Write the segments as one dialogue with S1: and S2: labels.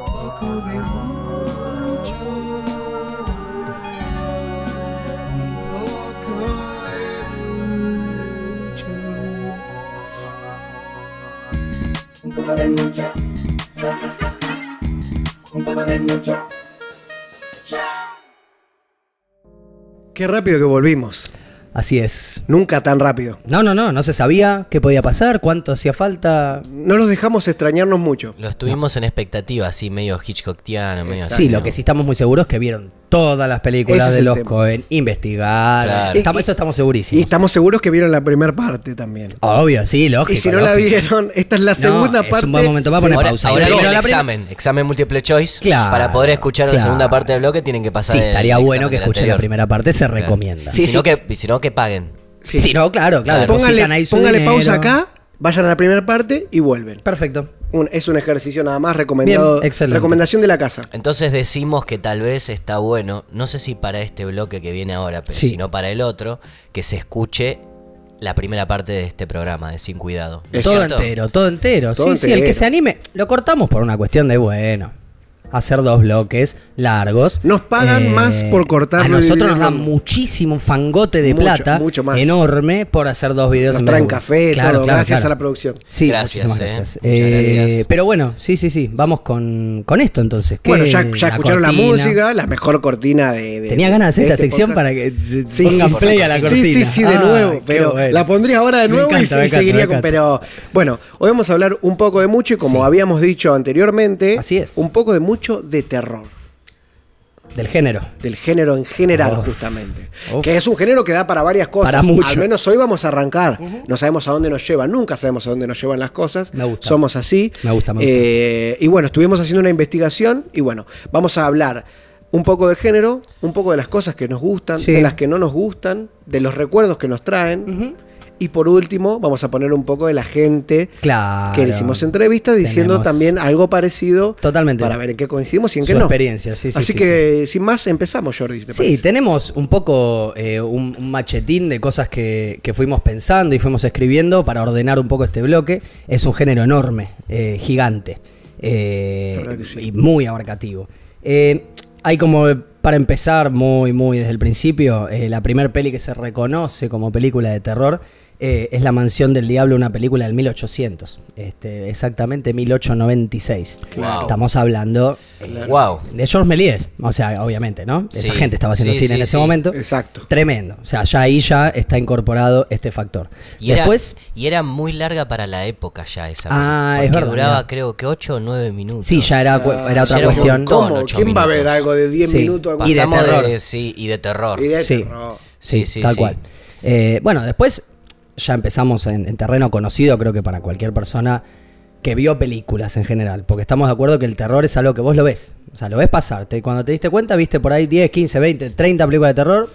S1: de mucho.
S2: Un
S1: Un poco de mucho.
S2: poco de mucho. Un poco de mucho.
S1: Qué rápido que volvimos.
S3: Así es.
S1: Nunca tan rápido.
S3: No, no, no, no se sabía qué podía pasar, cuánto hacía falta.
S1: No los dejamos extrañarnos mucho.
S4: Lo estuvimos en expectativa, así medio Hitchcocktiano, medio
S3: Sí,
S4: así,
S3: lo
S4: ¿no?
S3: que sí estamos muy seguros es que vieron todas las películas
S1: Ese es
S3: de
S1: el
S3: los
S1: tema.
S3: Cohen, investigar.
S4: Claro.
S3: Estamos- eso estamos
S1: Y
S3: segurísimos.
S1: estamos seguros que vieron la primera parte también.
S3: Obvio, sí, lógico.
S1: y si no la
S3: lógico.
S1: vieron, esta es la
S3: No,
S1: segunda
S3: es un
S1: parte.
S3: buen momento para poner
S4: ahora,
S3: pausa.
S4: ahora
S3: Pero
S4: viene el
S3: la prim-
S4: examen, examen múltiple choice.
S3: Claro,
S4: para poder escuchar la
S3: claro.
S4: segunda parte del bloque tienen que pasar
S3: Sí,
S4: el
S3: estaría
S4: examen
S3: bueno que
S4: del
S3: escuchen la
S4: anterior.
S3: primera parte, se
S4: Claro.
S3: recomienda.
S4: Y
S1: Sí,
S4: si,
S1: sí.
S4: no que, y si no, que paguen.
S1: Sí.
S3: Sí, no, claro, claro. depositan
S1: póngale
S3: ahí su
S1: póngale
S3: dinero.
S1: pausa acá, vayan a la primera parte y vuelven.
S3: Perfecto.
S1: Un- es un ejercicio nada más recomendado.
S3: Bien, excelente.
S1: Recomendación de la casa.
S4: Entonces decimos que tal vez está bueno, no sé si para este bloque que viene ahora, pero
S3: Sí.
S4: si no para el otro, que se escuche la primera parte de este programa de Sin Cuidado.
S1: Es
S3: todo
S4: cierto?
S3: entero, todo entero.
S1: Todo
S3: sí, sí, el
S1: entero.
S3: que se anime. Lo cortamos por una cuestión de, bueno, hacer dos bloques largos. Eh,
S1: Nos pagan más por cortarlo
S3: A
S1: y
S3: nosotros nos dan
S1: dividirlo.
S3: muchísimo un fangote de
S1: Mucho,
S3: plata.
S1: mucho más.
S3: Enorme por hacer dos videos.
S1: Nos
S3: en vez de
S1: traen
S3: uno.
S1: café,
S3: Claro,
S1: todo,
S3: claro,
S1: gracias
S3: claro.
S1: a la producción.
S3: Sí,
S4: Gracias,
S3: muchísimas
S4: eh.
S3: gracias.
S4: Muchas
S3: Eh,
S4: gracias.
S3: Pero bueno, sí, sí, sí. Vamos con, con esto entonces. ¿Qué?
S1: Bueno, ya, ya
S3: La
S1: escucharon la
S3: cortina.
S1: música, la mejor cortina de. de-
S3: Tenía ganas de
S1: de
S3: hacer esta
S1: este
S3: sección
S1: podcast.
S3: para que se-
S1: Sí,
S3: pongan
S1: sí,
S3: play
S1: sí.
S3: a la
S1: Sí,
S3: cortina.
S1: Sí, sí, de
S3: Ah,
S1: nuevo.
S3: qué
S1: Pero
S3: bueno.
S1: la pondría ahora de
S3: Me
S1: nuevo y
S3: encanta,
S1: se-
S3: me
S1: y,
S3: encanta, me
S1: seguiría con.
S3: encanta.
S1: Pero bueno, hoy vamos a hablar un poco de mucho y como
S3: Sí.
S1: habíamos dicho anteriormente,
S3: Así es.
S1: un poco de mucho de terror.
S3: Del género.
S1: Del género en general,
S3: Uf.
S1: justamente.
S3: Uf.
S1: Que es un género que da para varias cosas.
S3: Para mucho.
S1: Al menos hoy vamos a arrancar. No sabemos a dónde nos llevan, nunca sabemos a dónde nos llevan las cosas.
S3: Me gusta.
S1: Somos así.
S3: Me gusta, me gusta.
S1: Eh, y bueno, estuvimos haciendo una investigación y bueno, vamos a hablar un poco del género, un poco de las cosas que nos gustan,
S3: Sí.
S1: de las que no nos gustan, de los recuerdos que nos traen. Y por último, vamos a poner un poco de la gente
S3: Claro.
S1: que le hicimos entrevistas diciendo
S3: Tenemos-
S1: también algo parecido.
S3: Totalmente.
S1: Para ver en qué coincidimos y en
S3: Su
S1: qué no.
S3: experiencia, sí, sí,
S1: Así
S3: sí,
S1: que, sin más, empezamos, Jordi. ¿te
S3: Sí,
S1: parece?
S3: tenemos un poco eh, un, un machetín de cosas que, que fuimos pensando y fuimos escribiendo para ordenar un poco este bloque. Es un género enorme, eh, gigante eh,
S1: La verdad que sí.
S3: y muy abarcativo. Eh, hay como, eh, para empezar muy, muy desde el principio, eh, la primer peli que se reconoce como película de terror eh, es La Mansión del Diablo, una película del 1800, este, exactamente 1896.
S4: Claro.
S3: Estamos hablando... eh,
S4: Wow.
S3: de Georges Méliès, o sea, obviamente, ¿no? Esa
S4: Sí.
S3: gente estaba haciendo
S4: Sí,
S3: cine
S4: sí,
S3: en ese
S4: sí.
S3: momento.
S1: Exacto.
S3: Tremendo. O sea, ya ahí ya está incorporado este factor.
S4: Y era,
S3: Después,
S4: y era muy larga para la época ya esa.
S3: Ah,
S4: peli,
S3: es
S4: porque
S3: verdad,
S4: Duraba
S3: mirá.
S4: creo que 8 o 9 minutos.
S3: sí, ya era, cu- era otra
S4: Ah, era un
S3: cuestión.
S4: montón.
S1: ¿Cómo?
S4: ocho
S1: ¿Quién va a ver
S4: minutos.
S1: algo de 10
S3: Sí.
S1: minutos?
S3: Y de
S4: Pasamos
S3: terror.
S4: sí, y de terror.
S1: Y de
S3: Sí.
S1: terror.
S4: Sí, sí,
S3: Tal
S4: sí.
S3: cual. Eh, bueno, después ya empezamos en, en terreno conocido, creo que para cualquier persona que vio películas en general, porque estamos de acuerdo que el terror es algo que vos lo ves, o sea, lo ves pasarte. Cuando te diste cuenta, viste por ahí 10, 15, 20, 30 películas de terror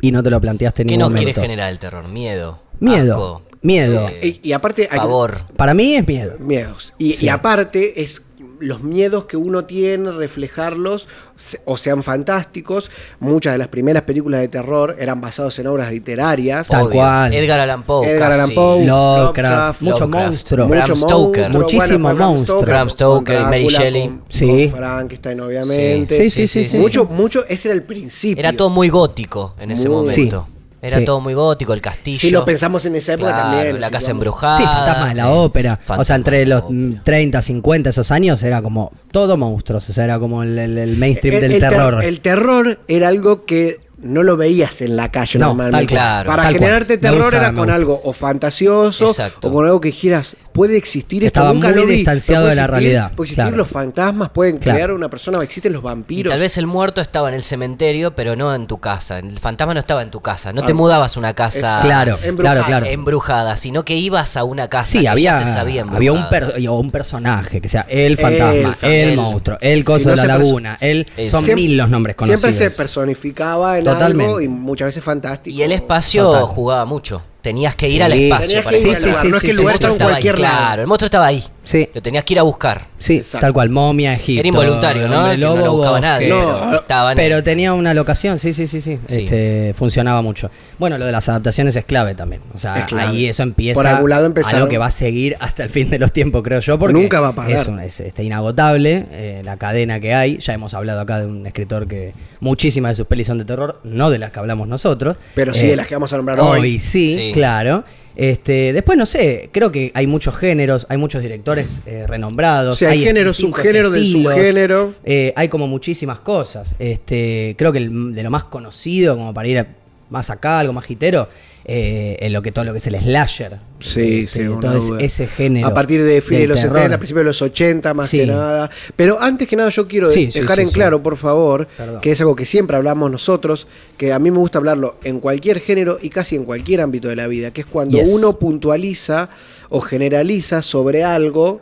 S3: y no te lo planteaste en
S4: ¿Qué
S3: ningún
S4: nos quiere
S3: momento.
S4: generar el terror? Miedo.
S3: Miedo,
S4: asco,
S3: miedo.
S4: eh,
S1: Y, y aparte, hay que-
S4: pavor.
S3: Para mí es miedo.
S1: miedos. Y,
S3: Sí.
S1: y aparte, es los miedos que uno tiene, reflejarlos, se- o sean fantásticos. Muchas de las primeras películas de terror eran basadas en obras literarias.
S3: Tal
S4: obvio.
S3: cual.
S4: Edgar Allan Poe.
S1: Edgar Allan
S4: casi.
S1: Poe,
S3: Lovecraft,
S1: Lovecraft,
S3: mucho
S4: Lovecraft,
S3: monstruo.
S4: Bram
S1: Mucho
S4: Stoker.
S1: monstruo,
S3: Muchísimo
S1: bueno, Bram
S3: monstruo.
S1: Stoker,
S4: Bram Stoker,
S1: con
S4: Mary
S1: Drácula,
S4: Shelley.
S1: con-
S3: Sí.
S1: con Frankenstein, obviamente.
S3: Sí, sí, sí, sí,
S1: mucho, mucho, ese era el principio.
S4: Era todo muy gótico en ese
S1: Muy.
S4: momento. Era
S3: Sí.
S4: todo muy gótico, el castillo.
S1: Si lo pensamos en esa época
S4: Claro,
S1: también.
S4: La
S1: si
S4: casa
S1: vamos-
S4: embrujada.
S3: Sí, fantasma de la ópera. o sea,
S4: Fantasma
S3: entre
S4: de la
S3: los
S4: ópera.
S3: mm, 30, 50, esos años era como todo monstruos. O sea, era como el, el- el mainstream del
S1: ter-
S3: terror.
S1: el terror era algo que no lo veías en la calle
S3: No,
S1: normalmente.
S3: tal
S4: cual,
S1: Para
S3: tal cual.
S1: generarte
S3: Me
S1: terror
S3: gusta,
S1: era
S3: me
S1: con
S3: gusta.
S1: algo o fantasioso
S4: Exacto.
S1: o con algo que dijeras, puede existir esto,
S3: Estaba
S1: nunca
S3: muy
S1: lo vi,
S3: distanciado
S1: pero
S3: de la
S1: puede existir-
S3: realidad,
S1: Puede existir
S3: claro.
S1: los fantasmas, pueden
S3: Claro.
S1: crear una persona, existen los
S4: Y
S1: vampiros.
S4: tal vez el muerto estaba en el cementerio, pero no en tu casa. El fantasma no estaba en tu casa. No te
S1: Ah,
S4: mudabas a una casa
S1: exacto.
S3: claro,
S1: embrujado.
S3: claro, claro.
S4: embrujada, sino que ibas a una casa.
S3: Sí,
S4: que Ah, ya
S3: había,
S4: se sabía
S3: había un,
S4: embrujada.
S3: per- o un personaje que sea el fantasma, el,
S1: fan- el-
S3: monstruo, el coso
S1: Si no
S3: de la
S1: se perso-
S3: laguna, el,
S4: Eso.
S3: son
S1: Siempre-
S3: mil los nombres conocidos.
S1: Siempre se personificaba en
S3: Totalmente.
S1: algo y muchas veces fantástico.
S4: Y el espacio
S3: Total.
S4: jugaba mucho. Tenías que ir
S3: Sí.
S4: al espacio
S1: Tenías
S4: para
S1: que ir
S3: sí,
S1: al
S4: encontrarlo.
S1: lugar,
S3: sí, sí,
S1: no es que
S3: sí,
S1: el
S3: sí,
S1: lugar
S3: sí,
S1: estaba en
S4: estaba ahí,
S1: cualquier lado.
S4: Claro, el monstruo estaba ahí.
S3: Sí,
S4: Lo tenías que ir a buscar.
S3: sí,
S1: Exacto.
S3: tal cual, momia, Egipto.
S4: Era involuntario, ¿no?
S3: Hombre
S4: Que no
S3: lobo,
S4: lo buscaba
S3: bosque.
S4: nadie.
S1: No,
S4: pero estaban en-
S3: Pero tenía una locación, sí, sí, sí, sí.
S4: Sí.
S3: Este, funcionaba mucho. Bueno, lo de las adaptaciones es clave también. O sea,
S1: Es clave.
S3: ahí eso empieza
S1: Por algún lado
S3: a
S1: empezaron.
S3: lo que va a seguir hasta el fin de los tiempos, creo yo, porque
S1: Nunca va a parar.
S3: Es, un- es, este, inagotable eh, la cadena que hay. Ya hemos hablado acá de un escritor que muchísimas de sus pelis son de terror, no de las que hablamos nosotros. Eh,
S1: Pero sí de las que vamos a nombrar hoy.
S3: sí,
S4: Sí.
S3: claro. Este, después no sé, creo que hay muchos géneros, hay muchos directores eh, renombrados.
S1: O sea, hay género,
S3: distintos
S1: subgénero del
S3: estilos.
S1: subgénero.
S3: Eh, hay como muchísimas cosas. Este, creo que el- de lo más conocido, como para ir a- más acá, algo más jitero, eh, en lo que todo lo que es el slasher.
S1: Sí,
S3: Este,
S1: sí, una
S3: todo es-
S1: duda.
S3: ese género.
S1: A partir de fines de
S3: del
S1: los
S3: terror.
S1: 70, principios de los 80, más
S3: Sí.
S1: que nada. Pero antes que nada, yo quiero de-
S3: Sí, sí,
S1: dejar
S3: sí,
S1: en
S3: sí.
S1: claro, por favor,
S3: Perdón.
S1: que es algo que siempre hablamos nosotros, que a mí me gusta hablarlo en cualquier género y casi en cualquier ámbito de la vida, que es cuando
S3: Yes.
S1: uno puntualiza o generaliza sobre algo,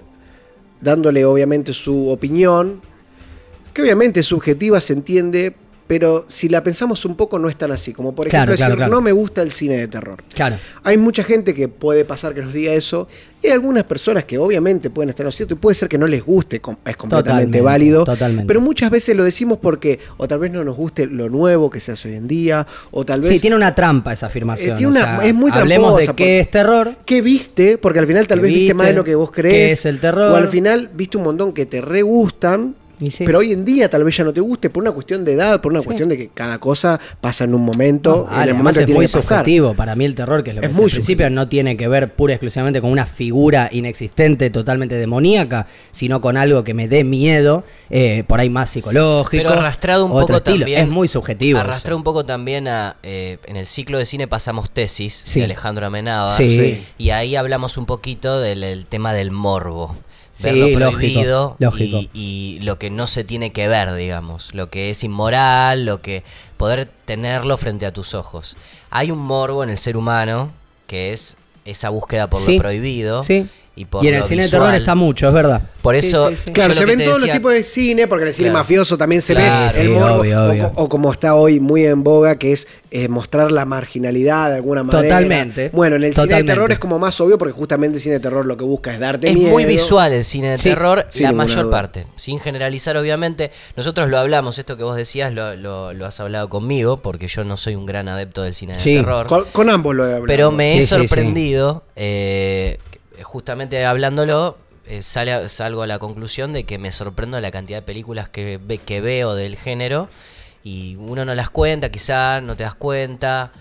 S1: dándole obviamente su opinión, que obviamente es subjetiva, se entiende. Pero si la pensamos un poco, no es tan así. Como por
S3: Claro,
S1: ejemplo
S3: claro,
S1: decir,
S3: claro.
S1: no me gusta el cine de terror.
S3: Claro.
S1: Hay mucha gente que puede pasar que nos diga eso y hay algunas personas que obviamente pueden estar en lo cierto y puede ser que no les guste, com- es completamente
S3: Totalmente,
S1: válido,
S3: totalmente.
S1: pero muchas veces lo decimos porque o tal vez no nos guste lo nuevo que se hace hoy en día o tal vez
S3: Sí, tiene una trampa esa afirmación.
S1: Eh, tiene una-
S3: o sea,
S1: es muy
S3: Hablemos de
S1: tramposa, porque-
S3: qué es terror.
S1: qué viste, porque al final tal
S3: ¿Qué
S1: vez viste
S3: viste?
S1: más de lo que vos
S3: ¿Qué
S1: crees
S3: es el terror?
S1: o al final viste un montón que te re gustan.
S3: Y sí.
S1: Pero hoy en día tal vez ya no te guste por una cuestión de edad, por una cuestión de que cada cosa pasa en un momento,
S3: Ah,
S1: Oh, en
S3: vale,
S1: el
S3: además
S1: momento que
S3: es
S1: tiene
S3: muy
S1: que pasar.
S3: subjetivo. Para mí el terror, que es lo que
S1: Es
S3: es
S1: muy
S3: al principio, no tiene que ver pura y exclusivamente con una figura inexistente, totalmente demoníaca, sino con algo que me dé miedo, eh, por ahí más psicológico.
S4: Pero arrastrado un
S3: otro
S4: poco
S3: estilo.
S4: también.
S3: Es muy subjetivo. eso.
S4: Arrastrado un poco también a. eh, en el ciclo de cine pasamos tesis
S3: Sí.
S4: de Alejandro Amenábar.
S3: Sí.
S1: Sí.
S4: Y ahí hablamos un poquito del el tema del morbo.
S3: Sí,
S4: Ver lo
S3: lógico,
S4: prohibido
S3: lógico.
S4: Y, y lo que no se tiene que ver, digamos. Lo que es inmoral, lo que. poder tenerlo frente a tus ojos. Hay un morbo en el ser humano que es esa búsqueda por
S3: Sí.
S4: lo prohibido.
S3: Sí.
S4: Y, por
S3: Y en el
S4: lo
S3: cine de
S4: visual.
S3: terror está mucho, es verdad.
S4: Por
S3: Sí,
S4: eso.
S3: sí, sí.
S4: yo
S1: Claro,
S4: lo
S1: se
S4: que
S1: ven
S4: te
S1: todos los
S4: decía-
S1: tipos de cine, porque en el cine
S4: Claro.
S1: mafioso también se
S4: Claro,
S1: ve el
S4: sí,
S1: morbo,
S3: obvio,
S1: o
S3: obvio.
S1: co- O, como está hoy muy en boga, que es eh, mostrar la marginalidad de alguna manera.
S3: Totalmente.
S1: Bueno, en el cine de
S3: Totalmente.
S1: terror es como más obvio, porque justamente el cine de terror lo que busca es darte
S4: Es
S1: miedo.
S4: muy visual el cine de
S3: Sí,
S4: terror,
S1: sin
S4: la
S1: ninguna
S4: mayor
S1: duda.
S4: parte. Sin generalizar, obviamente. Nosotros lo hablamos, esto que vos decías lo, lo- lo has hablado conmigo, porque yo no soy un gran adepto del cine
S3: Sí.
S4: de terror.
S1: Con, con ambos lo he hablado.
S4: Pero me
S3: Sí,
S4: he
S3: sí, sí.
S4: sorprendido, eh, justamente hablándolo, eh, sale a- salgo a la conclusión de que me sorprendo de la cantidad de películas que, ve- que veo del género y uno no las cuenta, quizá no te das cuenta,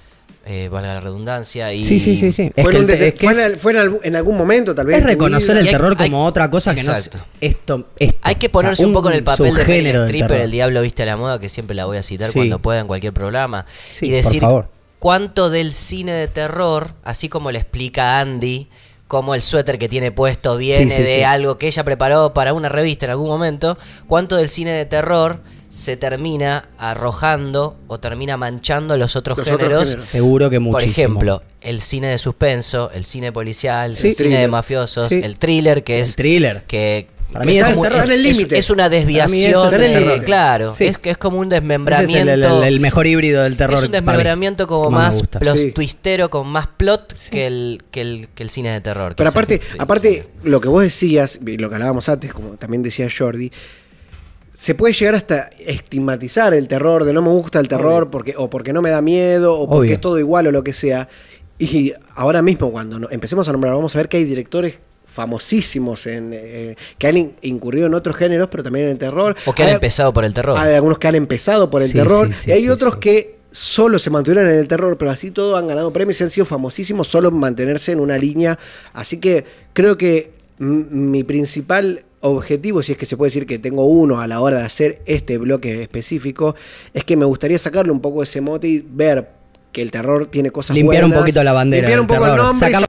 S4: eh, valga la redundancia. Y
S3: Sí, sí, sí, sí. Es
S1: Fue, en,
S3: que el
S1: un
S3: te-
S1: dete-
S3: es que
S1: fue
S3: es-
S1: en al- fue en algún- en algún momento, tal vez.
S3: Es
S1: de tu
S3: reconocer
S1: vida.
S3: el
S4: Y hay-
S3: terror
S4: hay-
S3: como otra cosa que no
S4: Exacto.
S3: es esto, esto.
S4: Hay que
S3: O sea,
S4: ponerse un, poco en el papel de Meryl
S3: subgénero del
S4: Stripper,
S3: terror.
S4: el diablo viste a la moda, que siempre la voy a citar
S3: Sí.
S4: cuando pueda en cualquier programa.
S3: Sí,
S4: y
S3: por
S4: decir
S3: favor.
S4: cuánto del cine de terror, así como le explica Andy, cómo el suéter que tiene puesto viene
S3: Sí, sí,
S4: de
S3: sí.
S4: algo que ella preparó para una revista en algún momento, cuánto del cine de terror se termina arrojando o termina manchando los otros
S1: Los otros
S4: géneros.
S1: géneros.
S3: Seguro que muchísimo.
S4: Por ejemplo, el cine de suspenso, el cine policial,
S3: Sí.
S4: el cine de
S1: Thriller.
S4: mafiosos,
S3: Sí.
S4: el thriller que
S3: El
S4: es
S3: thriller.
S4: que
S3: Para mí eso es
S4: como-
S1: terror. Está en el
S4: es-
S1: límite.
S4: es una desviación,
S3: Para mí eso es
S4: de-
S3: terror.
S4: claro,
S3: Sí.
S4: es que es como un
S3: Ese es el, el-
S4: desmembramiento,
S3: el mejor híbrido del terror.
S4: es un
S3: para mí.
S4: desmembramiento como
S3: Más me
S4: más
S3: gusta.
S4: plot
S1: Sí.
S4: twistero con más plot que, el, que el que el cine de terror.
S1: Pero
S4: quizás.
S1: aparte,
S4: Sí.
S1: aparte, lo que vos decías, y lo que hablábamos antes, como también decía Jordi, se puede llegar hasta estigmatizar el terror, de no me gusta el terror, porque, o porque no me da miedo, o porque
S3: Obvio.
S1: es todo igual o lo que sea. Y ahora mismo, cuando no- empecemos a nombrar, vamos a ver que hay directores famosísimos en, eh, que han in- incurrido en otros géneros, pero también en el terror.
S4: o que han
S1: Hay-
S4: empezado por el terror.
S1: Hay algunos que han empezado por el
S3: Sí,
S1: terror,
S3: sí, sí,
S1: y hay
S3: sí,
S1: otros
S3: sí.
S1: que solo se mantuvieron en el terror, pero así todo han ganado premios y han sido famosísimos solo en mantenerse en una línea. Así que creo que m- mi principal objetivo, si es que se puede decir que tengo uno a la hora de hacer este bloque específico, es que me gustaría sacarle un poco ese mote y ver que el terror tiene cosas
S3: Limpiar un
S1: buenas,
S3: poquito la bandera.
S1: limpiar un
S3: del
S1: poco el
S3: terror,
S1: nombre y
S3: sacarla-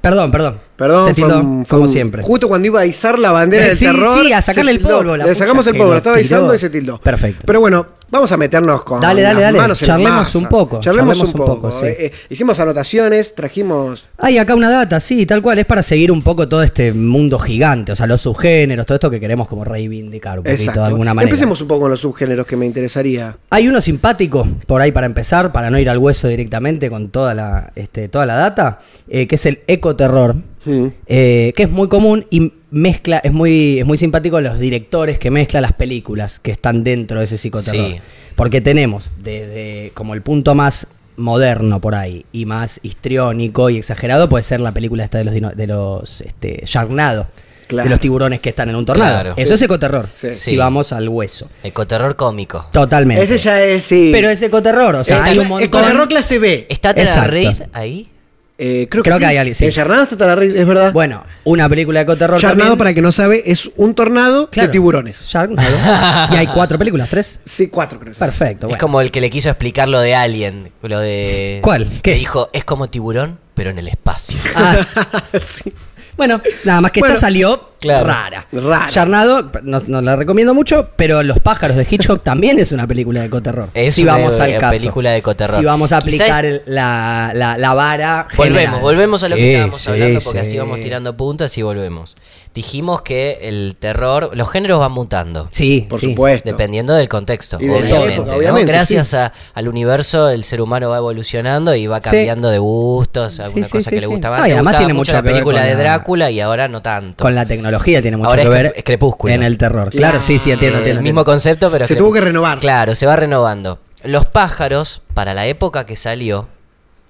S3: Perdón, perdón.
S1: Perdón,
S3: Se
S1: fue
S3: tildó,
S1: un- fue
S3: como
S1: un-
S3: siempre. Eh,
S1: Justo cuando iba a izar la bandera del
S3: Sí,
S1: terror.
S3: sí, a sacarle
S1: se
S3: el
S1: tildó.
S3: polvo, la
S1: Le
S3: pucha
S1: sacamos el
S3: que
S1: polvo,
S3: lo
S1: lo estaba
S3: tiró.
S1: izando y se tildó.
S3: Perfecto.
S1: Pero bueno, Vamos a meternos con.
S3: Dale, dale,
S1: las
S3: dale.
S1: manos en la
S3: Charlemos
S1: masa.
S3: un poco,
S1: Charlemos,
S3: charlemos
S1: un
S3: un
S1: poco.
S3: poco, sí.
S1: Eh, eh, hicimos anotaciones, trajimos.
S3: Hay acá una data, sí, tal cual, es para seguir un poco todo este mundo gigante, o sea, los subgéneros, todo esto que queremos como reivindicar un poquito
S1: Exacto.
S3: de alguna manera.
S1: Empecemos un poco con los subgéneros que me interesaría.
S3: Hay uno simpático, por ahí para empezar, para no ir al hueso directamente con toda la, este, toda la data, eh, que es el ecoterror,
S1: Mm.
S3: eh, que es muy común y mezcla, es muy, es muy simpático los directores que mezclan las películas que están dentro de ese psicoterror.
S4: Sí.
S3: Porque tenemos desde como el punto más moderno por ahí y más histriónico y exagerado puede ser la película esta de los dino- de los este Yarnado,
S1: Claro.
S3: de los tiburones que están en un tornado.
S4: Claro.
S3: Eso
S1: Sí.
S3: es ecoterror,
S1: Sí.
S3: si vamos al hueso.
S4: Ecoterror cómico.
S3: Totalmente.
S1: Ese ya es, sí.
S3: Pero es ecoterror, o sea,
S1: Está-
S3: hay un
S1: eh,
S3: montón.
S1: Con error clase B.
S4: ¿Está Tara
S3: Exacto.
S4: Reid ahí?
S1: Eh, creo que,
S3: Creo
S1: sí.
S3: que hay alguien, sí.
S1: En Yarnado está Talarri- es verdad.
S3: Bueno, una película de ecoterror
S1: Yarnado,
S3: también.
S1: para el que no sabe, es un tornado
S3: Claro.
S1: de tiburones.
S3: Sharknado. y hay cuatro películas, tres.
S1: Sí, cuatro, creo. que son.
S3: Perfecto.
S4: Es
S3: bueno.
S4: como el que le quiso explicar lo de Alien. Lo de.
S3: ¿Cuál?
S4: Que
S3: ¿Qué?
S4: dijo, es como tiburón, pero en el espacio.
S3: Ah,
S1: Sí.
S3: bueno, nada más que
S1: Bueno,
S3: esta salió
S4: claro.
S3: rara.
S1: Rara.
S3: Yarnado, no, no la recomiendo mucho, pero Los pájaros de Hitchcock también es una película de ecoterror.
S4: Es
S3: si
S4: una
S3: vamos al
S4: eh,
S3: caso.
S4: película de ecoterror.
S3: Si vamos a
S4: Quizá
S3: aplicar el- la, la, la vara.
S4: Volvemos,
S3: general.
S4: volvemos a lo que
S3: Sí,
S4: estábamos
S3: sí,
S4: hablando porque
S3: sí.
S4: así vamos tirando puntas y volvemos. Dijimos que el terror, los géneros van mutando.
S3: Sí,
S1: Por
S3: sí.
S1: supuesto.
S4: Dependiendo del contexto,
S1: Y de la
S4: obviamente.
S1: época,
S4: ¿no?
S1: obviamente,
S4: Gracias
S1: sí.
S4: a- al universo, el ser humano va evolucionando y va
S3: Sí.
S4: cambiando de gustos, alguna
S3: sí,
S4: cosa
S3: sí,
S4: que
S3: sí.
S4: le gusta
S3: No, y
S4: más. Le
S3: además
S4: gustaba
S3: tiene mucho
S4: mucho la
S3: que ver
S4: película
S3: con
S4: de
S3: la-
S4: Drácula y ahora no tanto.
S3: Con la tecnología tiene mucho
S4: Ahora
S3: que
S4: es
S3: ver.
S4: cre- es crepúsculo.
S3: En el terror. Claro, sí, sí, entiendo,
S4: Eh,
S3: entiendo.
S4: el mismo
S3: entiendo.
S4: concepto, pero
S1: Se
S4: crep-
S1: tuvo que renovar.
S4: Claro, se va renovando. Los pájaros, para la época que salió,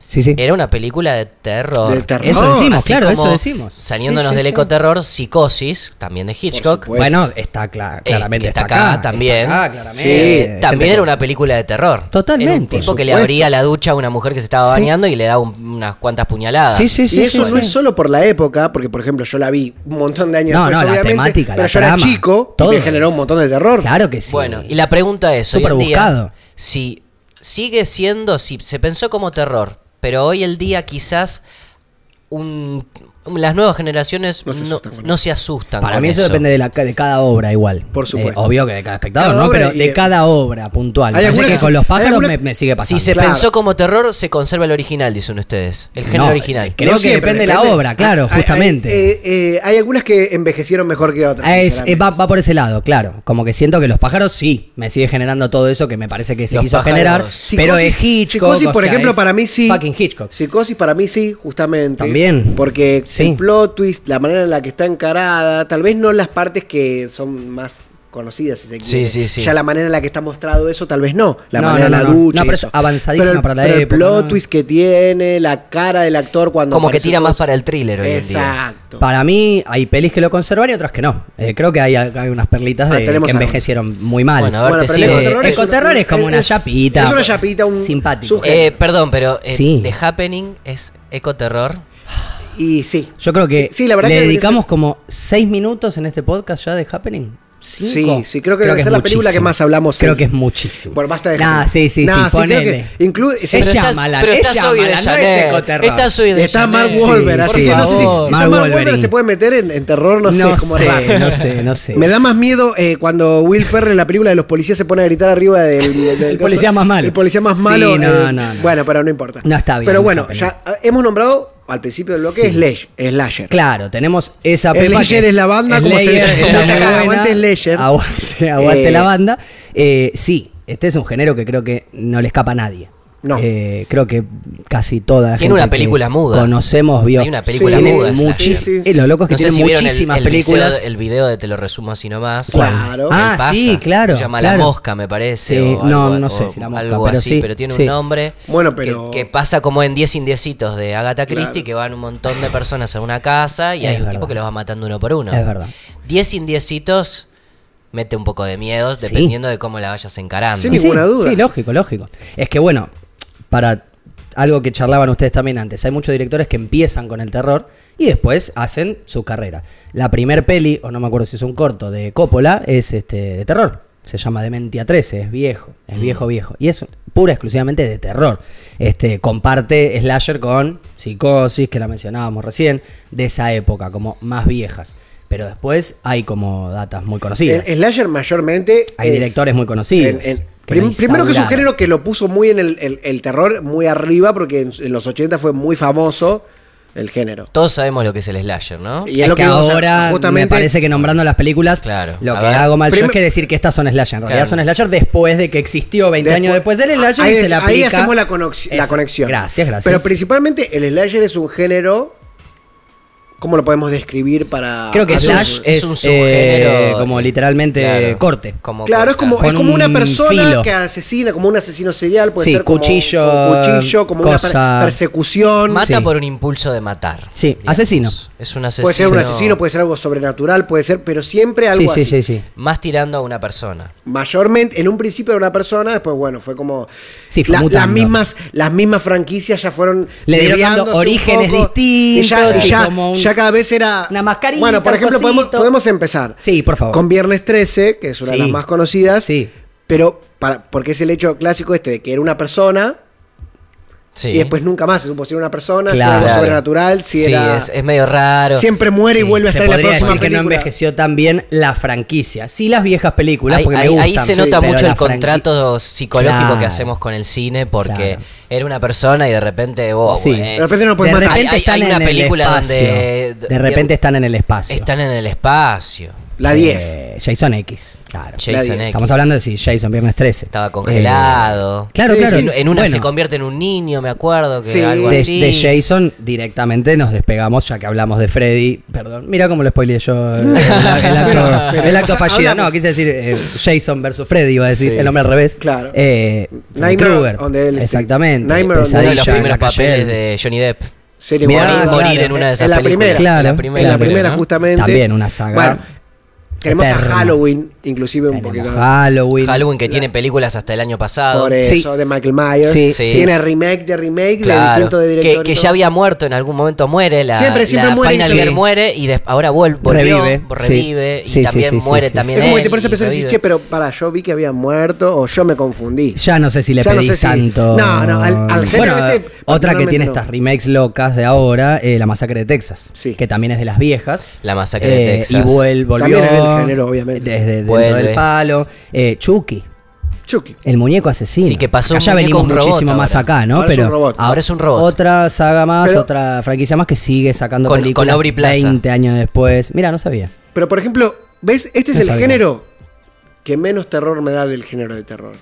S3: Sí, sí.
S4: era una película de terror.
S1: De terror.
S3: Eso
S1: No,
S3: decimos,
S4: Así
S3: claro, eso
S4: como
S3: decimos. Sí,
S4: Saliéndonos
S3: sí,
S4: del
S3: sí.
S4: ecoterror, Psicosis, también de Hitchcock.
S1: supuesto.
S3: Bueno, está cla- claramente.
S4: Eh, está acá también.
S3: Está acá,
S4: Eh,
S3: claramente. Este
S4: también era una película de terror.
S3: Totalmente.
S4: Era un tipo
S3: Por
S4: que le
S1: supuesto.
S4: abría la ducha a una mujer que se estaba
S3: Sí.
S4: bañando y le daba un- unas cuantas puñaladas.
S3: Sí, sí, sí.
S1: y eso
S3: sí,
S1: no
S3: sí.
S1: es solo por la época, porque por ejemplo yo la vi un montón de años
S3: No,
S1: después,
S3: no, la
S1: obviamente,
S3: temática,
S1: pero
S3: la
S1: yo era
S3: trama,
S1: chico
S3: todo
S1: y me generó
S3: es-
S1: un montón de terror.
S3: Claro que sí.
S4: Bueno, y la pregunta es, hoy
S3: Súper
S4: en día,
S3: buscado.
S4: si sigue siendo, si se pensó como terror, pero hoy el día quizás un- las nuevas generaciones
S1: No
S4: no
S1: se
S4: se
S1: asustan
S4: asustan.
S1: con
S4: No,
S1: eso.
S4: se asustan
S3: Para
S4: con
S3: mí eso, depende de, la, ca- de cada obra igual.
S1: Por supuesto.
S3: Eh, obvio que de cada espectador,
S1: Cada
S3: ¿no?
S1: obra
S3: Pero
S1: y-
S3: de cada obra puntual.
S1: Hay
S3: Así
S1: alguna
S3: que
S1: que
S3: con
S1: se-
S3: los pájaros
S1: hay alguna-
S3: me, me sigue pasando.
S4: Si se
S1: Claro.
S4: pensó como terror, se conserva el original, dicen ustedes. El género
S3: No,
S4: original.
S3: creo que
S1: siempre, Ah,
S3: depende de la obra, claro,
S1: Hay- hay-
S3: justamente.
S1: eh, eh, hay algunas que envejecieron mejor que otras.
S3: Ah, es- eh,
S1: sinceramente.
S3: va, va por ese lado, claro. Como que siento que los pájaros sí, me sigue generando todo eso que me parece que se
S4: Los
S3: quiso
S4: pájaros.
S3: generar.
S1: Psicosis-
S3: pero es Hitchcock.
S1: Psicosis,
S3: o
S1: por
S3: sea,
S1: ejemplo,
S3: es
S1: para mí sí.
S3: Fucking Hitchcock.
S1: Psicosis para mí sí, justamente.
S3: También.
S1: Porque
S3: Sí.
S1: el plot twist, la manera en la que está encarada, tal vez no las partes que son más conocidas, si se quiere.
S4: sí, sí.
S1: Ya la manera en la que está mostrado eso, tal vez no. La
S3: No,
S1: manera
S3: no,
S1: de la
S3: no, no.
S1: ducha.
S3: No,
S1: y
S3: pero es
S1: eso.
S3: avanzadísima
S1: Pero el-
S3: para la
S1: pero
S3: época,
S1: El plot
S3: ¿no?
S1: twist que tiene, la cara del actor cuando.
S4: Como que
S1: aparece
S4: tira
S1: todo
S4: más
S1: eso.
S4: para el thriller hoy en día.
S1: Exacto.
S3: Para mí hay pelis que lo conservan y otras que no. Eh, creo que hay, hay unas perlitas
S1: Ah,
S3: de,
S1: tenemos
S3: que
S1: algo.
S3: envejecieron muy mal.
S4: Bueno, a ver, te
S1: pero el
S4: sigo.
S1: ecoterror
S3: Eh,
S1: es una-
S3: ecoterror es como una
S1: es-
S3: chapita.
S1: Es una chapita, un.
S3: Simpático.
S1: subgénero.
S4: Eh, perdón, pero eh,
S3: Sí.
S4: The Happening es ecoterror.
S1: y sí.
S3: Eh, Yo creo que
S1: Sí, sí, la verdad
S3: le
S1: que debería
S3: dedicamos como seis minutos en este podcast ya de Happening. Cinco.
S1: Sí, sí, creo que debe ser la película que más hablamos
S3: Creo
S1: hoy.
S3: que es muchísimo.
S1: Bueno, basta de
S3: Nah,
S1: Happening.
S3: sí, sí,
S1: Nah,
S3: sí,
S1: sí, creo
S3: ponele.
S1: que incluye- sí,
S3: es
S1: pero
S4: estás-
S3: Shyamalan,
S4: pero
S3: es
S4: está Zoe de
S3: Shyamalan, no es
S4: Chanel.
S3: ecoterror.
S4: Está Zoe de
S1: Está
S4: Chanel.
S1: Mark
S3: Sí,
S1: Wahlberg,
S3: sí, Oh,
S1: porque no sé si, si
S4: favor.
S1: está
S3: Mark
S1: Mark
S3: Wahlberg.
S1: Wahlberg se puede meter en, en terror, no, sé cómo es raro.
S3: no sé, no sé.
S1: Me da más miedo eh, cuando Will Ferrell en la película de los policías se pone a gritar arriba del, del- del-
S3: El policía más malo.
S1: El policía más
S3: Sí,
S1: malo. eh,
S3: no, no, no.
S1: Bueno, pero no importa.
S3: No está bien,
S1: Pero
S3: no
S1: bueno,
S3: está bien.
S1: ya eh, hemos nombrado al principio del bloque
S3: Sí.
S1: Slash, Slasher.
S3: Claro, tenemos esa
S1: El
S3: película.
S1: Ledger es la banda, como se- como se acaba, aguante el Ledger.
S3: Aguante, aguante
S1: Eh,
S3: la banda. Eh, sí, este es un género que creo que no le escapa a nadie.
S1: No.
S3: Eh, creo que casi toda la
S4: Tiene
S3: gente
S4: una
S3: que
S4: película muda.
S3: Conocemos, vio.
S4: Hay una película
S3: Tiene
S4: muda,
S1: sí,
S3: muchis-
S1: sí.
S3: eh, lo loco es que
S4: No sé
S3: tiene
S4: si vieron el-
S3: muchísimas
S4: el
S3: películas.
S4: Video, el video de Te lo resumo así nomás.
S1: ¿Cuál? Claro.
S3: Claro.
S4: El
S3: Ah,
S4: Pasa,
S3: sí, claro.
S4: Se llama
S3: claro.
S4: La Mosca, me parece.
S3: Sí,
S4: o
S3: no,
S4: algo-
S3: no sé
S4: o
S3: si La Mosca,
S4: Algo
S3: pero
S4: así,
S3: sí,
S4: pero tiene
S3: sí.
S4: un nombre.
S1: Bueno,
S4: que-
S1: pero-
S4: Que, pasa como en 10 indiecitos de Agatha Christie,
S1: Claro.
S4: que van un montón de personas a una casa
S3: Es
S4: y hay un
S3: verdad.
S4: tipo que los va matando uno por uno.
S3: Es verdad.
S4: 10 indiecitos mete un poco de miedos,
S3: Sí.
S4: dependiendo de cómo la vayas encarando.
S1: Sin ninguna duda.
S3: Sí, lógico, lógico. Es que bueno, para algo que charlaban ustedes también antes, hay muchos directores que empiezan con el terror y después hacen su carrera. La primer peli, o no me acuerdo si es un corto, de Coppola es este de terror. Se llama Dementia 13, es viejo,
S1: Mm.
S3: es viejo, viejo. Y es pura exclusivamente de terror. Este, comparte Slasher con Psicosis, que la mencionábamos recién, de esa época, como más viejas. Pero después hay como datas muy conocidas.
S1: El Slasher mayormente.
S3: Hay
S1: es-
S3: directores muy conocidos.
S1: en- en-
S3: la
S1: Prim- primero que es un
S3: instauraron.
S1: género que lo puso muy en el, el- el terror, muy arriba, porque en, en los 80 fue muy famoso el género.
S4: Todos sabemos lo que es el slasher, ¿no?
S1: Y-
S3: es,
S1: es lo
S3: que,
S1: que- o sea,
S3: ahora
S1: justamente-
S3: me parece que nombrando las películas,
S4: Claro.
S3: lo
S4: A
S3: que
S4: ver.
S3: hago mal yo
S1: Prim-
S3: es que decir que estas son slasher. En realidad son
S4: Claro.
S3: slasher después de que existió 20 años después del slasher
S1: Ah, ahí,
S3: y se
S1: es-
S3: la
S1: ahí
S3: aplica.
S1: hacemos la, conox- la
S3: Es-
S1: conexión.
S3: Gracias, gracias.
S1: Pero principalmente el slasher es un género. ¿Cómo lo podemos describir para.?
S3: Creo
S4: Ah,
S3: que
S1: hacer un-
S3: slash es, eh, como literalmente corte.
S4: Como
S1: Claro, es como,
S4: corta.
S1: es
S3: Con
S1: como una
S3: un
S1: persona
S3: filo.
S1: que asesina, como un asesino serial, puede
S3: Sí,
S1: ser como-
S3: cuchillo,
S1: como cuchillo, como una per-
S3: cosa-
S1: persecución.
S4: Mata
S3: Sí.
S4: por un impulso de matar.
S3: Sí, asesino.
S4: Es un asesino.
S1: Puede ser un asesino, puede ser algo sobrenatural, puede ser, pero siempre algo
S3: Sí, sí,
S1: así.
S3: sí, sí.
S4: Más tirando a una persona.
S1: Mayormente, en un principio era una persona, después, bueno, fue como.
S3: Sí, fue
S1: la- las,
S3: mutando.
S1: mismas, las mismas franquicias ya fueron.
S3: Le dieron dando
S1: desviándose un
S3: orígenes
S1: poco, y ya-
S3: distintos,
S1: y
S3: y
S1: ya,
S3: como un-
S1: ya cada vez era.
S3: una mascarita,
S1: Bueno, por
S3: un
S1: ejemplo, podemos,
S3: cosito.
S1: podemos empezar.
S3: Sí, por favor.
S1: Con Viernes 13, que es una de
S3: Sí.
S1: las más conocidas.
S3: Sí.
S1: Pero, para, porque es el hecho clásico este de que era una persona.
S4: Sí. Ah,
S1: Y después nunca más se supo si era una persona, si
S3: Claro.
S1: era algo sobrenatural, si
S4: Sí,
S1: era.
S4: es, es medio raro.
S1: Siempre muere y
S3: Sí,
S1: vuelve a
S3: se
S1: estar en la
S3: podría
S1: próxima
S3: decir que no
S1: película.
S3: envejeció tan bien la franquicia. Sí, las viejas películas,
S4: Ahí,
S3: porque me
S4: ahí- ahí
S3: gustan.
S4: se nota
S3: pero
S4: mucho
S3: la
S4: el contrato psicológico
S3: Claro.
S4: que hacemos con el cine porque
S3: Claro.
S4: era una persona y de repente oh, vos,
S3: Sí.
S4: güey,
S1: De repente no lo puedes
S3: de
S1: matar.
S3: repente
S4: Hay- hay-
S3: están
S4: hay
S3: en
S4: una
S3: el
S4: película
S3: espacio.
S4: donde-
S3: de repente están en el espacio.
S4: están en el espacio.
S1: La 10.
S3: Eh, Jason X. Claro.
S1: La
S4: Jason
S1: 10.
S4: X.
S3: Estamos hablando de sí, Jason, viernes 13.
S1: Eh,
S4: Estaba congelado.
S3: Eh, claro,
S1: Sí,
S3: claro.
S1: sí,
S4: En, en una
S3: Bueno,
S4: se convierte en un niño, me acuerdo, que
S1: Sí.
S4: algo
S3: de,
S4: así.
S3: de Jason directamente nos despegamos, ya que hablamos de Freddy. Perdón, mira cómo lo spoileé yo. eh, El, el acto,
S1: Pero- pero,
S3: el acto
S1: o sea,
S3: fallido.
S1: hablamos-
S3: No, quise decir eh, Jason versus Freddy, iba a decir
S4: Sí.
S3: el nombre al revés.
S1: Claro.
S3: Eh,
S1: Nightmare
S3: Krueger.
S1: on the Elm Street.
S3: Exactamente.
S1: Nightmare on the Elm
S4: Uno de
S1: Ahí
S4: los
S1: ya,
S3: Pesadilla en la
S4: primeles
S3: calle
S4: papeles
S3: Elm.
S4: de Johnny Depp.
S1: Serie
S3: Mirá,
S1: Warrior.
S3: claro.
S4: morir en una de esas
S1: en la
S4: películas.
S1: Primera,
S3: Claro.
S4: en la primera,
S1: en la
S3: claro.
S1: primera,
S4: ¿no?
S1: justamente.
S3: También una saga.
S1: Bueno, tenemos
S3: Eterna.
S1: a Halloween, inclusive un poquito.
S3: Tenemos Halloween.
S4: Halloween que tiene películas hasta el año pasado.
S1: Por eso,
S3: Sí.
S1: de Michael Myers.
S3: Sí.
S4: Sí.
S1: Tiene remake de remake, de
S4: Claro,
S1: distintos de director.
S4: que,
S1: y
S4: que
S1: todo.
S4: ya había muerto en algún momento, muere. La,
S1: Siempre, siempre
S4: la
S1: muere
S4: Final
S1: y-
S4: Girl
S3: Sí.
S4: muere y des- ahora vuel- volvió,
S3: Revive,
S4: revive.
S3: sí.
S4: y
S3: Sí, sí,
S4: también
S3: sí, sí,
S4: muere
S3: sí.
S4: también
S1: Es como que
S4: él
S1: te pones a
S4: y
S1: pensar y decís,
S4: revive.
S1: che, pero para, yo vi que había muerto o yo me confundí.
S3: Ya no sé si le
S1: Ya no
S3: pedís
S1: sé si-
S3: tanto.
S1: No, no, al- al género
S3: Bueno,
S1: este,
S3: Otra que
S1: particularmente
S3: tiene
S1: no.
S3: estas remakes locas de ahora, eh, La Masacre de Texas.
S1: Sí.
S3: Que también es de las viejas.
S4: La Masacre de
S3: Eh,
S4: Texas.
S3: Y vuel- volvió.
S1: También es del género, obviamente.
S3: Desde dentro
S4: Vuelve.
S3: del palo. Eh, Chucky.
S1: Chucky.
S3: El muñeco asesino.
S4: Sí, que pasó
S3: Acá
S4: un
S3: ya
S4: muñeco a
S3: venimos
S4: un robot
S3: muchísimo más
S4: ahora.
S3: acá, ¿no?
S1: Ahora es
S3: Pero
S1: un robot.
S4: Ahora es un robot.
S3: Otra saga más,
S1: Pero-
S3: otra franquicia más que sigue sacando
S4: Con-
S3: películas
S4: con Aubrey Plaza.
S3: 20 años después. Mira, no sabía.
S1: Pero por ejemplo, ¿ves? Este es
S3: No
S1: el
S3: sabía.
S1: género que menos terror me da del género de terror.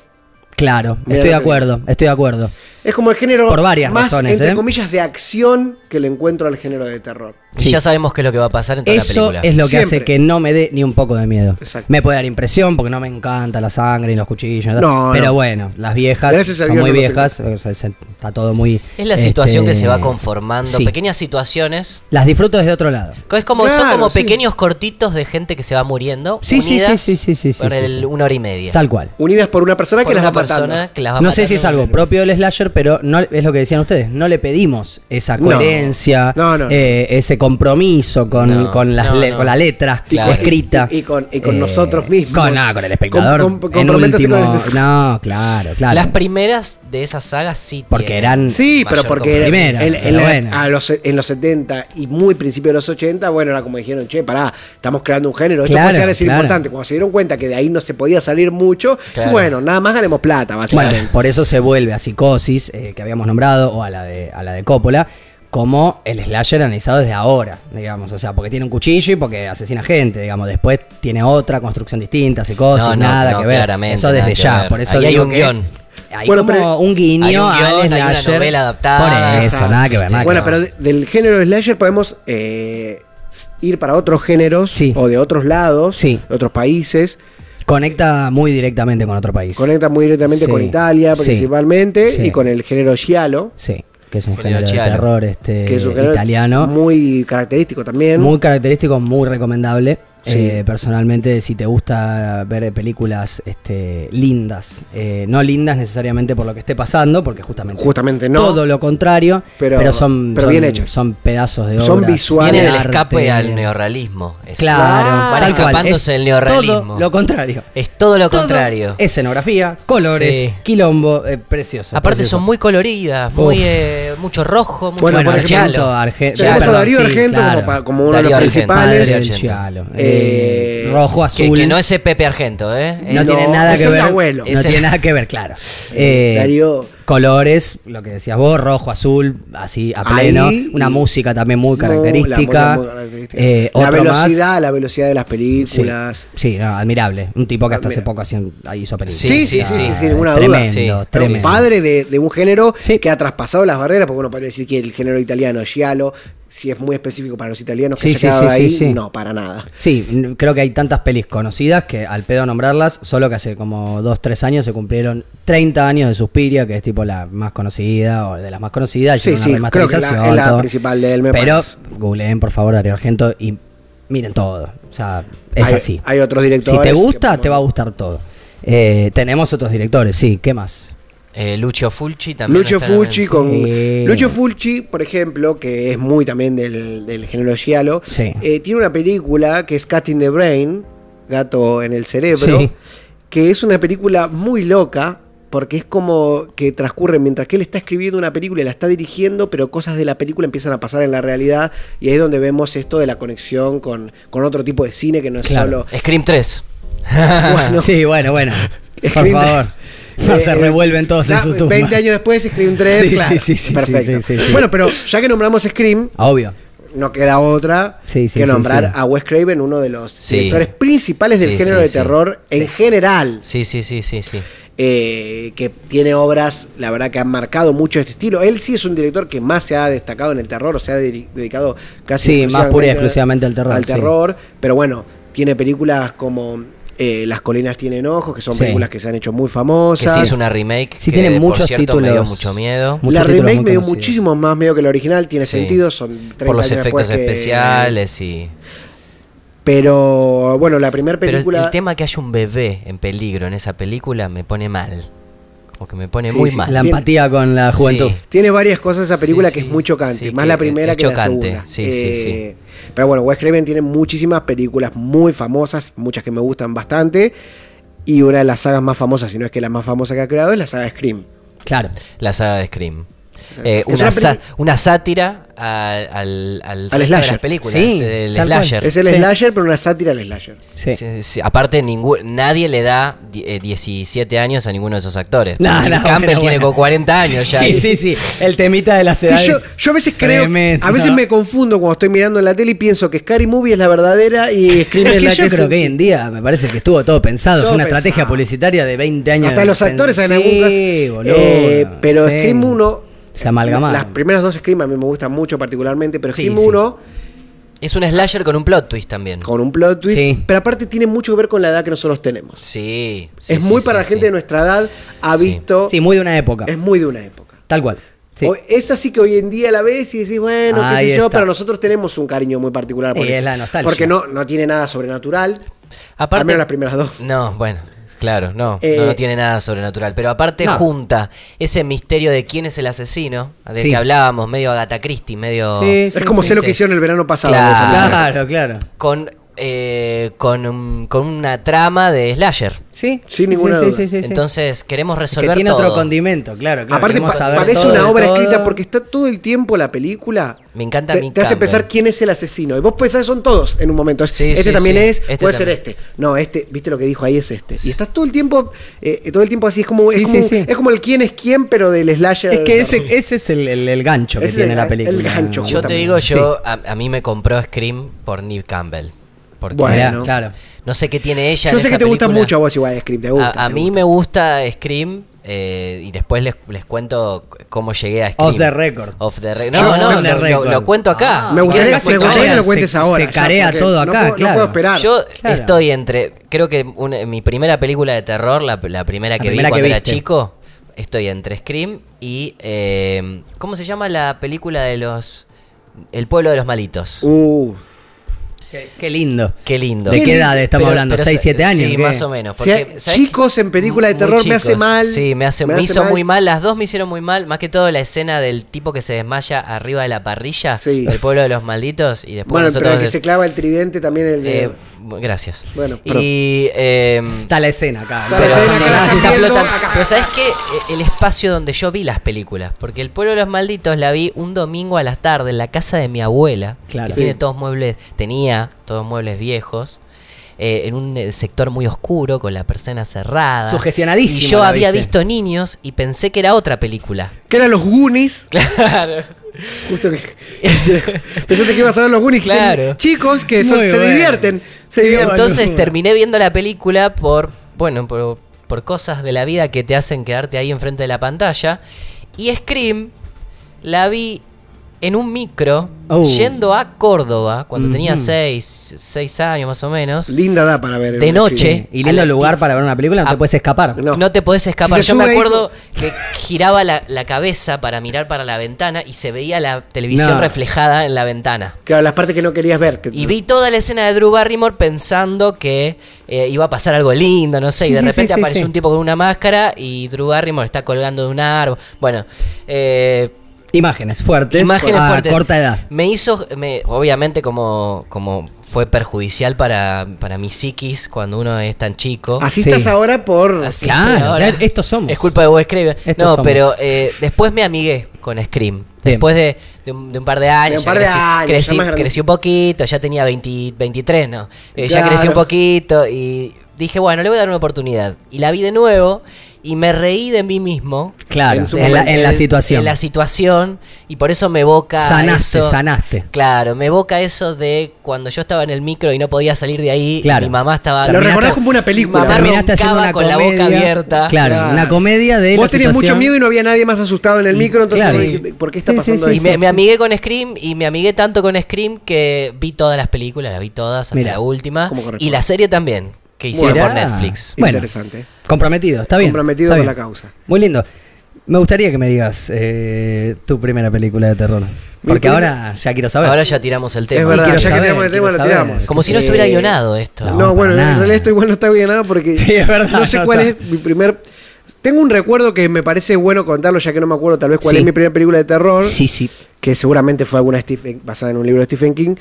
S3: Claro,
S1: Mira
S3: estoy de
S1: lo que-
S3: acuerdo, estoy de acuerdo.
S1: Es como el género
S3: Por varias
S1: más,
S3: razones,
S1: entre
S3: ¿eh?
S1: comillas, de acción que le encuentro al género de terror.
S4: Y
S3: Sí.
S4: ya sabemos qué es lo que va a pasar en toda
S3: Eso
S4: la película.
S3: es lo que
S1: Siempre.
S3: hace que no me dé ni un poco de miedo.
S1: Exacto.
S3: Me puede dar impresión porque no me encanta la sangre y los cuchillos.
S1: No,
S3: pero
S1: no.
S3: bueno, las viejas
S1: Gracias a
S3: son
S1: Dios
S3: muy
S1: no nos
S3: viejas. o sea, se- está todo muy.
S4: Es la
S3: este,
S4: situación que se va conformando.
S3: sí.
S4: Pequeñas situaciones.
S3: Las disfruto desde otro lado.
S4: Es como, son
S1: Claro,
S4: como
S1: sí.
S4: pequeños cortitos de gente que se va muriendo.
S3: Sí, sí,
S4: unidas
S3: sí, sí, sí, sí, sí,
S4: Por
S3: sí,
S4: el-
S3: sí.
S4: una hora y media.
S3: Tal cual.
S1: Unidas por una persona
S4: Por
S1: que las
S4: una
S1: va matando.
S4: persona que las va
S3: No sé
S4: matando
S3: si es
S4: en
S3: algo
S4: el-
S3: propio del slasher, pero no, es lo que decían ustedes. No le pedimos esa
S1: No.
S3: coherencia,
S1: No, no, no.
S3: eh, ese compromiso con,
S4: No,
S3: con, las
S4: no,
S3: le-
S4: no.
S3: con la letra
S4: Y con-
S3: escrita.
S1: y- y con- y con nosotros mismos.
S3: Con, ah, con el espectador.
S1: Com- com-
S3: en
S1: comprométase con
S3: último-
S1: el-
S3: No, claro, claro.
S4: Las primeras de esa saga sí.
S3: porque
S4: tienen.
S3: eran
S1: Sí, pero
S4: Mayor
S1: porque era-
S3: compromiso.
S1: en, en
S3: Primeras, pero
S1: la-
S3: bueno.
S1: a los, en los 70 y muy principio de los 80, bueno, era como dijeron, che, pará, estamos creando un género, esto
S3: Claro,
S1: puede llegar a ser
S3: claro.
S1: importante. Cuando se dieron cuenta que de ahí no se podía salir mucho, y
S4: Claro.
S1: bueno, nada más ganemos plata, básicamente.
S3: Bueno, por eso se vuelve a Psicosis, eh, que habíamos nombrado, o a la de, a la de Coppola, como el slasher analizado desde ahora, digamos. O sea, porque tiene un cuchillo y porque asesina gente, digamos. Después tiene otra construcción distinta, Psicosis,
S4: No, no,
S3: nada
S4: no,
S3: que ver.
S4: claramente,
S3: Eso desde
S4: nada que
S3: ya.
S4: ver.
S3: Por eso
S4: Ahí hay
S3: digo
S4: un
S3: que
S4: guión.
S3: Hay
S1: Bueno,
S3: como
S1: pero-
S3: un guiño
S4: Hay un guión,
S3: al
S4: hay una
S3: slasher.
S4: novela adaptada.
S3: Por eso,
S1: Exacto.
S3: nada que ver, nada
S1: Bueno,
S3: que
S1: pero
S3: ver.
S1: de- del género slasher podemos eh, s- ir para otros géneros
S3: Sí.
S1: o de otros lados,
S3: Sí.
S1: de otros países.
S3: Conecta muy directamente con otro país.
S1: Conecta muy directamente
S3: Sí.
S1: con Italia
S3: Sí.
S1: principalmente
S3: Sí.
S1: y con el género giallo,
S3: Sí, que es un
S4: Género
S3: género de
S4: chiano.
S3: terror este,
S1: que es un género
S3: italiano.
S1: muy característico también.
S3: Muy característico, muy recomendable.
S1: Em. Sí.
S3: Eh, personalmente, si te gusta ver películas este, lindas, eh, no lindas necesariamente por lo que esté pasando, porque justamente,
S1: Justamente no.
S3: todo lo contrario,
S1: Pero-
S3: pero, son,
S1: pero
S3: son-
S1: bien hechas.
S3: son pedazos de obras.
S1: Son visuales. Ah,
S4: Viene
S3: de
S4: el
S3: arte.
S4: escape al neorrealismo. Es-
S3: Claro,
S4: Van
S3: tal cual,
S4: escapándose
S3: es
S4: del neorrealismo.
S3: Todo lo contrario.
S4: Es todo lo
S3: Todo,
S4: contrario.
S3: escenografía, colores,
S4: Sí.
S3: quilombo, eh, precioso.
S4: Aparte
S3: precioso.
S4: son muy coloridas, muy
S3: Uf.
S4: eh, mucho rojo, mucho
S1: Bueno,
S3: Bueno,
S1: por
S4: amarillo.
S3: Argento, Arge-
S1: Tenemos
S3: perdón,
S1: a Darío
S3: sí,
S1: Argento
S3: claro.
S1: como, pa- como uno de
S4: Darío
S1: los
S4: Argento.
S3: Padre
S1: principales.
S3: del
S4: Argento.
S3: Giallo.
S1: Eh, Eh,
S3: rojo,
S4: Que,
S3: azul.
S4: que no es el Pepe Argento, ¿eh?
S3: no
S4: Eh,
S1: no,
S3: tiene nada
S1: es
S3: que
S1: el
S3: ver.
S1: abuelo.
S3: No
S4: Es el-
S3: tiene nada que ver, claro. Eh,
S1: Darío.
S3: Colores, lo que decías vos, rojo, azul, así a
S1: Ahí
S3: pleno. Una
S1: y-
S3: música también muy
S1: No, la música
S3: característica.
S1: muy característica.
S3: Eh,
S1: la
S3: otro más-
S1: velocidad, la velocidad de las
S3: Sí,
S1: películas.
S3: sí, no, admirable. Un tipo que hasta hace
S1: Admira-
S3: poco hacía- ahí hizo películas.
S4: Sí, sí, sí,
S3: Ah,
S4: sí, sí,
S1: sin ninguna duda.
S3: tremendo,
S4: Sí.
S1: Es un
S3: Tremendo.
S1: padre de, de un género
S3: Sí.
S1: que ha traspasado las barreras, porque uno puede decir que el género italiano es giallo, si es muy específico para los italianos que
S3: Sí,
S1: se
S3: sí,
S1: quedado
S3: sí, sí,
S1: ahí,
S3: sí.
S1: no, para nada.
S3: Sí, n- creo que hay tantas pelis conocidas que al pedo nombrarlas, solo que hace como 2, 3 años se cumplieron 30 años de Suspiria, que es tipo la más conocida o de las más conocidas.
S1: Sí,
S3: hicieron una
S1: sí, creo que la-
S3: remasterización,
S1: es la
S3: todo.
S1: principal de él, me
S3: Pero
S1: parece.
S3: googleen, por favor, Darío Argento y miren todo. O sea, es
S1: Hay-
S3: así.
S1: hay otros
S3: Si
S1: directores
S3: te
S1: que
S3: gusta,
S1: podemos-
S3: te va a gustar todo. Eh, tenemos otros directores, sí. ¿Qué más?
S4: eh, Lucio Fulci también.
S1: Lucio
S4: está en el-
S1: Fulci con
S3: Sí.
S1: Lucio Fulci, por ejemplo, que es muy también del, del género giallo,
S3: Sí.
S1: eh, tiene una película que es Cat in the Brain, gato en el cerebro,
S3: Sí.
S1: que es una película muy loca porque es como que transcurre mientras que él está escribiendo una película y la está dirigiendo, pero cosas de la película empiezan a pasar en la realidad y ahí es donde vemos esto de la conexión con, con otro tipo de cine que no es
S3: Claro.
S4: Scream 3.
S1: solo bueno,
S3: Sí, bueno, bueno. Por
S1: Scream
S3: favor.
S1: tres.
S3: No
S1: Eh,
S3: se revuelven todos en
S1: claro,
S3: su tumba.
S1: 20 años después Scream 3.
S3: Sí,
S1: claro,
S3: sí, sí, sí,
S1: Perfecto.
S3: sí, sí, sí.
S1: Bueno, pero ya que nombramos Scream,
S3: Obvio.
S1: no queda otra
S3: Sí, sí,
S1: que
S3: sí,
S1: nombrar
S3: sí.
S1: a Wes Craven, uno de los
S4: Sí.
S1: directores principales del
S4: Sí,
S1: género
S4: sí,
S1: de
S4: sí.
S1: terror en general,
S4: Sí, sí, sí, sí, sí.
S1: eh, que tiene obras, la verdad, que han marcado mucho este estilo. Él sí es un director que más se ha destacado en el terror, o se ha dedi- dedicado casi.
S3: Sí, más pura y
S1: exclusivamente
S3: exclusivamente al terror,
S1: Al
S3: sí.
S1: terror, pero bueno, tiene películas como. eh, Las colinas tienen ojos, que son
S3: Sí.
S1: películas que se han hecho muy
S4: Que
S1: famosas.
S4: sí es una remake.
S3: Sí,
S4: que,
S3: tiene
S4: por
S3: muchos
S4: cierto, Me dio
S3: títulos.
S4: mucho miedo.
S3: Muchos
S1: la
S3: títulos
S1: remake
S3: muy
S1: me dio
S3: conocidos.
S1: muchísimo más miedo que la original, tiene
S4: Sí.
S1: sentido, son 30
S4: Por los
S1: años
S4: efectos
S1: después que-
S4: especiales y.
S1: Pero bueno, la primera
S4: Pero el-
S1: película.
S4: el, tema que haya un bebé en peligro en esa película me pone mal. Como que me pone
S1: Sí,
S4: muy
S1: sí.
S4: mal.
S3: La
S1: Tiene-
S3: empatía con la juventud.
S4: Sí.
S1: Tiene varias cosas esa película
S4: Sí,
S1: que
S4: sí,
S1: es muy chocante,
S4: sí,
S1: más
S4: que
S1: la
S4: es-
S1: primera
S4: es
S1: que
S4: chocante,
S1: la segunda. Eh,
S4: sí, sí,
S1: Pero bueno, Wes Craven tiene muchísimas películas muy famosas, muchas que me gustan bastante. Y una de las sagas más famosas, si no es que la más famosa que ha creado, es la saga Scream.
S3: Claro.
S4: La saga de Scream.
S1: Exacto.
S4: Eh,
S1: Es
S4: una,
S1: una
S4: sa-
S1: peli-
S4: una sátira al, al, resto de
S1: slasher.
S4: las películas,
S3: Sí,
S4: el
S3: tal cual.
S4: slasher.
S1: Es el
S3: Sí.
S1: slasher, pero una sátira al slasher.
S3: Sí.
S4: Sí, sí. Aparte, ningú- nadie le da di- eh, 17 años a ninguno de esos actores.
S3: No,
S4: Neil
S3: no,
S4: Campbell
S3: bueno,
S4: tiene
S3: bueno.
S4: como 40 años ya.
S3: Sí, sí, sí. El temita de las
S1: Sí,
S3: edades.
S1: yo, yo a veces creo,
S3: Tremendo.
S1: a veces me confundo cuando estoy mirando en la tele y pienso que Scary Movie es la verdadera y Scream es,
S3: Es que
S1: la
S3: yo
S1: que
S3: creo
S1: es-
S3: que hoy en día me parece que estuvo todo pensado.
S1: Todo
S3: Fue una
S1: pensado.
S3: estrategia publicitaria de 20 años.
S1: Hasta los actores en
S3: Sí,
S1: algún caso.
S3: boludo.
S1: Eh, pero
S3: Sí.
S1: Scream 1.
S3: Se amalgamaron.
S1: Las primeras dos Scream a mí me gustan mucho particularmente, pero
S3: Sí,
S1: Scream
S3: sí.
S1: 1
S4: Es un slasher con un plot twist también.
S1: con un plot twist.
S3: Sí.
S1: Pero aparte tiene mucho que ver con la edad que nosotros tenemos.
S4: Sí. sí,
S1: es
S4: sí,
S1: muy
S4: sí,
S1: para la
S4: sí.
S1: gente de nuestra edad, ha
S4: Sí.
S1: visto.
S3: Sí, muy de una época.
S1: Es muy de una época.
S3: Tal cual. Sí.
S1: O- Es así que hoy en día la ves y decís, bueno,
S3: Ahí
S1: qué sé yo,
S3: está.
S1: pero nosotros tenemos un cariño muy particular por
S3: Y
S1: eso.
S3: es la nostalgia.
S1: Porque no, no tiene nada sobrenatural.
S4: Aparte-
S1: al menos las primeras dos.
S4: No, bueno, claro, no,
S1: Eh,
S4: no. no tiene nada sobrenatural. Pero aparte
S3: No.
S4: junta ese misterio de quién es el asesino, de
S3: Sí.
S4: que hablábamos, medio Agatha Christie, medio.
S3: Sí,
S1: es como
S4: sí,
S1: sé lo
S4: sí.
S1: que hicieron el verano pasado.
S4: Claro.
S1: de esa manera.
S3: Claro, claro.
S4: Con, eh, con, un- con una trama de slasher.
S3: Sí.
S1: Sin ninguna
S3: sí,
S1: duda.
S3: sí, sí, sí.
S4: Entonces queremos
S3: Es que
S4: resolver
S3: tiene
S4: todo.
S3: otro condimento, claro. claro.
S1: Aparte,
S3: Queremos
S1: pa-
S3: saber
S1: parece
S3: todo
S1: una
S3: de
S1: obra
S3: todo.
S1: escrita porque está todo el tiempo la película.
S4: Me encanta
S1: Te,
S4: Mick
S1: te hace
S4: Campbell.
S1: pensar quién es el asesino. Y vos pensás, son todos en un momento. Es,
S4: Sí,
S1: este
S4: sí,
S1: también
S4: sí.
S1: es,
S4: Este
S1: puede
S4: también.
S1: ser este. No, este, viste lo que dijo ahí es este. Y estás todo el tiempo, eh, todo el tiempo así. Es como,
S3: Sí,
S1: es, como
S3: sí, sí.
S1: es como el quién es quién, pero del slasher.
S3: Es que ese, ese es el, el- el gancho que
S1: Ese es
S3: tiene
S1: el-
S3: la
S1: el
S3: película.
S1: gancho,
S4: Yo te
S1: Justamente.
S4: digo,
S3: Sí.
S4: yo a, a mí me compró Scream por Neve Campbell. Porque
S1: Bueno.
S3: Mirá, claro.
S4: no sé qué tiene ella.
S1: Yo
S4: en
S1: sé que
S4: esa
S1: te gusta
S4: película.
S1: mucho a vos igual Scream. Te gusta,
S4: A, a
S1: te
S4: mí
S1: gusta.
S4: me gusta Scream eh, y después les, les cuento c- cómo llegué a Scream.
S3: Off the record.
S4: Off the re-
S3: Yo
S4: No, no,
S3: off the
S4: lo- lo,
S3: record.
S4: lo cuento acá.
S3: Ah.
S1: Me
S4: Si
S1: gustaría,
S4: querés,
S3: se
S1: me
S4: lo cuento
S1: gustaría que
S4: ahora.
S1: lo cuentes
S3: se-
S1: ahora.
S3: se carea
S1: porque
S3: todo
S1: no
S3: acá,
S1: puedo- No,
S3: claro.
S1: puedo esperar.
S4: Yo
S3: Claro.
S4: estoy entre. Creo que una- mi primera película de terror, la, la primera
S3: La
S4: que
S3: primera
S4: vi
S3: que
S4: cuando era
S3: viste.
S4: chico, estoy entre Scream y. eh, ¿Cómo se llama la película de los. El pueblo de los malitos?
S1: Uh,
S3: Qué, qué lindo.
S4: Qué lindo.
S3: ¿De
S1: Qué
S3: qué
S1: lindo.
S3: edad estamos
S4: Pero-
S3: hablando?
S4: pero
S3: ¿6,
S4: se-
S3: 7 años?
S4: Sí,
S3: ¿Qué?
S4: más o menos.
S1: si hay
S4: porque, ¿sabes
S1: chicos en películas de
S4: Muy
S1: terror me
S4: chicos.
S1: hace mal.
S4: Sí, me, hace, me hizo
S1: mal.
S4: muy mal. Las dos me hicieron muy mal. Más que todo la escena del tipo que se desmaya arriba de la parrilla.
S1: Sí.
S4: El pueblo de los malditos. Y después
S1: Bueno, pero
S4: pues, nosotros.
S1: el que se clava el tridente también. El de-
S4: eh, Gracias.
S1: Bueno, pero-
S4: y. em,
S3: Está la escena acá.
S1: Está la
S4: pero
S1: escena
S4: sí,
S1: acá,
S4: está
S1: viendo
S4: flotando.
S1: acá.
S4: Pero ¿sabes qué? E- El espacio donde yo vi las películas. Porque El Pueblo de los Malditos la vi un domingo a la tarde en la casa de mi abuela.
S3: Claro.
S4: Que
S3: Sí.
S4: tiene todos muebles, tenía todos muebles viejos. eh, en un eh, sector muy oscuro, con la persona cerrada.
S3: Sugestionadísima
S4: Y yo
S3: la
S4: había
S3: viste.
S4: visto niños y pensé que era otra película.
S1: Que eran los Goonies.
S4: Claro.
S1: Justo que. Pensaste que ibas a ver los Goonies. que
S4: Claro.
S1: tienen Chicos que son-
S3: Muy
S1: se
S3: bueno.
S1: divierten. Se divierten.
S4: Entonces terminé viendo la película por, bueno, por, por cosas de la vida que te hacen quedarte ahí enfrente de la pantalla. Y Scream la vi en un micro
S3: Oh.
S4: yendo a Córdoba cuando tenía
S3: Ujú.
S4: 6 seis años más o menos.
S1: Linda da para ver.
S4: De
S1: un
S4: noche.
S1: film.
S3: Y lindo lugar para ver una película, no te
S4: Ah.
S3: puedes escapar.
S1: No.
S4: No. te podés escapar.
S1: Si se
S4: Yo me
S1: sube ahí- pues.
S4: acuerdo que giraba la, la cabeza para mirar para la ventana y se veía la televisión
S3: No.
S4: reflejada en la ventana.
S1: Claro, las partes que no querías ver. que-
S4: Y vi toda la escena de Drew Barrymore pensando que eh, iba a pasar algo lindo, no sé,
S3: Sí,
S4: y de
S3: sí,
S4: repente
S3: sí, sí,
S4: apareció
S3: sí.
S4: un tipo con una máscara y Drew Barrymore está colgando de un árbol. Bueno, eh,
S3: Imágenes fuertes.
S4: imágenes
S3: a
S4: fuertes.
S3: corta edad.
S4: Me hizo, me- obviamente como, como fue perjudicial para, para mi psiquis cuando uno es tan chico.
S1: Así
S3: Sí.
S1: estás ahora por.
S4: Así
S3: Claro,
S4: estoy ahora.
S3: ya- estos somos.
S4: Es culpa de Wes Craven.
S3: Estos
S4: no,
S3: somos.
S4: pero eh, después me amigué con Scream. Después de, de un, de un par de años.
S1: un par
S4: ya
S1: de
S4: crecí,
S1: años,
S4: crecí-
S1: ya más grande.
S4: crecí un poquito, ya tenía 20 23, ¿no? Eh,
S1: Claro.
S4: Ya crecí un poquito y dije, bueno, le voy a dar una oportunidad. Y la vi de nuevo y me reí de mí mismo.
S3: Claro,
S1: En su
S3: en, la,
S1: momento.
S3: en la situación.
S4: En la situación y por eso me evoca
S3: Sanaste,
S4: eso.
S3: sanaste.
S4: Claro, me evoca eso de cuando yo estaba en el micro y no podía salir de ahí.
S3: Claro.
S4: Y mi mamá estaba...
S1: Lo
S3: Terminaste-
S1: recordás como una película.
S4: Mamá,
S1: Vos
S3: Terminaste haciendo
S4: roncaba
S3: una
S4: con la
S3: comedia.
S4: boca abierta.
S3: Claro,
S1: Claro.
S3: una comedia de. la
S1: tenías mucho
S3: situación.
S1: miedo y no había nadie más asustado en el micro, entonces
S3: claro.
S1: dijiste, ¿por qué está
S3: Sí, sí,
S1: pasando
S3: sí,
S4: Y
S1: eso?
S4: me, me amigué con Scream y me amigué tanto con Scream que vi todas las películas, las vi todas hasta
S3: Mira,
S4: la última.
S1: como corresponde.
S4: Y la serie también, que hicieron
S3: Mirá.
S4: por Netflix.
S3: Bueno.
S1: Interesante.
S3: Comprometido, está bien.
S1: Comprometido
S3: está
S1: con
S3: bien.
S1: la causa.
S3: Muy lindo. Me gustaría que me digas eh, tu primera película de terror. Porque
S1: primera-
S3: ahora ya quiero saber.
S4: Ahora ya tiramos el tema.
S1: es verdad,
S3: quiero
S1: ya que
S3: saber,
S1: tenemos el tema,
S3: quiero
S1: lo
S3: saber.
S1: tiramos.
S4: Como si no
S1: Eh,
S4: estuviera guionado esto.
S1: No,
S3: No,
S1: bueno,
S3: para
S1: en
S3: nada.
S1: realidad esto igual no está bien nada porque
S3: Sí, es verdad,
S1: no sé
S3: no
S1: cuál
S3: está.
S1: es mi primer... Tengo un recuerdo que me parece bueno contarlo, ya que no me acuerdo tal vez cuál
S3: Sí.
S1: es mi primera película de terror,
S3: Sí, sí.
S1: que seguramente fue alguna Stephen- basada en un libro de Stephen King,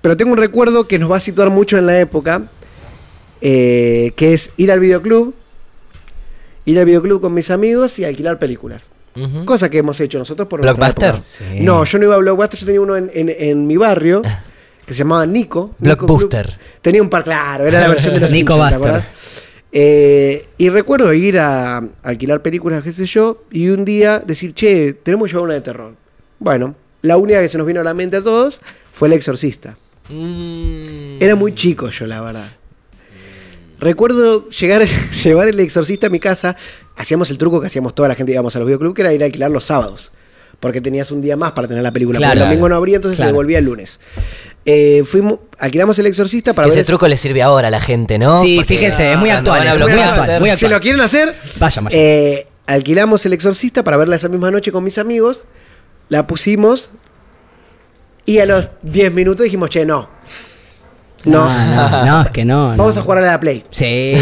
S1: pero tengo un recuerdo que nos va a situar mucho en la época, eh, que es ir al videoclub, ir al videoclub con mis amigos y alquilar películas.
S4: Ujú.
S1: Cosa que hemos hecho nosotros por
S4: Blockbuster.
S1: nuestra época.
S3: Sí. Ah.
S1: No, yo no iba a Blockbuster, yo tenía uno en, en- en mi barrio que se llamaba Nico. Nico
S4: Blockbuster.
S1: Club. tenía un par, claro, era la versión de los
S3: Nico
S1: Simpsons, ¿te
S3: Buster.
S1: acordás? Eh, y recuerdo ir a alquilar películas, qué sé yo, y un día decir, che, tenemos que llevar una de terror. Bueno, la única que se nos vino a la mente a todos fue El Exorcista.
S4: Mm.
S1: Era muy chico yo, la verdad. Recuerdo llegar, llevar el exorcista a mi casa. Hacíamos el truco que hacíamos toda la gente, íbamos a los videoclubs, que era ir a alquilar los sábados. Porque tenías un día más para tener la película.
S3: Claro.
S1: porque el domingo no abría, entonces
S3: Claro.
S1: se devolvía el lunes. Eh, fuimos, alquilamos el exorcista para
S4: Ese
S1: ver.
S4: truco le sirve ahora a la gente, ¿no?
S3: Sí, fíjense, es muy
S4: cuando
S3: actual,
S4: van a
S3: es muy
S4: Blockbuster-
S3: actual, muy
S1: si lo quieren hacer,
S3: Vaya, vaya.
S1: eh, alquilamos el exorcista para verla esa misma noche con mis amigos. La pusimos. Y a los 10 minutos dijimos, che, no. No.
S3: no, no, no, es que no.
S1: Vamos
S3: no.
S1: a jugar a la Play.
S3: Sí.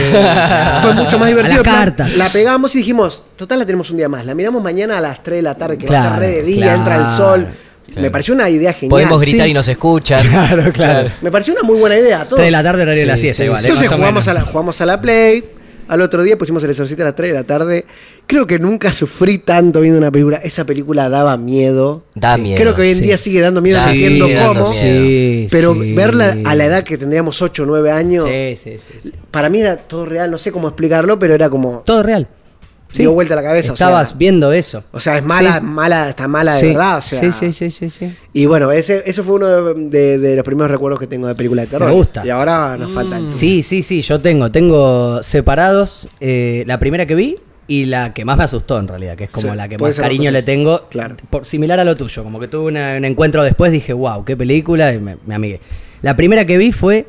S1: Fue mucho más divertido.
S3: A las
S1: en plan,
S3: cartas.
S1: La pegamos y dijimos, total la tenemos un día más. La miramos mañana a las 3 de la tarde, que va a
S3: Claro,
S1: ser re de día,
S3: claro,
S1: entra el sol.
S4: claro.
S1: Me pareció una idea genial.
S4: Podemos
S1: Sí.
S4: gritar y nos escuchan.
S3: Claro, claro.
S1: Me pareció una muy buena idea. a todos.
S3: Tres de la tarde, horario de la
S4: Sí,
S3: siesta,
S4: sí,
S3: igual.
S4: sí.
S3: eh,
S1: Entonces
S3: más o
S1: jugamos a,
S3: menos.
S1: la, jugamos a la Play. Al otro día pusimos el exorcista a las 3 de la tarde. Creo que nunca sufrí tanto viendo una película. Esa película daba miedo.
S4: Da
S3: Sí.
S4: miedo.
S1: Creo que hoy en
S3: sí.
S1: día sigue dando miedo,
S4: Sí,
S1: no entiendo
S4: sigue dando
S1: cómo.
S4: miedo.
S3: Sí,
S1: Pero
S3: sí.
S1: verla a la edad que tendríamos 8 o 9 años,
S3: Sí, sí, sí, sí.
S1: para mí era todo real. No sé cómo explicarlo, pero era como.
S3: Todo real.
S1: Dio vuelta la cabeza, o
S3: Estabas
S1: sea.
S3: viendo eso.
S1: O sea, es mala,
S3: Sí.
S1: mala, está mala de
S3: Sí.
S1: verdad. O sea,
S3: Sí, sí, sí, sí, sí.
S1: Y bueno, ese, eso fue uno de, de- de los primeros recuerdos que tengo de película de terror.
S3: Me gusta. Mm.
S1: Y ahora nos falta el
S3: Sí, sí, sí, yo tengo, tengo separados eh, la primera que vi y la que más me asustó en realidad, que es como
S1: Sí,
S3: la que
S1: puede
S3: más
S1: ser lo
S3: cariño
S1: que
S3: le
S1: sea.
S3: tengo,
S1: Claro.
S3: por, similar a lo tuyo, como que tuve una- un encuentro después, dije, wow, qué película, y me, me amigué. La primera que vi fue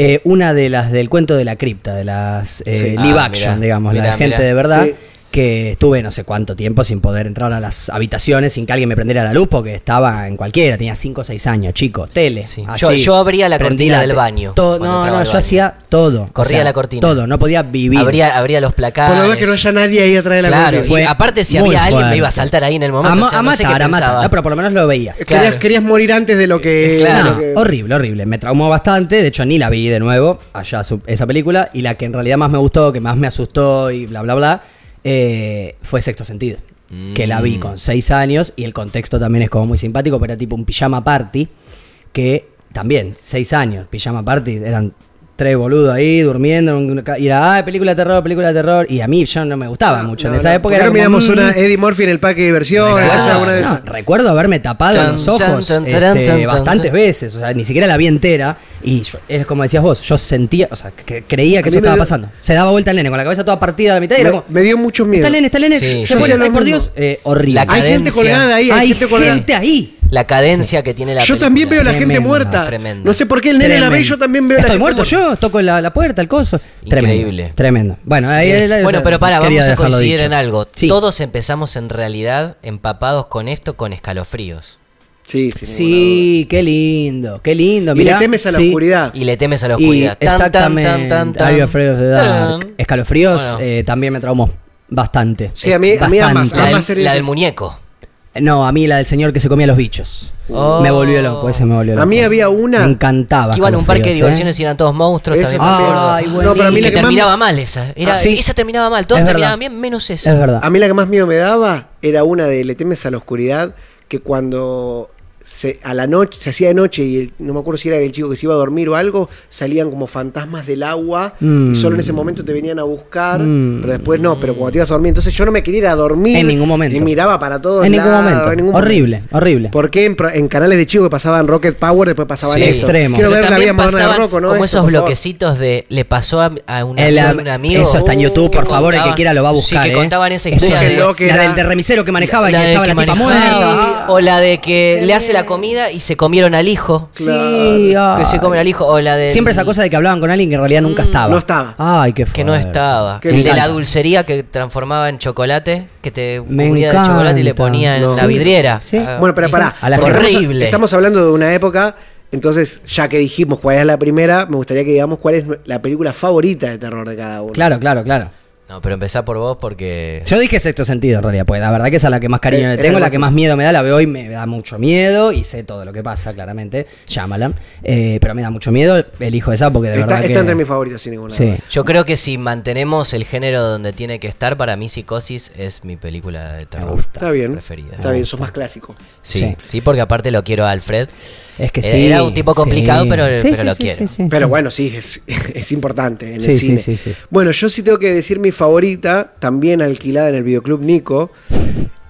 S3: eh, una de las del cuento de la cripta, de las eh,
S1: Sí.
S3: live
S4: Ah,
S3: action,
S4: mirá,
S3: digamos, la
S4: mirá,
S3: de gente
S4: mirá.
S3: de verdad,
S1: Sí.
S3: que que estuve no sé cuánto tiempo sin poder entrar a las habitaciones, sin que alguien me prendiera la luz, porque estaba en cualquiera, tenía 5 o 6 años, chico, tele.
S4: Sí. Yo- yo abría la
S3: Ah, prendí
S4: cortina del baño
S3: todo-
S4: cuando
S3: no,
S4: entraba
S3: no,
S4: al
S3: yo
S4: baño.
S3: hacía todo.
S4: Corría la cortina.
S3: Todo, no podía vivir.
S4: Abría, abría los placares.
S1: Por lo menos que no haya nadie ahí atrás de la
S4: Claro,
S1: cortina.
S4: y aparte si
S3: muy
S4: había alguien
S3: fuerte.
S4: me iba a saltar ahí en el
S3: a,
S4: momento.
S3: ma-
S4: o sea,
S3: a
S4: no sé qué
S3: matar, a
S4: pensaba.
S3: matar. No, pero por lo menos lo veías.
S1: Querías,
S4: claro.
S1: querías morir antes de lo que.
S4: Claro.
S1: de
S3: Eh, No,
S1: lo que-
S3: horrible, horrible. Me traumó bastante. De hecho, ni la vi de nuevo, allá su- esa película. Y la que en realidad más me gustó, que más me asustó y bla, bla, bla, eh, fue Sexto Sentido. Que la vi con seis años y el contexto también es como muy simpático, pero era tipo un pijama party, que también, seis años, pijama party, eran tres boludos ahí durmiendo. en una ca- Y era, ah, película de terror, película de terror. Y a mí yo no me gustaba mucho.
S1: No,
S3: en esa
S1: no,
S3: época
S1: porque
S3: era
S1: ahora
S3: como,
S1: miramos
S3: mm,
S1: una Eddie Murphy en el parque de diversión.
S4: Claro.
S1: esa, alguna de
S3: Ah, no,
S1: esas.
S3: recuerdo haberme tapado
S4: Tan,
S3: los ojos
S4: tan, tan,
S3: este,
S4: tan, tan,
S3: bastantes
S4: tan.
S3: veces, o sea, ni siquiera la vi entera y yo- es como decías vos, yo sentía, o sea, que- creía que
S1: A mí
S3: eso
S1: me
S3: estaba
S1: dio-
S3: pasando. Se daba vuelta el nene con la cabeza toda partida a la mitad y era
S1: me,
S3: como,
S1: me dio mucho miedo.
S3: está el nene, está el nene,
S4: Sí,
S3: se
S4: sí.
S3: muere,
S1: Sí,
S3: ay,
S1: lo mismo.
S3: por Dios, Eh, horrible.
S4: La
S3: Hay,
S1: hay gente
S4: cadencia.
S1: colgada ahí, hay, gente colgada.
S3: gente ahí.
S4: La cadencia que tiene la
S1: yo
S4: película.
S1: también veo a la gente
S3: Tremendo,
S1: muerta.
S4: tremendo.
S1: No sé por qué el nene la ve y
S3: Tremendo.
S1: yo también veo a la
S3: Estoy
S1: gente
S3: muerto yo, toco la, la puerta, el coso.
S4: Increíble.
S3: Tremendo. Tremendo. Bueno, ahí, ahí- ahí-
S4: bueno, pero para,
S3: quería
S4: vamos a
S3: dejarlo
S4: coincidir
S3: dicho.
S4: en algo.
S3: Sí.
S4: Todos empezamos en realidad empapados con esto, con escalofríos.
S1: Sí, sí.
S3: Sí, qué lindo, qué lindo.
S1: Y le
S3: mirá,
S1: temes a la
S3: sí.
S1: oscuridad.
S4: Y le temes a la
S3: Y
S4: oscuridad. Tan, tan, tan,
S3: exactamente.
S4: tan, tan.
S3: Are You Afraid of the Dark?
S4: Tan.
S3: Escalofríos
S4: Bueno.
S3: eh, también me traumó. Bastante.
S1: Sí, a mí- a mí ambas,
S4: La
S3: Bastante.
S4: del,
S1: Ambas series
S4: la
S1: que-
S4: del muñeco.
S3: No, a mí la del señor que se comía los bichos.
S4: Oh.
S3: Me volvió loco, ese me volvió loco.
S1: A mí había una-
S3: Me encantaba. ¿eh?
S4: Que iban a un parque de diversiones
S3: y.
S4: y eran todos monstruos.
S1: Esa
S4: También
S1: también.
S4: me acuerdo.
S3: Ay,
S1: No, pero a mí
S4: Y
S1: la
S4: que
S1: que más-
S4: terminaba mal esa. Era,
S3: Ah, sí.
S4: Esa terminaba mal. Todos
S3: Es verdad.
S4: terminaban bien, menos esa.
S3: Es verdad.
S1: A mí la que más miedo me daba era una de Le temes a la oscuridad, que cuando se, a la noche, se hacía de noche y el- no me acuerdo si era el chico que se iba a dormir o algo, salían como fantasmas del agua
S3: Mm.
S1: y solo en ese momento te venían a buscar,
S3: Mm.
S1: pero después no, pero cuando te ibas a dormir, entonces yo no me quería ir a dormir.
S3: En ningún momento.
S1: Y miraba para todos
S3: en ningún
S1: lados,
S3: momento.
S1: en ningún
S3: horrible, horrible.
S1: Porque en, pro- en canales de chico que pasaban Rocket Power, después pasaban
S3: Sí.
S1: eso.
S3: Extremo.
S1: Quiero
S4: Pero
S1: ver la
S4: también
S1: vida moderna de
S4: pasaban
S1: Rocco, ¿no?
S4: Como
S1: Esto,
S4: esos
S1: por favor.
S4: bloquecitos de le pasó a, a un,
S3: El,
S4: amigo,
S3: am-
S4: de un amigo. uh,
S3: Eso está en YouTube, por
S4: que
S3: favor, el que
S4: contaba-
S3: quiera lo va a buscar.
S4: Sí, que
S3: eh.
S4: contaban esa
S3: Es
S4: historia.
S3: una
S1: Qué
S4: de-
S1: loco
S3: la
S1: era.
S3: del de remisero que manejaba y
S4: la
S3: que
S4: de
S3: estaba
S4: que
S3: la tipa
S4: manejaba,
S3: muerta.
S4: O la de que le hace la comida y se comieron al hijo.
S3: Sí, ay.
S1: Ah.
S4: Que se comen al hijo. O la de.
S3: Siempre esa cosa de que hablaban con alguien que en realidad nunca estaba.
S1: no estaba.
S3: Ay, qué
S4: Mm. Que no
S3: fuerte.
S4: estaba.
S1: Qué
S4: el de la
S3: encanta.
S4: dulcería que transformaba en chocolate, que te
S3: Me
S4: cubría de chocolate y le
S3: encanta.
S4: ponía en
S3: No.
S4: la
S3: Sí.
S4: vidriera.
S3: Sí.
S4: Ah,
S1: Bueno, pero pará.
S3: A la
S1: porque estamos-
S4: horrible.
S1: Estamos hablando de una época. Entonces, ya que dijimos cuál es la primera, me gustaría que digamos cuál es la película favorita de terror de cada uno.
S3: Claro, claro, claro.
S4: No, pero empezá por vos porque.
S3: Yo dije sexto sentido en realidad, porque la verdad que esa es la que más cariño
S1: Eh,
S3: le
S1: es
S3: tengo, la
S1: hermoso.
S3: que más miedo me da, la veo y me da mucho miedo y sé todo lo que pasa, claramente. Llámala. Eh, pero me da mucho miedo, elijo esa porque de
S1: Está,
S3: verdad.
S1: está
S3: que-
S1: entre mis favoritas, sin ninguna
S3: Sí.
S1: duda.
S4: Yo creo que si mantenemos el género donde tiene que estar, para mí Psicosis es mi película de terror
S3: gusta.
S1: Está bien.
S4: preferida.
S1: Está bien, sos más clásico.
S4: Sí,
S3: Sí.
S4: sí, porque aparte lo quiero a Alfred.
S3: Es que
S4: Era-
S3: sí.
S4: Eh, Era un tipo complicado,
S3: sí.
S4: pero,
S3: Sí,
S4: pero
S3: sí,
S4: lo
S3: sí,
S4: quiero.
S3: sí, sí, sí.
S1: Pero bueno, sí, es, es importante en
S3: Sí,
S1: el
S3: sí,
S1: cine.
S3: sí, sí.
S1: Bueno, yo sí tengo que decir mi favorita, también alquilada en el videoclub Nico.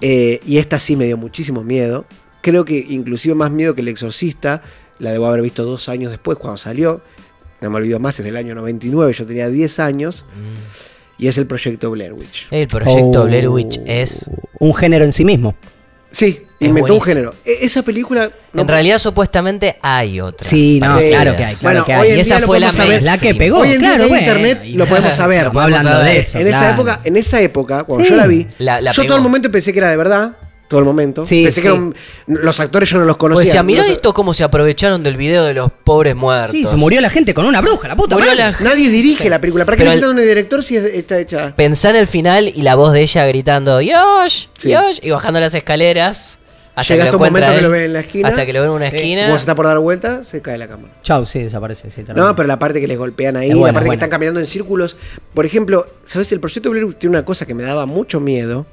S1: eh, y esta sí me dio muchísimo miedo. Creo que inclusive más miedo que El Exorcista. La debo haber visto dos años después cuando salió. No me olvido más, es del año 99, yo tenía 10 años.
S4: Mm.
S1: Y es el proyecto Blair Witch.
S4: El proyecto
S3: Oh.
S4: Blair Witch es.
S3: Un género en sí mismo.
S1: Sí,
S4: Es
S1: inventó un
S4: buenísimo.
S1: género. E- esa película. no-
S4: En realidad, supuestamente hay otra.
S3: Sí, no,
S1: Sí.
S3: claro que hay,
S1: Bueno,
S3: claro que
S1: hoy
S3: hay.
S1: en
S4: Y esa
S1: día lo
S4: fue la,
S1: podemos saber.
S4: mainstream.
S3: La que pegó,
S1: Hoy en día
S3: claro,
S1: en
S3: bueno,
S1: internet
S3: y
S1: lo podemos
S3: nada,
S1: saber.
S3: Estamos hablando de eso.
S1: en, esa
S3: claro.
S1: época, en esa época, cuando
S3: Sí.
S1: yo la vi,
S4: La- la
S1: yo
S4: pegó.
S1: todo el momento pensé que era de verdad. Todo el momento.
S3: Sí,
S1: pensé que
S3: sí.
S1: eran- los actores yo no los conocía.
S4: Pues decía, mirá
S1: No sé-
S4: esto cómo se aprovecharon del video de los pobres muertos.
S3: Sí, se murió la gente con una bruja, la puta
S4: Murió
S3: madre.
S4: la-
S1: Nadie dirige la película. ¿Para qué
S4: Pero el-
S1: necesitan un director si es- está hecha?
S4: Pensá en el final y la voz de ella gritando, ¡Yosh!
S1: Sí.
S4: ¡Yosh! Y bajando las escaleras. Hasta
S1: Llega
S4: que
S1: hasta
S4: lo
S1: un momento
S4: encuentra
S1: que
S4: él,
S1: lo ve en la esquina.
S4: Hasta que lo ve en una esquina.
S1: Vos está por dar vuelta, se cae la cámara.
S3: Chau, sí, desaparece. Sí,
S1: No, pero la parte que les golpean ahí,
S3: Es buena,
S1: la parte
S3: es
S1: que
S3: buena.
S1: están caminando en círculos. Por ejemplo, ¿sabes? El proyecto Blair Witch tiene una cosa que me daba mucho miedo.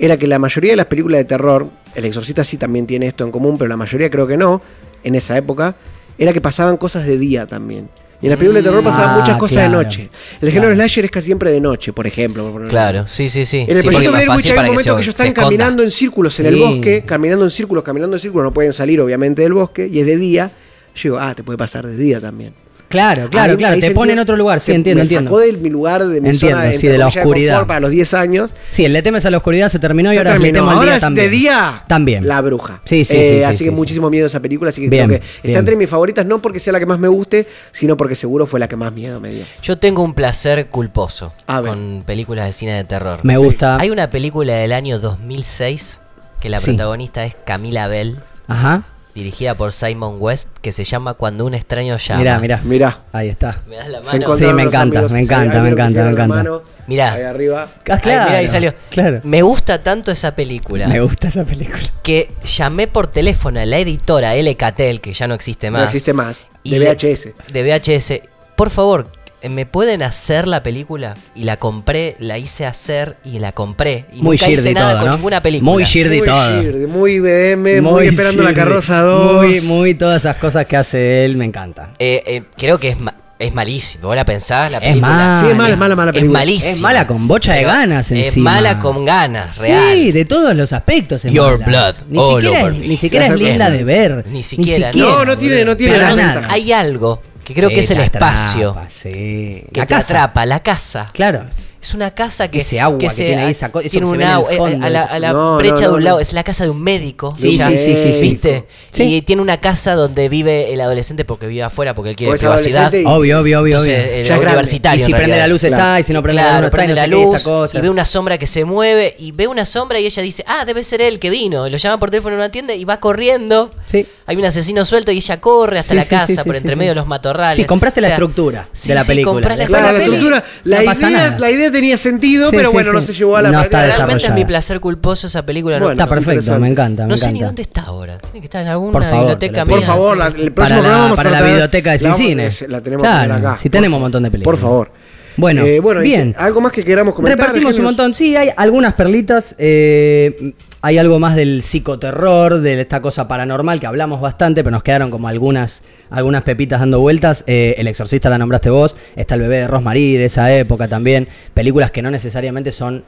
S1: Era que la mayoría de las películas de terror, El Exorcista sí también tiene esto en común, pero la mayoría creo que no, en esa época, era que pasaban cosas de día también. Y en las películas de terror pasaban
S3: Ah,
S1: muchas cosas
S3: claro.
S1: de noche. El género slasher es casi siempre de noche, por ejemplo. por poner-
S4: Claro, sí, sí, sí.
S1: En el
S4: Sí, porque
S1: proyecto
S4: más
S1: Blair Witch
S4: fácil
S1: hay un
S4: para
S1: momento que
S4: se-
S1: ellos
S4: se
S1: están
S4: esconda.
S1: caminando en círculos en
S3: Sí.
S1: el bosque, caminando en círculos, caminando en círculos, no pueden salir obviamente del bosque, y es de día. Yo digo, ah, te puede pasar de día también.
S3: Claro, claro, claro, te
S1: sentí-
S3: pone en otro lugar, sí,
S1: que
S3: entiendo,
S1: Me
S3: entiendo.
S1: sacó de mi lugar, de mi
S3: Entiendo,
S1: zona
S3: sí,
S1: entre
S3: de la
S1: comillas,
S3: oscuridad.
S1: confort para los 10 años.
S3: Sí, el le temes a la oscuridad se terminó y
S1: Ya
S3: ahora le
S1: terminó.
S3: temo al
S1: Ahora
S3: día
S1: es
S3: también.
S1: de día.
S3: También.
S1: La bruja.
S3: Sí, sí,
S1: Eh,
S3: sí, sí,
S1: así
S3: sí,
S1: que
S3: sí.
S1: muchísimo miedo esa película, así que
S3: Bien,
S1: creo que está
S3: bien.
S1: entre mis favoritas, no porque sea la que más me guste, sino porque seguro fue la que más miedo me dio.
S4: Yo tengo un placer culposo
S1: A ver.
S4: con películas de cine de terror.
S3: Me
S1: Sí.
S3: gusta.
S4: Hay una película del año 2006 que la
S3: Sí.
S4: protagonista es Camila Bell,
S3: Ajá.
S4: dirigida por Simon West, que se llama Cuando un extraño llama.
S3: Mirá, mirá.
S1: Mirá.
S3: Ahí está.
S4: Me das la
S1: Se
S3: encontró-
S4: mano.
S1: encontraron
S3: me
S1: los
S3: encanta, me
S1: sí,
S3: encanta,
S1: ahí
S3: me
S1: vieron que
S3: encanta,
S1: hicieron
S3: me
S1: la
S3: encanta.
S1: mano,
S4: Mirá.
S1: Ahí arriba.
S3: Ah,
S4: Ay,
S3: claro.
S4: mirá, ahí salió.
S3: Claro.
S4: Me gusta tanto esa película
S3: Me gusta esa película.
S4: que llamé por teléfono a la editora LKTEL, E que ya no existe más.
S1: No existe más.
S4: Y
S1: De VHS.
S4: De VHS. Por favor, ¿me pueden hacer la película? Y la compré, la hice hacer y la compré. Y
S3: Muy
S4: nunca hice
S3: shirdy
S4: nada
S3: todo,
S4: con
S3: ¿no?
S4: ninguna película.
S3: Muy shirdy.
S1: Muy
S3: todo.
S1: shirdy, Muy BM, muy, esperando la
S3: shirley.
S1: carroza 2.
S3: Muy, muy todas esas cosas que hace él, me encanta.
S4: Eh, eh, creo que es, ma- es malísimo. Vos la pensás, la
S3: Es
S4: película.
S3: mala.
S1: Sí, es mala, es mala, mala
S4: Es
S1: película.
S4: malísima.
S3: Es mala con bocha de
S4: Pero
S3: ganas
S4: Es
S3: encima.
S4: mala con ganas, real.
S3: Sí, de todos los aspectos. es
S4: Your
S3: mala.
S4: blood,
S3: Ni
S4: all
S3: siquiera,
S4: over
S3: es,
S4: me.
S3: ni siquiera es
S1: Gracias,
S3: linda de
S1: Fernández.
S3: ver.
S4: Ni siquiera,
S1: No, no tiene, no tiene
S4: Pero
S1: nada.
S4: no sé,
S1: nada.
S4: hay algo que creo
S3: Sí,
S4: que es el
S3: la
S4: espacio
S3: atrapa, sí.
S4: que
S3: la
S4: te
S3: casa.
S4: atrapa, la casa.
S3: Claro.
S4: Es una casa que.
S3: Ese agua que tiene ahí, esa co- eso
S4: tiene
S3: que se
S4: un
S3: ve en el
S4: agua, eh,
S3: fondo,
S4: a la,
S3: eso.
S4: a la
S1: No,
S4: brecha
S1: no,
S4: de un
S1: no,
S4: lado,
S1: no.
S4: es la casa de un médico.
S1: Sí,
S4: ya,
S1: sí, sí, sí, sí.
S4: ¿Viste?
S3: Sí.
S4: Y tiene una casa donde vive el adolescente porque vive afuera, porque él quiere
S1: O es
S4: privacidad.
S1: adolescente
S3: Obvio, obvio, obvio.
S4: Entonces,
S3: obvio.
S4: el
S1: Ya es grande.
S4: universitario.
S3: y si
S4: en
S3: prende la
S4: realidad.
S3: luz está, y si no prende la luz
S4: Claro,
S3: no está, y
S4: prende
S3: no
S4: la
S3: sé qué, esta
S4: luz
S3: cosa.
S4: y ve una sombra que se mueve y ve una sombra y ella dice, ah, debe ser él que vino. Y lo llama por teléfono, no atiende y va corriendo.
S3: Sí.
S4: Hay un asesino suelto y ella corre hasta
S3: Sí,
S4: la
S3: sí,
S4: casa
S3: sí, sí,
S4: por
S3: sí,
S4: entre
S3: sí.
S4: medio de los matorrales.
S3: Sí, compraste la estructura de la película.
S4: comprás
S3: Claro,
S1: Claro, la
S3: la peli.
S1: estructura, la,
S3: No pasa
S1: idea,
S3: nada.
S1: la idea tenía sentido,
S3: Sí,
S1: pero
S3: sí,
S1: bueno,
S3: sí.
S1: no se llevó a la
S3: No está
S1: práctica.
S3: desarrollado.
S4: Realmente es mi
S3: desarrollada.
S4: placer cultuloso esa película.
S1: Bueno,
S4: no,
S3: está perfecto,
S1: interesante.
S3: me encanta, me
S4: no sé
S3: encanta.
S4: ni dónde está ahora. Tiene que estar en alguna
S3: Por favor,
S4: biblioteca.
S3: te lo
S1: Por
S3: Mira,
S1: favor, la, el próximo
S3: para la-
S1: programa vamos a
S3: para la
S1: tratar-
S3: biblioteca de
S1: la vamos-
S3: Cine.
S1: es- La tenemos
S3: Claro,
S1: que poner acá.
S3: si
S1: por
S3: tenemos
S1: favor.
S3: un montón de películas.
S1: Por favor.
S3: Bueno,
S1: Eh,
S3: bien.
S1: ¿y qué- algo más que queramos comentar.
S3: Repartimos un
S1: Déjenos-
S3: montón. Sí, hay algunas perlitas. eh, hay algo más del psicoterror, de esta cosa paranormal que hablamos bastante, pero nos quedaron como algunas, algunas pepitas dando vueltas. Eh, el exorcista la nombraste vos. Está el bebé de Rosemary de esa época también. Películas que no necesariamente son.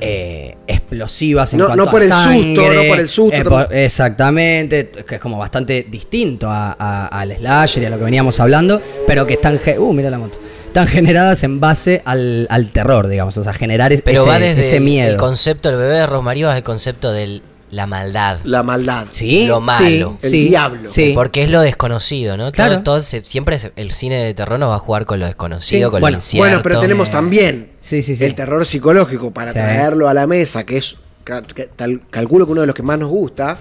S3: eh, explosivas en
S1: No-
S3: cuanto
S1: no por
S3: a
S1: el susto,
S3: sangre,
S1: no por el susto,
S3: eh,
S1: tampoco.
S3: por- Exactamente, que es como bastante distinto a- a- al slasher y a lo que veníamos hablando, pero que están, ge- uh, mira la moto, están generadas en base al, al terror, digamos, o sea, generar es-
S4: Pero
S3: ese,
S4: va desde
S3: ese
S4: el-
S3: miedo.
S4: El concepto del bebé de Rosmarío es el concepto de la maldad.
S1: La maldad.
S3: Sí,
S4: lo
S3: sí,
S4: malo,
S1: el
S3: sí,
S1: diablo.
S3: sí.
S4: Eh, Porque es lo desconocido, ¿no?
S3: Claro.
S4: Todo, todo se- siempre se- el cine de terror nos va a jugar con lo desconocido,
S3: Sí.
S4: con
S3: Bueno,
S4: lo incierto.
S1: Bueno, pero tenemos también
S3: Sí, sí, sí.
S1: el terror psicológico para
S3: Sí.
S1: traerlo a la mesa, que es, ca- que tal- calculo que uno de los que más nos gusta.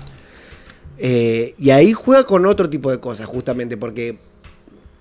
S1: Eh, y ahí juega con otro tipo de cosas, justamente, porque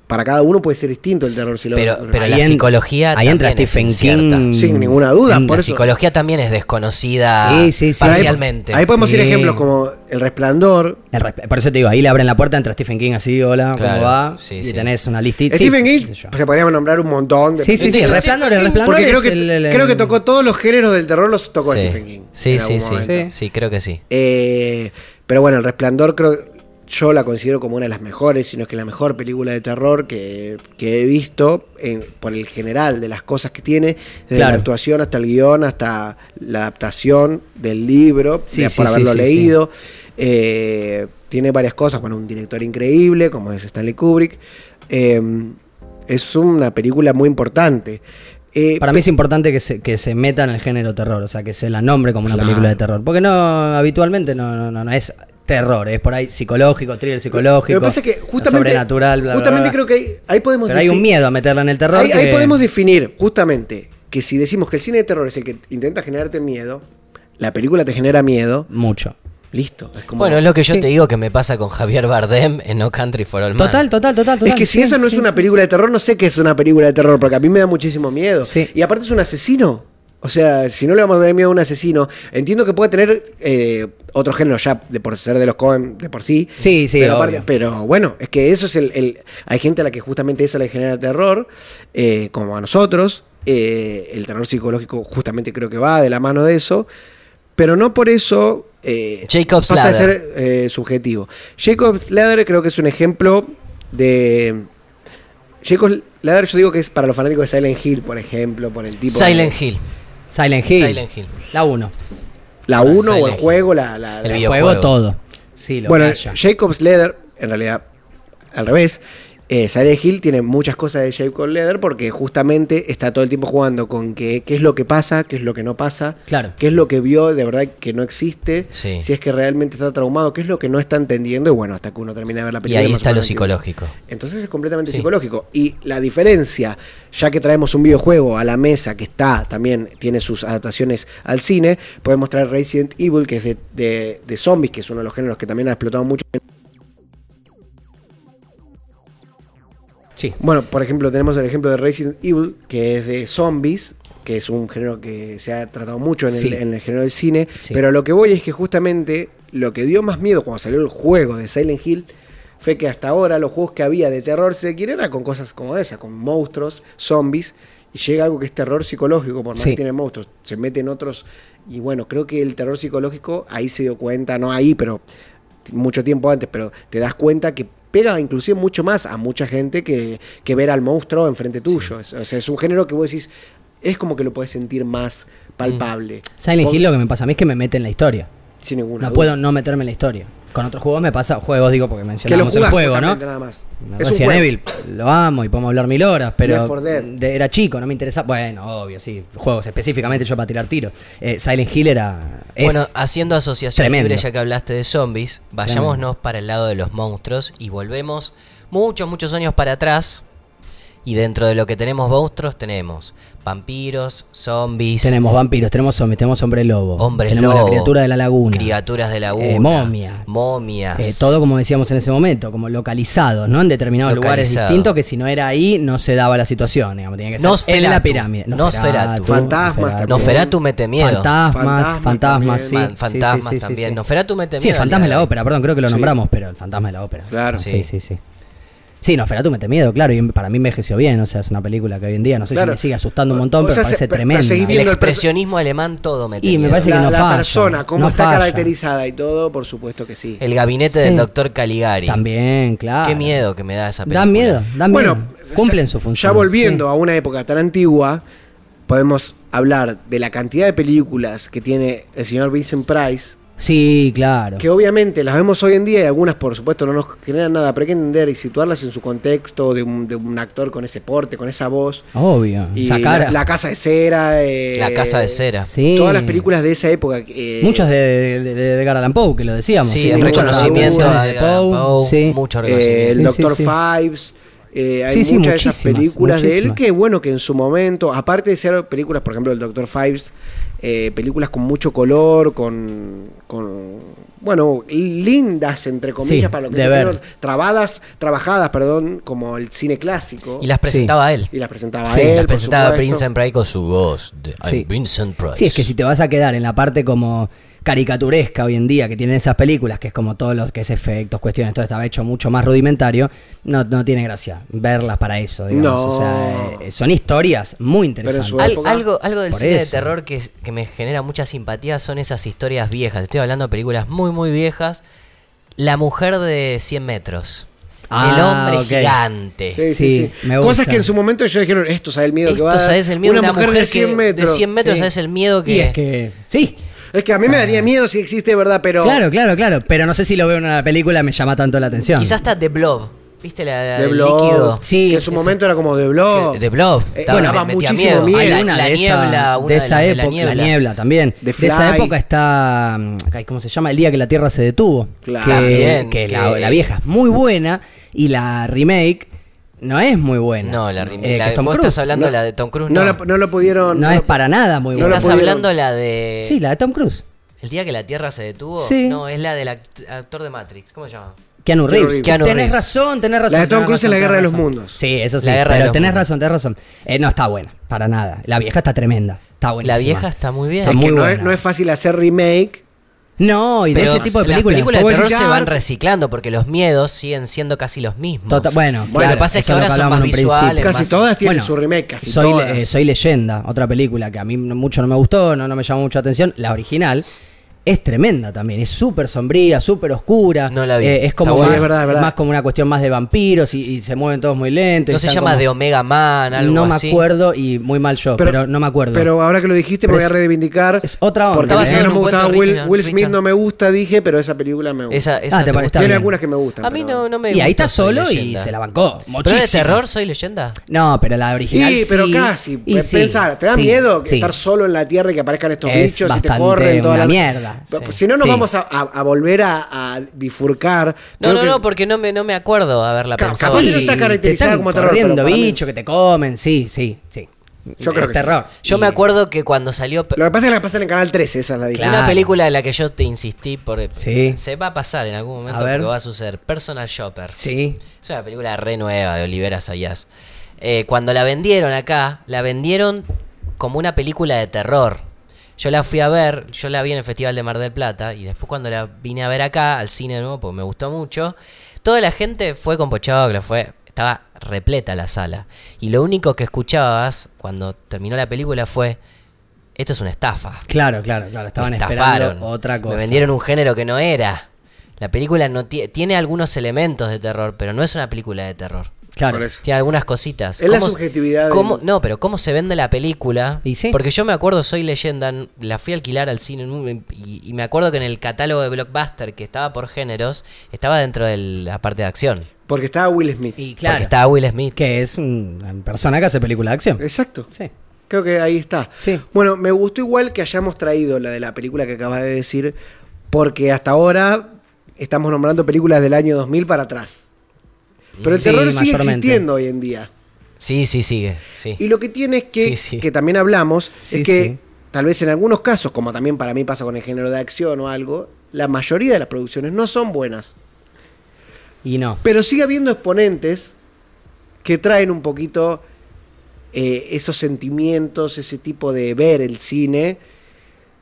S1: para cada uno puede ser distinto el terror psicológico.
S4: Pero- pero
S3: Ahí
S4: la
S3: en-
S4: psicología
S3: Ahí entra
S4: también es
S3: Stephen
S4: incierta.
S3: King.
S1: Sin ninguna duda,
S3: En-
S1: por
S4: la
S1: eso-
S4: psicología también es desconocida
S3: Sí, sí, sí.
S4: parcialmente.
S1: Ahí, ahí podemos ir
S3: Sí.
S1: ejemplos como El Resplandor.
S3: el resp- Por eso te digo, ahí le abren la puerta, entra Stephen King así, hola,
S4: Claro,
S3: ¿cómo va?
S4: sí,
S3: y
S4: sí.
S3: tenés una listita.
S1: Stephen
S3: sí,
S1: King
S3: qué sé yo.
S1: se podríamos nombrar un montón de
S3: Sí, sí, sí, el resplandor, el resplandor.
S1: Porque creo
S3: es
S1: que,
S3: el- el-
S1: creo que tocó todos los géneros del terror, los tocó
S4: Sí.
S1: Stephen King.
S4: Sí,
S1: en
S4: sí,
S1: algún
S4: sí.
S1: momento.
S4: sí. creo que sí.
S1: Eh, pero bueno, El Resplandor creo yo la considero como una de las mejores, sino que la mejor película de terror que, que he visto en- por el general de las cosas que tiene, desde
S3: Claro.
S1: la actuación hasta el guión, hasta la adaptación del libro,
S3: Sí,
S1: de-
S3: sí,
S1: por
S3: sí,
S1: haberlo
S3: sí,
S1: leído. Eh, tiene varias cosas, bueno, un director increíble como es Stanley Kubrick. Eh, es una película muy importante. Eh,
S3: Para mí es importante que se, que se meta en el género terror, o sea, que se la nombre como una
S1: Claro.
S3: película de terror. Porque no, habitualmente no, no, no, no es terror, es por ahí psicológico, thriller psicológico,
S1: Lo que pasa es que justamente,
S3: sobrenatural, bla, bla,
S1: justamente
S3: bla.
S1: creo que ahí, ahí podemos
S3: Pero hay
S1: defi-
S3: un miedo a meterla en el terror.
S1: Ahí, ahí
S3: que-
S1: podemos definir justamente que si decimos que el cine de terror es el que intenta generarte miedo, la película te genera miedo,
S3: Mucho.
S1: listo. Es como-
S4: Bueno, es lo que yo
S3: Sí.
S4: te digo que me pasa con Javier Bardem en No Country for All Men.
S3: Total, total, total, total.
S1: es que si
S3: Sí,
S1: esa no es
S3: sí,
S1: una
S3: sí.
S1: película de terror, no sé qué es una película de terror, porque a mí me da muchísimo miedo.
S3: Sí.
S1: Y aparte es un asesino. O sea, si no le vamos a tener miedo a un asesino, entiendo que puede tener eh, otro género ya de por ser de los Cohen de por sí.
S3: Sí, sí,
S1: Pero,
S3: obvio.
S1: aparte- pero bueno, es que eso es el, el- Hay gente a la que justamente esa le genera terror, eh, como a nosotros. eh, el terror psicológico justamente creo que va de la mano de eso. Pero no por eso eh,
S4: Jacob's
S1: pasa a
S4: Ladder.
S1: ser eh, subjetivo. Jacob's Ladder creo que es un ejemplo de... Jacob's Ladder yo digo que es para los fanáticos de Silent Hill, por ejemplo, por el tipo... eh, de-
S4: Silent Hill.
S3: Silent Hill.
S4: Silent Hill.
S3: La 1.
S1: La 1 o el
S4: Silent Hill.
S1: juego, la... la-
S4: El
S1: la-
S3: El
S4: videojuego.
S3: juego todo. Sí, lo
S1: bueno,
S3: calla.
S1: Jacob's Ladder, en realidad, al revés, Eh, Silent Hill tiene muchas cosas de Shape Cold Leather porque justamente está todo el tiempo jugando con que- qué es lo que pasa, qué es lo que no pasa,
S3: Claro.
S1: qué es lo que vio de verdad que no existe,
S4: Sí.
S1: si es que realmente está traumado, qué es lo que no está entendiendo y bueno, hasta que uno termina de ver la
S4: Y
S1: película.
S4: ahí
S1: más o
S4: está lo
S1: menos entiende.
S4: psicológico.
S1: Entonces es completamente
S4: Sí.
S1: psicológico. Y la diferencia, ya que traemos un videojuego a la mesa que está, también tiene sus adaptaciones al cine, podemos traer Resident Evil, que es de, de- de zombies, que es uno de los géneros que también ha explotado mucho.
S3: Sí.
S1: Bueno, por ejemplo, tenemos el ejemplo de Resident Evil, que es de zombies, que es un género que se ha tratado mucho en,
S3: Sí.
S1: el, en el género del cine.
S3: Sí.
S1: Pero lo que voy es que justamente lo que dio más miedo cuando salió el juego de Silent Hill fue que hasta ahora los juegos que había de terror se quieren era con cosas como esa, con monstruos, zombies. Y llega algo que es terror psicológico, por más
S3: Sí.
S1: que tiene monstruos, se meten otros. Y bueno, creo que el terror psicológico ahí se dio cuenta, no ahí, pero mucho tiempo antes, pero te das cuenta que pega inclusive mucho más a mucha gente que, que ver al monstruo enfrente tuyo. Es- o sea, es un género que vos decís, es como que lo podés sentir más palpable.
S3: Mm. Silent
S1: Vos-
S3: Hill lo que me pasa a mí es que me mete en la historia.
S1: Sin ninguna
S3: No
S1: duda.
S3: puedo no meterme en la historia. Con otros juegos me pasa, juegos digo porque
S1: que lo
S3: mencionamos el
S1: jugás
S3: juego, ¿no?
S1: justamente, Nada más. Es un
S3: Resident
S1: juego.
S3: Evil, lo amo y podemos hablar mil horas, pero
S1: Left 4 Dead.
S3: de- era chico, no me interesaba. Bueno, obvio, sí, juegos específicamente yo para tirar tiros. Eh, Silent Hill era. es-
S4: Bueno, ah, haciendo asociación
S3: tremendo.
S4: libre, ya que hablaste de zombies, vayámonos para el lado de los monstruos y volvemos muchos, muchos años para atrás. Y dentro de lo que tenemos monstruos, tenemos vampiros, zombies,
S3: tenemos vampiros, tenemos zombies, tenemos hombre lobo,
S4: hombres
S3: tenemos
S4: lobo,
S3: la criatura de la laguna,
S4: criaturas de la laguna,
S3: Eh, momia.
S4: momias,
S3: Eh, todo como decíamos en ese momento, como localizados, ¿no? En determinados lugares
S4: Localizado.
S3: distintos que si no era ahí no se daba la situación, digamos, tenía que ser en
S4: Nosferatu.
S3: la pirámide.
S4: Nosferatu.
S1: Fantasmas también.
S4: Nosferatu mete miedo.
S3: Fantasmas,
S1: Fantasma
S3: fantasmas, sí.
S1: también.
S4: Man-
S3: Sí, sí,
S4: fantasmas
S3: sí, sí,
S4: también.
S3: sí.
S4: Nosferatu mete miedo.
S3: Sí, el fantasma de la
S4: Mira, eh.
S3: ópera, perdón, creo que lo nombramos, pero el fantasma de la ópera.
S1: Claro.
S3: Sí,
S4: Sí.
S3: sí, sí. Sí, Nosferatu me miedo, claro, y para mí envejeció bien, o sea, es una película que hoy en día, no sé
S1: Claro.
S3: si me sigue asustando un
S1: O- o
S3: montón, pero
S1: sea,
S3: me
S1: se-
S3: parece
S1: pero- pero
S3: tremendo.
S1: seguís
S4: El
S1: viendo el perso-
S4: expresionismo alemán todo mete
S3: Y me
S4: miedo.
S3: parece que
S1: La,
S3: no
S1: la
S3: falla,
S1: persona, cómo
S3: no
S1: está
S3: falla.
S1: caracterizada y todo, por supuesto que sí.
S4: El gabinete
S3: Sí.
S4: del doctor Caligari.
S3: También, claro.
S4: Qué miedo que me da esa película.
S3: Dan miedo, dan miedo.
S1: Bueno,
S3: Cumplen
S1: ya-
S3: su función.
S1: Ya volviendo
S3: sí.
S1: a una época tan antigua, podemos hablar de la cantidad de películas que tiene el señor Vincent Price,
S3: Sí, claro.
S1: que obviamente las vemos hoy en día y algunas, por supuesto, no nos generan nada, pero hay que entender y situarlas en su contexto de un, de un actor con ese porte, con esa voz.
S3: Obvio.
S1: Y
S3: esa cara.
S1: la, la Casa de Cera. eh,
S4: La casa de cera.
S3: Sí.
S1: Todas las películas de esa época. eh,
S3: Muchas de, de, de Edgar Allan Poe, que lo decíamos.
S4: Sí,
S1: sin
S4: el
S1: ninguna
S3: muchas
S4: reconocimiento
S1: duda.
S4: a
S3: adaptaciones
S4: Edgar Allan Poe,
S3: sí.
S4: mucho
S1: Eh,
S4: reconocimiento.
S1: el
S3: Sí,
S1: Doctor
S3: sí, sí.
S1: Fives. eh, hay
S3: Sí, sí,
S1: muchas de esas
S3: muchísimas,
S1: películas de él
S3: muchísimas.
S1: que, bueno, que en su momento, aparte de ser películas, por ejemplo, el Doctor Fives, eh, películas con mucho color, con, con, bueno, lindas, entre comillas,
S3: Sí,
S1: para lo que
S3: de
S1: se
S3: ver.
S1: fueron trabadas, trabajadas, perdón, como el cine clásico.
S4: Y las presentaba él.
S1: Y las presentaba
S4: Sí,
S1: él,
S4: las
S1: por
S4: presentaba
S1: supuesto.
S4: Vincent Price con su voz. de- I'm
S3: Sí.
S4: Vincent Price.
S3: Sí, es que si te vas a quedar en la parte como caricaturesca hoy en día que tienen esas películas, que es como todos los que es efectos, cuestiones, todo estaba hecho mucho más rudimentario, no, no tiene gracia verlas para eso, digamos.
S1: No.
S3: O sea, eh, son historias muy
S1: en su
S3: interesantes.
S1: época-
S4: Al- algo, algo del
S3: Por
S4: cine de
S3: eso.
S4: terror que, que me genera mucha simpatía son esas historias viejas. Estoy hablando de películas muy, muy viejas. La mujer de 100 metros.
S3: Ah,
S4: el hombre
S3: ok.
S4: gigante.
S1: Sí, sí,
S3: Sí,
S1: sí.
S3: me
S1: Cosas
S3: gusta.
S1: que en su momento ellos dijeron, esto sabe el miedo que
S4: Esto,
S1: va a dar
S4: ¿sabes? El miedo
S1: una, mujer, de 100 metros.
S4: De 100 metros,
S1: Sí.
S4: ¿sabes? El miedo que...
S3: Y es que. Sí,
S1: Es que a mí me daría miedo si existe, ¿verdad? Pero
S3: claro, claro, claro. Pero no sé si lo veo en una película, me llama tanto la atención.
S4: Quizás hasta The Blob. ¿Viste la, la-
S1: de
S4: el
S1: blog.
S4: líquido?
S3: Sí,
S1: que en su
S3: ese-
S1: momento era como de blog.
S4: Que- De Blob.
S1: Eh,
S4: Estaba-
S1: bueno, daba
S4: me- metía
S1: muchísimo miedo.
S4: Hay
S3: Hay
S1: La-
S3: una
S4: la
S3: de, esa-
S4: niebla, una
S3: de esa
S4: las-
S3: época, la niebla, también.
S1: The
S3: de esa
S1: Fly.
S3: época está, mm, ay, ¿cómo se llama? El día que la Tierra se detuvo.
S1: Claro.
S3: Que,
S4: También,
S3: que
S4: que-
S3: La, la vieja es muy buena y la remake no es muy buena.
S4: No, la,
S3: Eh,
S4: rim-
S3: que
S4: la-
S3: es Tom
S4: vos
S3: Cruise.
S4: estás hablando
S1: No.
S4: la de Tom Cruise,
S1: no,
S4: no.
S1: la- no lo pudieron.
S3: No,
S1: no
S3: es
S1: lo-
S3: para nada muy
S1: No
S3: buena.
S1: la
S4: estás
S1: pudieron-
S4: hablando la de...
S3: sí, la de Tom Cruise.
S4: El día que la Tierra se detuvo,
S3: Sí.
S4: no, es la del act- actor de Matrix. ¿Cómo se llama?
S3: Keanu Reeves.
S1: Reeves.
S4: Keanu
S3: tenés
S4: Reeves.
S3: razón, tenés razón.
S1: La de Tom
S3: tenés
S1: Cruise es
S3: razón,
S1: La Guerra de
S3: tenés
S1: los
S3: razón.
S1: Mundos.
S3: Sí, eso sí.
S4: La Guerra de
S3: pero
S4: los
S3: tenés
S4: Mundos.
S3: razón, tenés razón. Eh, no está buena, para nada. La vieja está tremenda. Está buenísima.
S4: La vieja está muy bien.
S3: Está
S1: es que
S3: muy
S1: no,
S3: buena.
S1: es, no es fácil hacer remake.
S3: No, y de
S4: Pero
S3: ese tipo de
S4: las
S3: películas.
S4: películas de
S1: Vos
S4: terror
S1: decís,
S4: se
S1: ya-
S4: van reciclando porque los miedos siguen siendo casi los mismos.
S3: Tota- bueno,
S4: lo que
S3: claro,
S4: pasa es que
S3: eso es lo
S4: ahora
S3: que
S4: son
S3: hablábamos
S4: más
S3: en un principio.
S4: visuales.
S1: Casi
S4: más-
S1: todas tienen
S3: Bueno,
S1: su remake, casi
S3: soy,
S1: todas.
S3: eh, soy Leyenda, otra película que a mí no- mucho no me gustó, no, no me llamó mucha atención. La original es tremenda también. Es súper sombría, súper oscura.
S4: No la vi.
S3: Eh, es como
S1: Está buena,
S3: más,
S1: es verdad, es verdad.
S3: más como una cuestión más de vampiros y, y se mueven todos muy lentos.
S4: No
S3: y
S4: se
S3: están
S4: llama
S3: como-
S4: de Omega Man, algo
S3: No me
S4: así.
S3: acuerdo y muy mal yo, pero, no me acuerdo.
S1: Pero ahora que lo dijiste me
S3: Pero
S1: voy a
S3: es-
S1: reivindicar.
S3: es otra onda.
S1: Porque
S4: Está
S1: la
S4: basado
S1: que
S4: en
S1: no me
S4: un
S1: gustaba
S4: cuento de
S1: Will,
S4: Richard-
S1: Will Smith
S4: Richard.
S1: no me gusta, dije, pero esa película me gusta.
S4: Esa, esa
S3: Ah, te parece-
S4: gusta?
S3: está
S1: Tiene
S3: bien.
S1: algunas que me gustan.
S4: A mí
S1: pero-
S4: no, no me
S3: y ahí
S4: gusta
S3: está
S4: Soy
S3: solo y
S4: Leyenda.
S3: se la bancó. Muchísimo.
S4: ¿Pero es de terror Soy Leyenda?
S3: No, pero la original.
S1: Sí,
S3: Sí,
S1: pero casi. pues,
S3: Y sí,
S1: Pensar, ¿te da
S3: sí,
S1: miedo que
S3: sí.
S1: estar solo en la tierra y que aparezcan estos
S3: Es
S1: bichos y te
S3: bastante
S1: corren toda
S3: una
S1: la
S3: mierda.
S1: Pero, pues,
S4: Sí.
S1: Si no, nos
S3: Sí.
S1: vamos a, a- a volver a, a bifurcar.
S4: No,
S1: Creo
S4: no,
S1: que-
S4: no, porque no me, no me acuerdo haberla
S1: Ca-
S4: pensado.
S1: capaz que no
S4: así.
S1: está
S3: te
S1: caracterizada
S3: están
S1: como terror,
S3: corriendo
S1: pero para mí-
S3: bichos que te comen, sí, sí, sí.
S1: Yo creo
S3: Es
S1: que sí.
S3: terror.
S4: Yo
S3: Y-
S4: me acuerdo que cuando salió pe-
S1: Lo que pasa es que la pasan en Canal 13, esa es la diferencia.
S4: una
S3: Claro.
S4: película de la que yo te insistí, porque
S3: Sí.
S4: se va a pasar en algún momento,
S3: A ver.
S4: porque va a suceder. Personal Shopper.
S3: Sí.
S4: Es una película re nueva de Olivera Sayas. Eh, cuando la vendieron acá, la vendieron como una película de terror. Yo la fui a ver, yo la vi en el Festival de Mar del Plata y después cuando la vine a ver acá, al cine de nuevo, porque me gustó mucho, toda la gente fue con Pochoclo, fue, estaba repleta la sala. Y lo único que escuchabas cuando terminó la película fue, esto es una estafa.
S3: Claro, claro, claro. Estaban
S4: Me
S3: esperando otra cosa.
S4: Me vendieron un género que no era. La película no tie- tiene algunos elementos de terror, pero no es una película de terror.
S3: Claro.
S1: Por eso.
S4: Tiene algunas cositas.
S1: Es la
S4: ¿Cómo-
S1: subjetividad
S4: cómo-
S1: del-
S4: No, pero cómo se vende la película.
S3: Y sí.
S4: Porque yo me acuerdo, soy leyenda, n- la fui a alquilar al cine en un- y, y me acuerdo que en el catálogo de Blockbuster que estaba por géneros, estaba dentro de la parte de acción.
S1: Porque estaba Will Smith.
S3: Y
S4: Porque
S3: claro,
S4: estaba Will Smith.
S3: que es una persona que hace película de acción.
S1: Exacto.
S3: Sí.
S1: Creo que ahí está.
S3: Sí.
S1: Bueno, me gustó igual que hayamos traído la de la película que acabas de decir, porque hasta ahora estamos nombrando películas del año 2000 para atrás. Pero el
S3: Sí,
S1: terror sigue
S3: mayormente.
S1: existiendo hoy en día.
S4: Sí, sí, sigue. Sí.
S1: Y lo que tiene es que,
S4: Sí, sí.
S1: que también hablamos,
S3: Sí,
S1: es que
S3: sí.
S1: tal vez en algunos casos, como también para mí pasa con el género de acción o algo, la mayoría de las producciones no son buenas.
S3: Y no.
S1: Pero sigue habiendo exponentes que traen un poquito eh, esos sentimientos, ese tipo de ver el cine.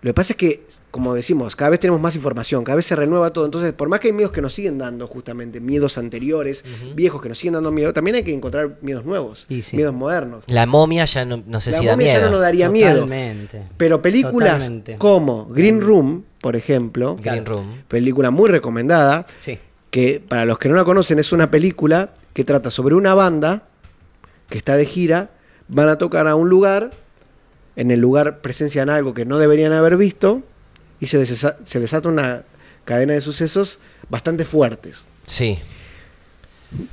S1: Lo que pasa es que, como decimos, cada vez tenemos más información, cada vez se renueva todo. Entonces, por más que hay miedos que nos siguen dando, justamente, miedos anteriores, viejos que nos siguen dando miedo, también hay que encontrar miedos nuevos,
S3: Y sí.
S1: miedos modernos.
S4: La momia ya no, no sé
S1: La
S4: si da
S1: momia ya
S4: miedo.
S1: no nos daría miedo.
S3: Totalmente.
S1: Pero películas
S3: Totalmente.
S1: como Green Room, por ejemplo,
S4: Green Room.
S1: película muy recomendada,
S3: Sí.
S1: que para los que no la conocen es una película que trata sobre una banda que está de gira, van a tocar a un lugar, en el lugar presencian algo que no deberían haber visto y se, desesa- se desata una cadena de sucesos bastante fuertes.
S4: Sí.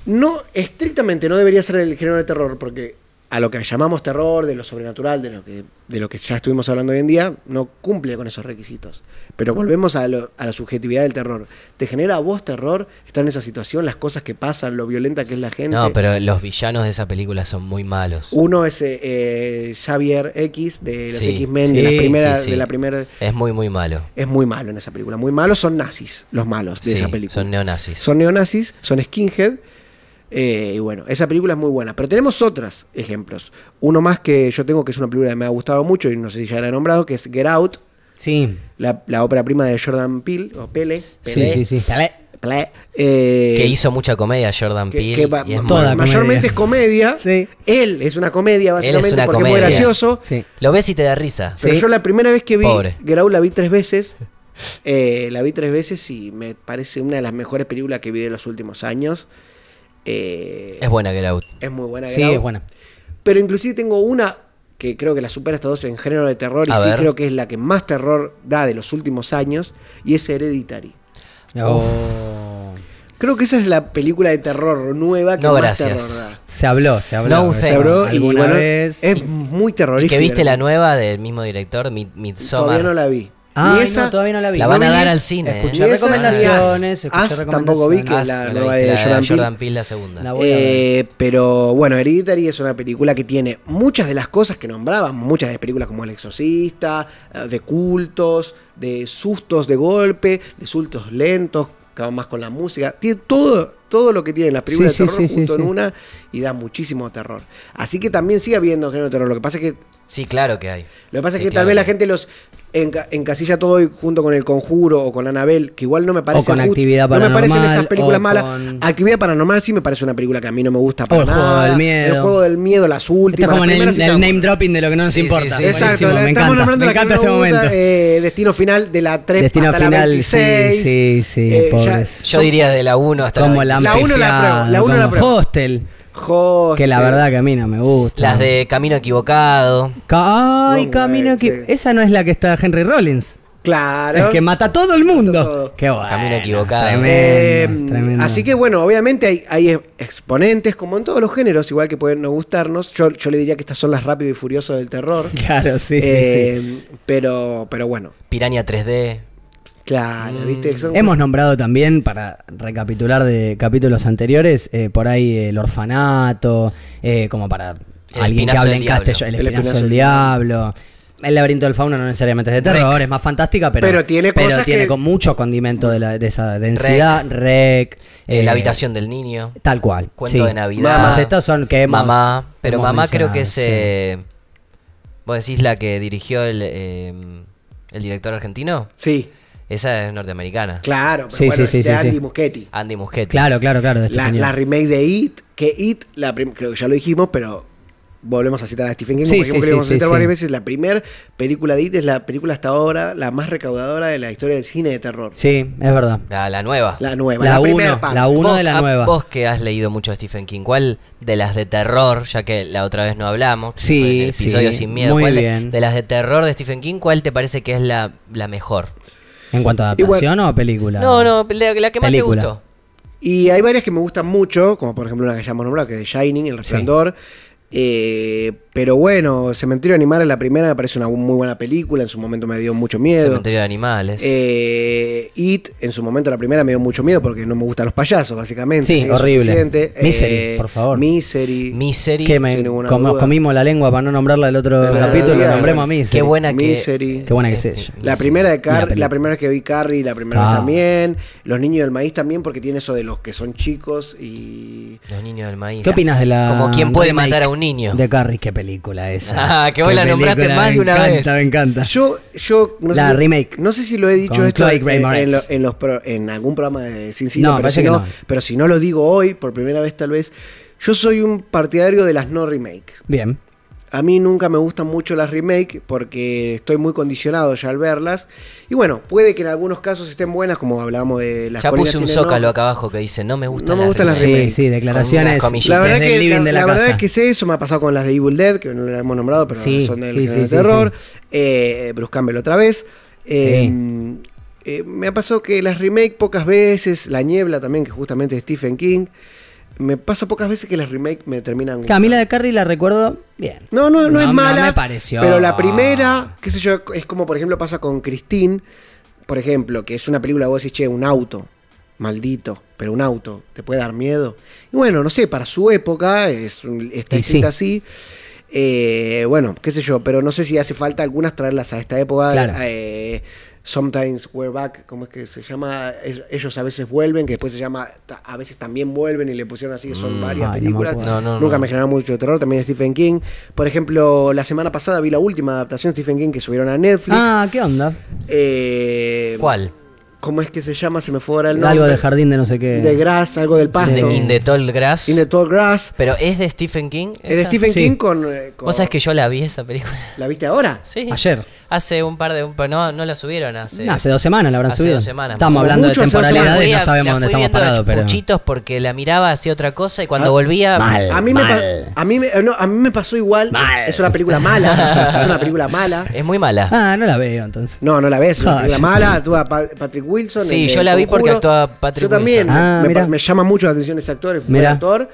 S1: No, estrictamente no debería ser el género de terror porque a lo que llamamos terror, de lo sobrenatural, de lo que, de lo que ya estuvimos hablando hoy en día, no cumple con esos requisitos. Pero volvemos a, lo- a la subjetividad del terror. ¿Te genera a vos terror estar en esa situación, las cosas que pasan, lo violenta que es la gente?
S4: No, pero los villanos de esa película son muy malos.
S1: Uno es eh, eh, Xavier X de los
S4: Sí,
S1: X-Men, de,
S3: sí,
S1: la primera-
S4: sí, sí.
S1: de la primera...
S4: Es muy, muy malo.
S1: Es muy malo en esa película. Muy malos son nazis, los malos de
S4: Sí,
S1: esa película.
S4: Son neonazis.
S1: Son neonazis, son skinhead. eh, y bueno, esa película es muy buena. Pero tenemos otros ejemplos. Uno más que yo tengo, que es una película que me ha gustado mucho y no sé si ya la he nombrado, que es Get Out,
S3: Sí.
S1: la, la ópera prima de Jordan Peele, o Pele. Pele,
S3: Sí, sí, sí.
S1: Pele, eh,
S4: que hizo mucha comedia Jordan
S1: que-
S4: Peele.
S1: que va-
S4: y es
S1: ma-
S3: Toda
S4: muy-
S1: mayormente es comedia.
S3: Sí.
S1: Él es una comedia,
S4: Él es
S1: básicamente,
S4: una
S1: porque es
S4: comedia.
S1: muy gracioso.
S3: Sí.
S4: Lo ves y te da risa.
S1: Pero
S3: Sí.
S1: yo la primera vez que vi
S4: Pobre.
S1: Get Out la vi tres veces. Eh, la vi tres veces y me parece una de las mejores películas que vi de los últimos años. Eh,
S4: Es buena Get Out.
S1: Es muy buena.
S3: Sí,
S1: Get Out.
S3: es buena.
S1: Pero inclusive tengo una que creo que la supera estas dos en género de terror y
S4: A
S1: sí
S4: ver.
S1: creo que es la que más terror da de los últimos años y es Hereditary.
S3: Oh.
S1: Creo que esa es la película de terror nueva que
S4: No,
S1: más
S4: gracias.
S1: terror da.
S3: Se habló, se habló.
S4: No
S3: de
S4: offense.
S1: Se
S3: eso
S1: habló y
S3: alguna
S1: bueno,
S3: vez.
S1: es muy
S4: Y
S1: terrorífica.
S4: que viste la nueva del mismo director, Mid- Midsommar.
S1: Todavía no la vi.
S3: Ah,
S1: Ni
S3: no, todavía no la vi.
S4: La
S3: No
S4: van a
S3: vi
S4: dar
S3: ni-
S4: al cine, ¿eh?
S3: Escuché
S1: Ni esa ni As.
S3: recomendaciones. escuché
S1: As tampoco vi
S3: recomendaciones.
S1: que
S4: Ah,
S1: la
S4: no
S1: nueva
S4: viste,
S1: de
S4: la
S1: Jordan Peele.
S4: la segunda.
S3: La voy a
S1: Eh, pero bueno, Hereditary es una película que tiene muchas de las cosas que nombraban, muchas de las películas como El Exorcista, eh, de cultos, de sustos de golpe, de sustos lentos, que van más con la música. Tiene todo, todo lo que tiene las películas
S3: Sí,
S1: de
S3: sí,
S1: terror
S3: sí,
S1: junto
S3: sí,
S1: en
S3: sí.
S1: una y da muchísimo terror. Así que también sigue habiendo género de terror. Lo que pasa es que,
S4: Sí, claro que hay.
S1: lo que, pasa
S4: Sí,
S1: es que
S4: claro
S1: tal vez la
S4: que hay.
S1: gente los enca- encasilla todo hoy junto con El Conjuro o con Anabel, que igual no me parece.
S3: con
S1: just-
S3: Actividad
S1: No me parecen
S3: Paranormal,
S1: esas películas
S3: o
S1: malas.
S3: con-
S1: Actividad Paranormal sí me parece una película que a mí no me gusta para
S3: O El Juego
S1: nada.
S3: del Miedo.
S1: El juego del miedo, las últimas.
S3: Esto es como
S1: las
S3: en el,
S1: primeras sí
S3: el
S1: estamos-
S3: name dropping de lo que no nos
S4: Sí, sí,
S3: importa.
S4: sí.
S1: Exacto,
S3: Buenísimo,
S1: la-
S3: me
S1: estamos
S3: encanta,
S1: nombrando
S3: me
S1: la que
S3: encanta
S1: no
S3: este
S1: me gusta,
S3: momento.
S1: eh, Destino final de la 3
S3: Destino
S1: hasta la Eh,
S3: final,
S1: 26.
S3: sí, sí, sí, pobres.
S4: Yo diría de la 1 hasta
S3: Como la
S4: la
S1: La uno la apruebo, la uno la
S3: como
S1: apruebo.
S3: Hostel,
S1: jo,
S3: que la
S1: este,
S3: verdad que a mí no me gusta.
S4: Las de Camino Equivocado.
S3: Ca- Ay,
S1: Wrong
S3: camino
S1: Way,
S3: que.
S1: sí.
S3: Esa no es la que está Henry Rollins.
S1: Claro.
S3: Es que mata a todo el
S1: Mata a todo.
S3: mundo. Qué bueno.
S4: Camino equivocado.
S3: Tremendo,
S1: Eh,
S3: tremendo.
S1: Así que bueno, obviamente hay, hay exponentes, como en todos los géneros, igual que pueden no gustarnos. Yo, yo le diría que estas son las rápido y furioso del terror.
S3: Claro, sí, sí, sí.
S1: Eh, Pero, pero bueno,
S4: Piranha 3D.
S1: claro, viste que son
S3: Mm, Hemos nombrado también, para recapitular de capítulos anteriores, eh, por ahí el orfanato, eh, como para
S4: El
S3: alguien que
S4: espinazo
S3: hable
S4: del
S3: en castellano, el
S1: diablo. El
S3: espinazo
S1: espinazo
S3: del
S1: del
S3: diablo. El laberinto del fauno no necesariamente es de terror, es más fantástica, pero,
S1: Pero tiene cosas
S3: tiene
S1: que-
S3: con mucho condimento de, la- de esa densidad, rec,
S4: eh,
S3: eh,
S4: la habitación del niño.
S3: Tal cual.
S4: Cuento
S3: sí.
S4: de Navidad.
S3: Todas estas son que hemos-
S4: Mamá. Pero
S3: hemos
S4: mamá creo
S3: mencionado,
S4: que es.
S3: sí.
S4: eh, ¿Vos decís la que dirigió el, eh, el director argentino?
S1: Sí,
S4: Esa es norteamericana.
S1: claro, pero
S3: Sí,
S1: bueno,
S3: sí,
S1: es
S3: sí,
S1: de
S3: sí, sí.
S1: Andy Muschietti.
S4: Andy Muschietti.
S3: Claro, claro, claro. de este
S1: La,
S3: señor.
S1: la remake de It, que It, la prim- creo que ya lo dijimos, pero volvemos a citar a Stephen King,
S3: Sí,
S1: como dijimos
S3: sí,
S1: que
S3: sí,
S1: lo íbamos a
S3: sí,
S1: citar
S3: sí.
S1: varias veces, la primera película de It es la película hasta ahora, la más recaudadora de la historia del cine de terror.
S3: Sí, es verdad.
S4: La, la nueva.
S1: La nueva,
S3: La
S1: la,
S3: uno,
S1: primera parte.
S3: la uno.
S4: Vos-
S3: de la
S4: a-
S3: nueva.
S4: Vos que has leído mucho de Stephen King, ¿cuál de las de terror, ya que la otra vez no hablamos, que
S3: Sí,
S4: fue en el
S3: sí,
S4: episodio sin miedo,
S3: muy
S4: ¿cuál de-
S3: bien.
S4: De, las de terror de Stephen King, cuál te parece que es la, la mejor?
S3: ¿En cuanto a
S1: Igual-
S3: adaptación o película?
S4: No, no, la, la que más te
S3: Película.
S4: gustó.
S1: Y hay varias que me gustan mucho, como por ejemplo una que ya hemos nombrado, que es The Shining, El Resplandor. Eh, pero bueno, Cementerio Animal es la primera, me parece una muy buena película, en su momento me dio mucho miedo.
S4: Cementerio de animales.
S1: Eh, It, en su momento la primera me dio mucho miedo porque no me gustan los payasos, básicamente.
S3: Sí,
S1: así que es
S3: horrible.
S1: suficiente. Eh,
S3: Misery, por favor.
S1: Misery.
S4: Misery.
S3: Que me
S1: Sin ninguna
S3: como-
S1: duda.
S3: comimos la lengua para no nombrarla el otro
S1: Pero la
S3: capítulo,
S1: realidad,
S3: la nombremos
S1: bueno,
S3: a eh. mí.
S4: Qué buena que.
S1: Misery.
S3: Qué buena que es ella.
S1: La
S4: Misery.
S1: primera de
S3: Y la
S1: Car
S3: peli-
S1: la primera que vi Carrie, la primera vez
S3: Ah.
S1: también. Los niños del maíz también, porque tiene eso de los que son chicos y.
S4: Los niños del maíz.
S3: ¿Qué opinas de la.
S4: Como quien puede
S3: remake
S4: matar a un niño.
S3: De Carrie, qué película esa.
S4: Ah, que vos la nombraste
S3: película,
S4: más de una
S3: Me
S4: vez.
S3: encanta, me encanta.
S1: Yo, yo no
S3: La
S1: sé, si-
S3: remake.
S1: No sé si lo he dicho
S3: Con
S1: esto
S3: Chloe
S1: en,
S3: Grace Moretz.
S1: en lo- en los pro- en algún programa de Sin Cine,
S3: No,
S1: pero,
S3: parece
S1: si
S3: que
S1: no,
S3: no.
S1: pero si no lo digo hoy, por primera vez tal vez, yo soy un partidario de las no remakes.
S3: Bien.
S1: A mí nunca me gustan mucho las remakes porque estoy muy condicionado ya al verlas. Y bueno, puede que en algunos casos estén buenas, como hablábamos de las
S4: Ya
S1: colinas
S4: puse un
S1: tienen
S4: zócalo
S1: ojos.
S4: acá abajo que dice: No me gustan
S1: No me gustan las
S3: Sí,
S1: remakes.
S3: sí, declaraciones.
S4: Con unas comillitas.
S1: La verdad,
S3: Desde
S1: que,
S3: el living
S1: la-
S3: de la
S1: la verdad
S3: casa.
S1: es que sé eso, me ha pasado con las de Evil Dead, que no las hemos nombrado, pero
S3: Sí,
S1: son del
S3: sí,
S1: género
S3: sí,
S1: de
S3: sí,
S1: terror. Eh, Bruce Campbell otra vez. Eh, eh, me ha pasado que las remake pocas veces, La Niebla también, que justamente es Stephen King. Me pasa pocas veces que las remake me terminan.
S3: Que a mí la
S1: gustando.
S3: de Carrie la recuerdo bien.
S1: No, no, no,
S3: No,
S1: es
S3: no
S1: mala.
S3: me pareció.
S1: Pero la primera, qué sé yo, es como por ejemplo pasa con Christine, por ejemplo, que es una película que vos decís, che, un auto, maldito, pero un auto, te puede dar miedo. Y bueno, no sé, para su época, es un- está
S3: Y
S1: escrita así. Eh, bueno, qué sé yo, pero no sé si hace falta algunas traerlas a esta época.
S3: Claro.
S1: eh, Sometimes We're Back, ¿cómo es que se llama? Es- Ellos a veces vuelven, que después se llama Ta- A veces también vuelven y le pusieron así, que son
S4: Mm,
S1: varias
S3: ay, no me
S1: películas.
S3: acuerdo.
S4: No, no,
S1: Nunca
S4: no.
S1: me generó mucho terror, también Stephen King. Por ejemplo, la semana pasada vi la última adaptación de Stephen King que subieron a Netflix.
S3: Ah, ¿qué onda?
S1: Eh,
S4: ¿Cuál?
S1: ¿Cómo es que se llama? Se me fue ahora el nombre.
S3: Algo de jardín de no sé qué.
S1: De Grass, algo del pasto.
S3: Sí.
S4: De In the Tall Grass.
S1: Ah, In the Tall Grass.
S4: Pero es de Stephen King.
S1: Es de
S4: esa?
S1: Stephen
S3: Sí.
S1: King con, eh, con-
S4: Vos sabés que yo la vi esa película.
S1: ¿La viste ahora?
S4: Sí.
S3: Ayer.
S4: Hace un par de. un par- no, no la subieron hace.
S3: No, hace dos semanas la habrán
S4: Hace
S3: subido.
S4: dos semanas.
S3: Estamos
S1: Como
S3: hablando de
S1: mucho hace dos semanas.
S3: temporalidades,
S4: Fui a-
S3: no sabemos
S4: la
S3: dónde estamos
S4: fui viendo de
S3: parados, pero. Ah,
S4: chupuchitos porque la miraba hacía otra cosa y cuando volvía.
S3: Mal.
S1: A mí, me pa-
S3: Mal.
S1: a, mí me, eh, no, a mí me pasó igual.
S3: Mal.
S1: Es una película mala. es una película mala.
S4: Es muy mala.
S3: Ah, no la veo entonces.
S1: No, no la ves, es una
S3: Ay.
S1: película mala, actúa Pa- Patrick Wilson.
S4: Sí,
S1: el de
S4: yo la vi porque actúa Patrick
S1: Yo también,
S3: Wilson. Ah,
S1: me- me,
S3: mirá.
S1: me llama mucho la atención ese actor, es un buen
S3: Mirá.
S1: actor.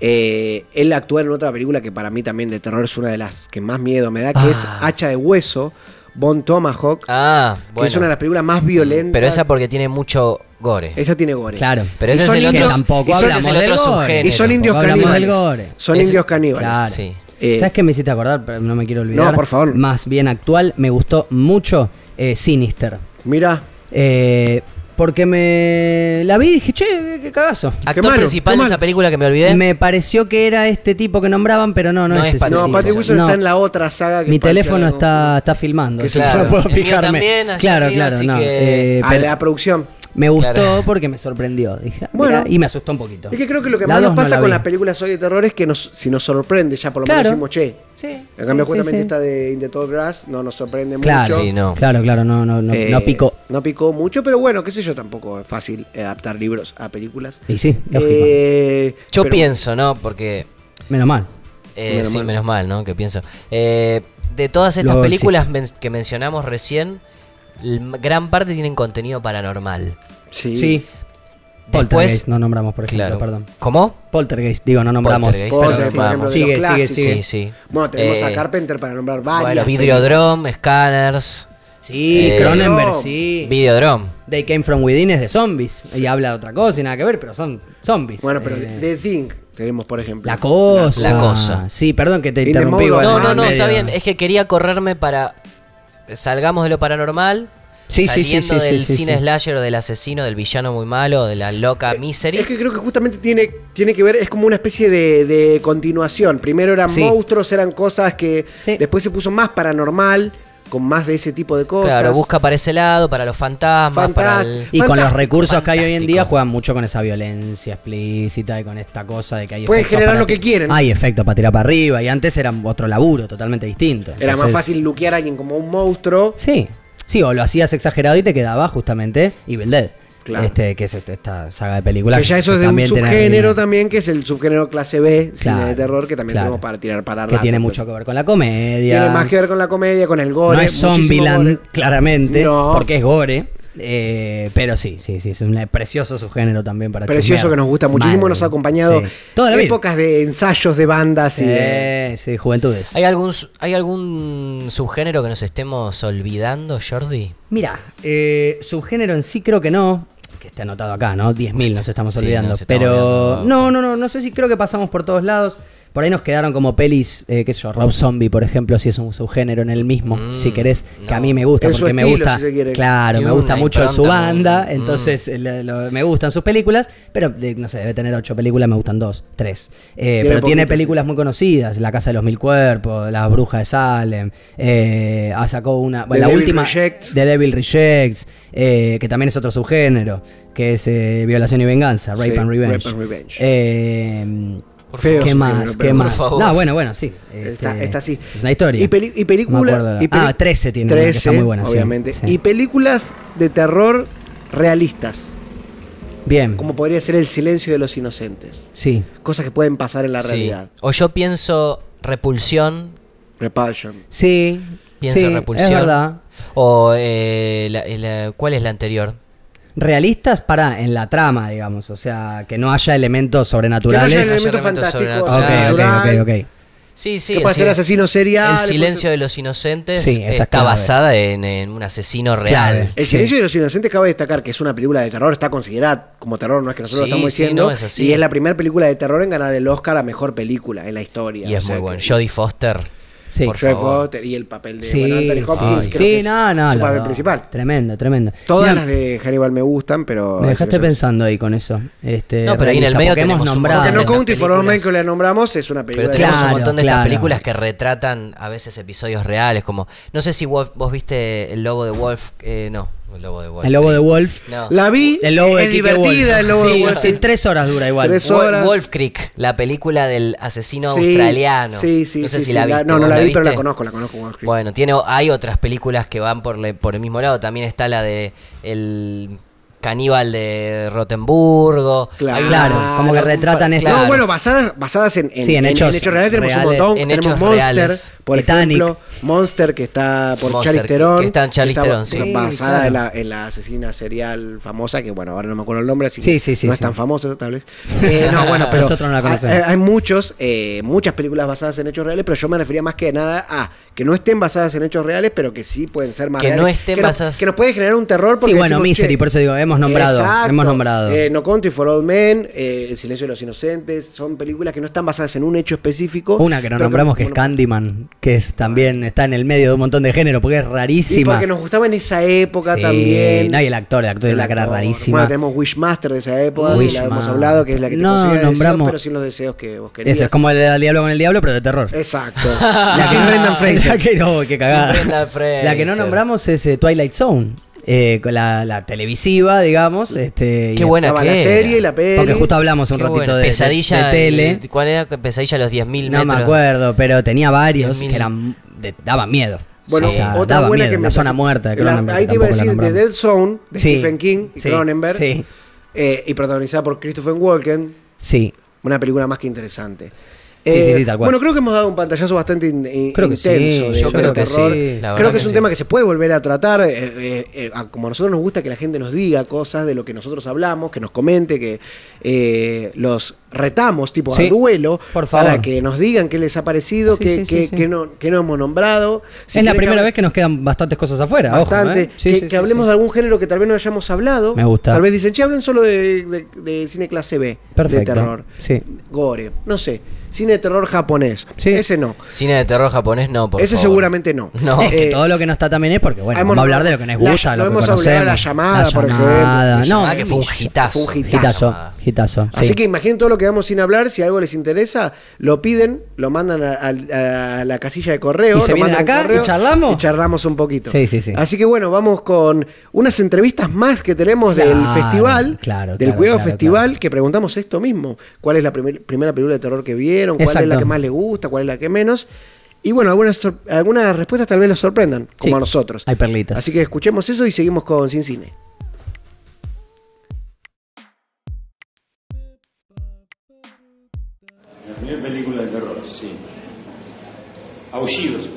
S1: Eh, él actúa en otra película que para mí también de terror es una de las que más miedo me da, que es
S4: Ah.
S1: Hacha de Hueso, Bon Tomahawk,
S4: Ah,
S1: que
S4: bueno.
S1: es una de las películas más violentas.
S4: Pero esa porque tiene mucho gore.
S1: Esa tiene gore.
S3: Claro.
S4: Pero
S1: Y
S4: ese es
S1: son
S4: el
S1: indios-
S4: otro.
S3: que tampoco
S1: y son-
S3: hablamos
S4: ese es el
S3: del
S4: otro
S3: gore.
S4: subgénero.
S1: Y son indios
S3: Tampoco hablamos
S1: caníbales.
S3: del gore.
S1: Son
S4: Ese-
S1: indios caníbales.
S3: Claro.
S4: Sí.
S1: Eh,
S3: ¿Sabes qué me hiciste acordar? Pero no me quiero olvidar.
S1: No, por favor.
S3: Más bien actual, me gustó mucho eh, Sinister.
S1: Mira,
S3: Eh, Porque me la vi y dije, che, qué- qué cagazo.
S4: Actor
S1: malo,
S4: principal
S1: qué
S4: de esa
S1: malo.
S4: película que me olvidé.
S3: Me pareció que era este tipo que nombraban, pero no, no,
S4: No
S3: es,
S4: es
S3: ese
S4: Patrick
S3: tipo.
S1: No, Patrick Wilson
S3: No.
S1: está en la otra saga que
S3: Mi
S1: parecía
S3: teléfono
S1: algo-
S3: está, está filmando,
S1: Que
S3: eso
S4: claro.
S3: no puedo
S4: El mío
S3: fijarme.
S4: también, ayer
S3: claro,
S4: vi,
S3: claro,
S4: así
S3: no.
S4: que-
S3: eh,
S1: A
S3: pero
S1: la producción.
S3: me gustó
S4: Claro.
S3: porque me sorprendió. Dije, ah,
S1: Bueno.
S3: mirá, y me asustó un poquito.
S1: Es que creo que lo que
S3: La
S1: más nos
S3: dos no
S1: pasa
S3: la
S1: con
S3: vi.
S1: las películas hoy de terror es que nos, si nos sorprende, ya por lo
S3: Claro.
S1: menos decimos, che.
S3: Sí,
S1: En cambio,
S3: sí,
S1: justamente
S3: sí.
S1: esta de In the Tall Grass no nos sorprende
S3: Claro,
S1: mucho.
S4: Sí, no.
S3: claro, claro, no, no, no,
S1: Eh,
S3: no picó.
S1: No picó mucho, pero bueno, qué sé yo, tampoco es fácil eh, adaptar libros a películas.
S3: Y sí, lógico.
S1: Eh,
S4: Yo
S1: pero-
S4: pienso, ¿no? Porque.
S3: Menos mal.
S4: eh,
S1: Menos
S4: sí,
S1: mal.
S4: menos mal, ¿no? Que pienso. Eh, de todas estas
S3: Luego
S4: películas
S3: existe.
S4: men- que mencionamos recién, l- gran parte tienen contenido paranormal.
S1: Sí.
S3: Sí.
S4: Después-
S3: Poltergeist no nombramos, por ejemplo, perdón.
S4: ¿Cómo?
S3: Poltergeist, digo, no nombramos.
S4: Poltergeist,
S3: pero-
S1: Poltergeist, por ejemplo, de
S3: sigue,
S1: los
S3: sigue,
S1: clásicos.
S3: sigue.
S4: Sí, sí.
S1: Bueno, tenemos
S4: Eh,
S1: a Carpenter para nombrar varias.
S4: Bueno,
S1: películas.
S4: Videodrome, Scanners.
S3: Sí,
S4: Eh,
S3: Cronenberg,
S1: no.
S3: sí.
S4: Videodrome.
S3: They Came From Within es de zombies. Y habla de otra cosa y nada que ver, pero son zombies.
S1: Bueno, pero
S3: Eh,
S1: The Thing tenemos, por ejemplo.
S3: La cosa.
S4: La cosa.
S3: Sí, perdón que te
S1: In the
S3: interrumpí.
S1: Mode
S3: igual,
S4: No,
S1: Bueno,
S4: no,
S3: en
S4: no,
S3: el
S4: está
S3: medio.
S4: bien. Es que quería correrme para. Salgamos de lo paranormal.
S3: Sí, sí, sí,
S4: saliendo
S3: sí, sí,
S4: del
S3: sí, Eh,
S4: cine
S3: sí.
S4: slasher, del asesino, del villano muy malo, de la loca misery.
S1: Es que creo que justamente tiene, tiene que ver, es como una especie de, de continuación. Primero eran
S3: Sí.
S1: monstruos, eran cosas que
S3: Sí.
S1: después se puso más paranormal, con más de ese tipo de cosas.
S4: Claro, busca para ese lado, para los fantasmas,
S1: Fantas-
S4: para el...
S3: Y con los
S1: Fantástico.
S3: recursos que hay hoy en día
S4: Fantástico.
S3: juegan mucho con esa violencia explícita y con esta cosa de que hay
S1: Pueden
S3: efectos
S1: generar
S3: para
S1: lo que
S3: ti-
S1: quieren.
S3: Hay efectos para tirar para arriba y antes era otro laburo totalmente distinto.
S1: Era más
S3: Entonces-
S1: fácil luquear a alguien como un monstruo.
S3: Sí, sí, o lo hacías exagerado y te quedaba justamente Evil Dead.
S1: Claro.
S3: Este, que es este- esta saga de películas.
S1: Que ya eso es de un
S3: también tiene-
S1: subgénero también, que es el subgénero clase B,
S3: Claro,
S1: cine de terror, que también
S3: claro.
S1: tenemos para tirar para
S3: Que
S1: rato,
S3: tiene
S1: pero-
S3: mucho que ver con la comedia.
S1: Tiene más que ver con la comedia, con el gore.
S3: No es
S1: muchísimo
S3: Zombieland,
S1: gore.
S3: claramente,
S1: No.
S3: porque es gore. eh, pero sí, sí, sí, es un precioso subgénero también para
S1: Precioso
S3: chusmear.
S1: que nos gusta muchísimo,
S3: Mal.
S1: nos ha acompañado
S3: Sí. Toda la vida.
S1: épocas eh. de ensayos de bandas y de-
S3: Sí, sí, juventudes.
S4: ¿Hay algún, su- ¿Hay algún subgénero que nos estemos olvidando, Jordi?
S3: Mira, eh, subgénero en sí creo que no. Que está anotado acá, ¿no? 10.000 nos estamos
S4: Sí,
S3: olvidando.
S4: nos estamos
S3: pero
S4: olvidando.
S3: no, no, no, no sé si creo que pasamos por todos lados. Por ahí nos quedaron como pelis, eh, qué sé yo, Rob Zombie, por ejemplo, si es un subgénero en el mismo,
S4: Mm,
S3: si querés, que a
S4: no.
S3: mí me gusta,
S1: En su
S3: porque me
S1: estilo,
S3: gusta,
S1: si se quiere.
S3: claro,
S4: Y
S3: me gusta
S4: una
S3: mucho su
S4: impronta, Mm.
S3: banda,
S4: un-
S3: entonces eh, le- lo- me gustan sus películas, pero de- no sé, debe tener ocho películas, me gustan dos, tres. Eh, pero tiene
S1: poquitas, sí.
S3: películas películas muy conocidas, La Casa de los Mil Cuerpos, La Bruja de Salem, eh, ah, sacó una,
S1: The
S3: la
S1: Devil
S3: última,
S1: Rejects.
S3: The Devil Rejects, eh, que también es otro subgénero, que es eh, Violación y Venganza, Rape
S1: Sí,
S3: and Revenge.
S1: Rape and Revenge.
S3: Eh,
S1: Por Feo
S3: ¿Qué
S1: subgénero,
S3: más?
S1: pero
S3: ¿Qué
S1: por
S3: más?
S4: favor.
S3: No, bueno, bueno, sí.
S1: Está,
S3: este,
S1: está así.
S3: Es una historia.
S1: Y, peli- y película-
S3: No me acuerdo la-
S1: y peli-
S3: ah, 13 tiene una que está muy buena, sí,
S1: obviamente.
S3: sí.
S1: Y películas de terror realistas,
S3: Bien.
S1: como podría ser El silencio de los inocentes.
S3: Sí.
S1: Cosas que pueden pasar en la
S4: Sí.
S1: realidad.
S4: O yo pienso Repulsión,
S1: Repulsion.
S3: Sí.
S4: pienso
S3: sí,
S4: Repulsión.
S3: Es verdad.
S4: O eh, la- la- ¿cuál es la anterior?
S3: Realistas para en la trama, digamos, o sea, que no haya elementos
S1: Que no
S3: sobrenaturales.
S1: haya elementos
S4: Elemento
S1: fantásticos.
S3: Ok,
S4: sobrenatural.
S3: ok,
S1: natural,
S3: ok, ok.
S4: Sí, sí.
S1: Que
S4: el
S1: puede ser
S4: silen-
S1: asesino serial.
S4: El
S1: puede
S4: silencio
S1: ser-
S4: de los inocentes
S3: Sí, esa es
S4: está
S3: clave.
S4: basada en, en un asesino real.
S3: Claro.
S1: El
S3: Sí.
S1: silencio de los inocentes cabe destacar que es una película de terror, está considerada como terror, no es que nosotros
S4: Sí,
S1: lo estamos
S4: sí,
S1: diciendo.
S4: no, es así.
S1: y es la primera película de terror en ganar el Oscar a mejor película en la historia.
S4: Y
S1: o
S4: es
S1: sea
S4: muy
S1: que-
S4: bueno. Jodie Foster.
S3: Sí.
S4: por
S1: Joe
S4: favor.
S1: Foster y el papel de
S3: Sí,
S1: bueno, Anthony
S3: sí,
S1: Hopkins,
S3: sí,
S1: creo que es
S3: no, no,
S1: su
S3: lo-
S1: papel principal.
S3: Tremendo, tremendo.
S1: Todas
S3: Mirá,
S1: las de Hannibal me gustan, pero.
S3: Me dejaste pensando ahí con eso. Este,
S4: No, pero ahí en el
S3: realista,
S4: medio
S3: porque hemos
S4: tenemos un
S3: nombrado.
S1: Porque
S4: montón
S1: No
S4: de
S1: Country
S4: las
S1: for All Men
S4: películas.
S1: que la nombramos es una película
S4: Pero
S1: de
S4: tenemos
S3: Claro,
S4: un montón de
S3: claro.
S4: estas películas que retratan a veces episodios reales, como no sé si vos, vos viste El Lobo de Wolf, eh, no, El Lobo de Wolf.
S3: El lobo de Wolf.
S4: No.
S1: La vi,
S3: El lobo de
S1: es
S3: Kike
S1: divertida,
S3: Wolf.
S1: el lobo
S3: sí,
S1: de Wall
S3: sí,
S1: Street.
S3: tres horas dura igual.
S1: Tres
S4: Wo-
S1: horas.
S4: Wolf Creek, la película del asesino
S1: Sí,
S4: australiano.
S1: Sí, sí,
S4: no sé
S1: sí,
S4: si
S1: sí,
S4: la
S1: la-
S4: viste.
S1: No, no
S4: ¿vos
S1: la vi, pero la
S4: viste?
S1: conozco, la conozco. Wall Street.
S4: Bueno, tiene, hay otras películas que van por, le- por el mismo lado. También está la de El Caníbal de Rotemburgo.
S1: Claro.
S4: Hay-
S3: Claro, como que
S4: algún par-
S3: retratan esto.
S4: claro.
S1: Ah, No, bueno, basadas, basadas en,
S3: Sí, en hechos
S1: reales tenemos
S3: reales.
S1: un montón.
S4: En
S1: tenemos
S4: hechos
S1: Monster,
S4: reales.
S1: por
S3: Titanic.
S1: ejemplo. Monster, que está por
S4: Monster,
S1: Charlize Theron.
S4: que está en Charlize
S1: que
S4: Theron, sí.
S1: Basada
S3: Sí,
S1: en, la, en la asesina serial famosa, que bueno, ahora no me acuerdo el nombre, así
S3: Sí,
S1: que
S3: sí, sí,
S1: no es
S3: sí.
S1: tan famoso, tal vez. Eh, no, bueno, pero
S3: Nosotros no la
S1: hay,
S3: conocemos.
S1: hay muchos, eh, muchas películas basadas en hechos reales, pero yo me refería más que nada a que no estén basadas en hechos reales, pero que sí pueden ser más
S4: Que no
S1: reales,
S4: estén
S1: nos-
S4: basadas-
S1: Que nos puede generar un terror porque
S3: Sí, bueno,
S1: decimos,
S3: Misery,
S1: "Che,
S3: por eso digo, hemos hemos nombrado.
S1: Exacto.
S3: Hemos nombrado.
S1: Eh, no Country for Old Men, eh, El Silencio de los Inocentes, son películas que no están basadas en un hecho específico.
S3: Una que no
S1: pero
S3: nombramos que es
S1: uno-
S3: Candyman, que es también está en el medio de un montón de género, porque es
S1: Y
S3: rarísima.
S1: porque nos gustaba en esa época
S3: Sí,
S1: también.
S3: No, y el actor, el actor tiene
S1: El
S3: una cara
S1: actor.
S3: rarísima.
S1: Bueno, tenemos Wishmaster de esa época, que la hemos
S3: Wishmaster.
S1: hablado, que es la que te
S3: No,
S1: consigue
S3: nombramos-
S1: deseos, pero sin los deseos que vos querías.
S3: Eso es como el, el diablo con el diablo, pero de terror.
S1: Eh, Exacto.
S3: La
S1: y
S3: que-
S1: sin Brendan
S3: La
S1: Fraser.
S3: que no, qué cagada.
S4: Sin Brendan Fraser.
S3: La que no nombramos es eh, Twilight Zone, eh, con la, la televisiva, digamos. Este, y-
S4: Qué buena
S1: Estaba
S4: que
S1: la
S4: era.
S1: serie y la peli.
S3: Porque justo hablamos un
S4: Qué
S3: ratito
S4: buena.
S3: de, de-
S4: pesadilla,
S3: de tele.
S4: el- ¿Cuál era? Pesadilla a los 10.000
S3: no
S4: metros.
S3: me acuerdo, pero tenía varios
S4: 10.000.
S3: que eran de- daban miedo.
S1: Bueno,
S3: O sea,
S1: otra
S3: daba
S1: buena
S3: miedo.
S1: que me
S3: La zona muerta de
S1: La-
S3: Cronenberg,
S1: Ahí te iba a decir
S3: tampoco la
S1: The
S3: nombramos.
S1: Dead Zone de
S3: Sí,
S1: Stephen King y
S3: sí,
S1: Cronenberg.
S3: sí.
S1: eh, y protagonizada por Christopher Walken.
S3: Sí.
S1: Una película más que interesante. Eh,
S3: Sí, sí, sí, tal cual.
S1: Bueno, creo que hemos dado un pantallazo bastante in- in-
S3: Creo que
S1: intenso
S3: sí,
S1: de-
S3: yo
S1: del
S3: creo que
S1: terror.
S3: sí,
S1: creo
S3: la
S4: verdad
S1: que es
S4: que
S1: un
S4: sí.
S1: tema que se puede volver a tratar. eh, eh, eh, a- como a nosotros nos gusta que la gente nos diga cosas de lo que nosotros hablamos, que nos comente, que eh, los retamos, tipo
S3: Sí,
S1: a duelo,
S3: por favor.
S1: para que nos digan qué les ha parecido,
S3: Sí,
S1: qué,
S3: sí, sí,
S1: qué-
S3: sí.
S1: qué no, qué no hemos nombrado. Si
S3: es la
S1: quieren
S3: primera
S1: hable-
S3: vez que nos quedan bastantes cosas afuera.
S1: bastante.
S3: Ojo, ¿eh? Sí,
S1: que,
S3: sí,
S1: que
S3: sí,
S1: hablemos
S3: sí.
S1: de algún género que tal vez no hayamos hablado.
S3: Me gusta.
S1: Tal vez dicen, che, hablen solo de, de- de cine clase B, de
S3: Perfecto.
S1: terror.
S3: Sí.
S1: Gore, no sé. Cine de terror japonés.
S3: Sí.
S1: Ese no.
S4: Cine de terror japonés, no, por
S1: Ese
S4: favor.
S1: seguramente no.
S4: No.
S3: Es que
S1: Eh,
S3: todo lo que no está también es porque, bueno,
S1: hemos
S3: vamos a hablar de
S1: hablado-
S3: lo que nos
S1: la-
S3: gusta,
S1: lo
S3: lo, que
S1: hemos hablado
S3: conocemos.
S1: de La Llamada, por ejemplo. La
S3: no,
S4: Llamada que fue un hitazo.
S1: Fue un
S4: hitazo.
S3: Hitazo, hitazo.
S1: Así
S3: sí.
S1: que imaginen todo lo que vamos sin hablar. Si algo les interesa, lo piden, lo mandan a, a- a la casilla de correo.
S3: Y se
S1: lo
S3: vienen
S1: mandan un
S3: acá y charlamos.
S1: Y charlamos un poquito.
S3: Sí, sí, sí.
S1: Así que bueno, vamos con unas entrevistas más que tenemos del
S3: Claro,
S1: festival.
S3: claro,
S1: del
S3: claro,
S1: Cuidado
S3: claro,
S1: Festival,
S3: claro.
S1: que preguntamos esto mismo. ¿Cuál es la primer- primera película de terror que vieron? ¿Cuál es la
S3: Exacto.
S1: que más les gusta? ¿Cuál es la que menos? Y bueno, algunas, sor- algunas respuestas tal vez los sorprendan, como
S3: Sí.
S1: a nosotros.
S3: Hay perlitas.
S1: Así que escuchemos eso y seguimos con Sin Cine.
S5: La primera película de terror, sí. Aullidos.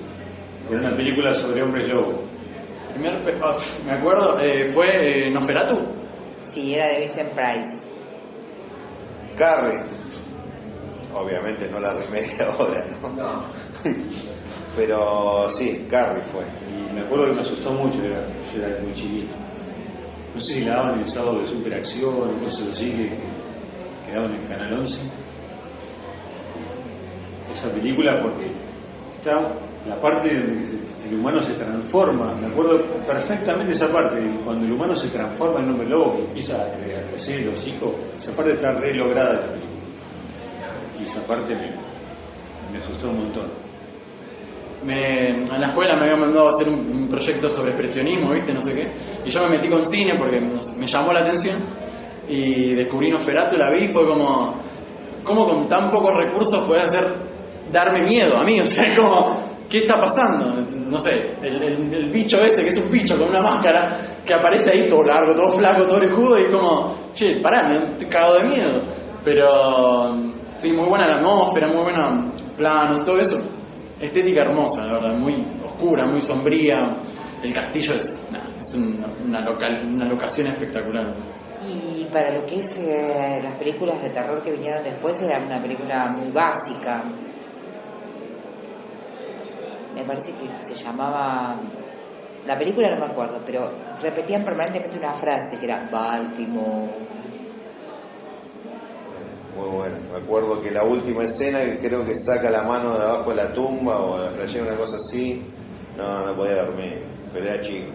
S5: Era una película sobre hombres lobo.
S6: Primer pe- ah, me acuerdo, eh, fue eh, Nosferatu.
S7: Sí, era de Vincent Price.
S8: Carrie. Obviamente no la remedia ahora, ¿no? Pero sí, Carrie fue.
S5: Y me acuerdo que me asustó mucho, era, yo era muy chiquito. No sé si la daban el sábado de superacción o cosas así que, que daban en Canal 11. Esa película porque está la parte donde se- el humano se transforma. Me acuerdo perfectamente esa parte, cuando el humano se transforma en hombre lobo, que empieza a cre- a crecer el hocico, esa parte está re lograda de la película. Y esa parte me- me asustó un montón.
S6: Me, en la escuela me habían mandado a hacer un, un proyecto sobre expresionismo, ¿viste? No sé qué. Y yo me metí con cine porque no sé, me llamó la atención. Y descubrí Nosferatu, la vi, y fue como. ¿Cómo con tan pocos recursos podés hacer. darme miedo a mí? O sea, como. ¿Qué está pasando? No sé, el, el- el bicho ese, que es un bicho con una máscara, que aparece ahí todo largo, todo flaco, todo orejudo, y como, che, pará, me estoy cagado de miedo. Pero, sí, muy buena la atmósfera, muy buena planos, todo eso. Estética hermosa, la verdad, muy oscura, muy sombría. El castillo es, nah, es un- una, local, una locación espectacular.
S7: Y para lo que es eh, las películas de terror que vinieron después, era una película muy básica. Me parece que se llamaba. La película no me acuerdo, pero repetían permanentemente una frase que era Baltimore.
S8: Muy bueno. Me acuerdo que la última escena, que creo que saca la mano de abajo de la tumba o la flashea, una cosa así. No, no podía dormir. Pero era chico.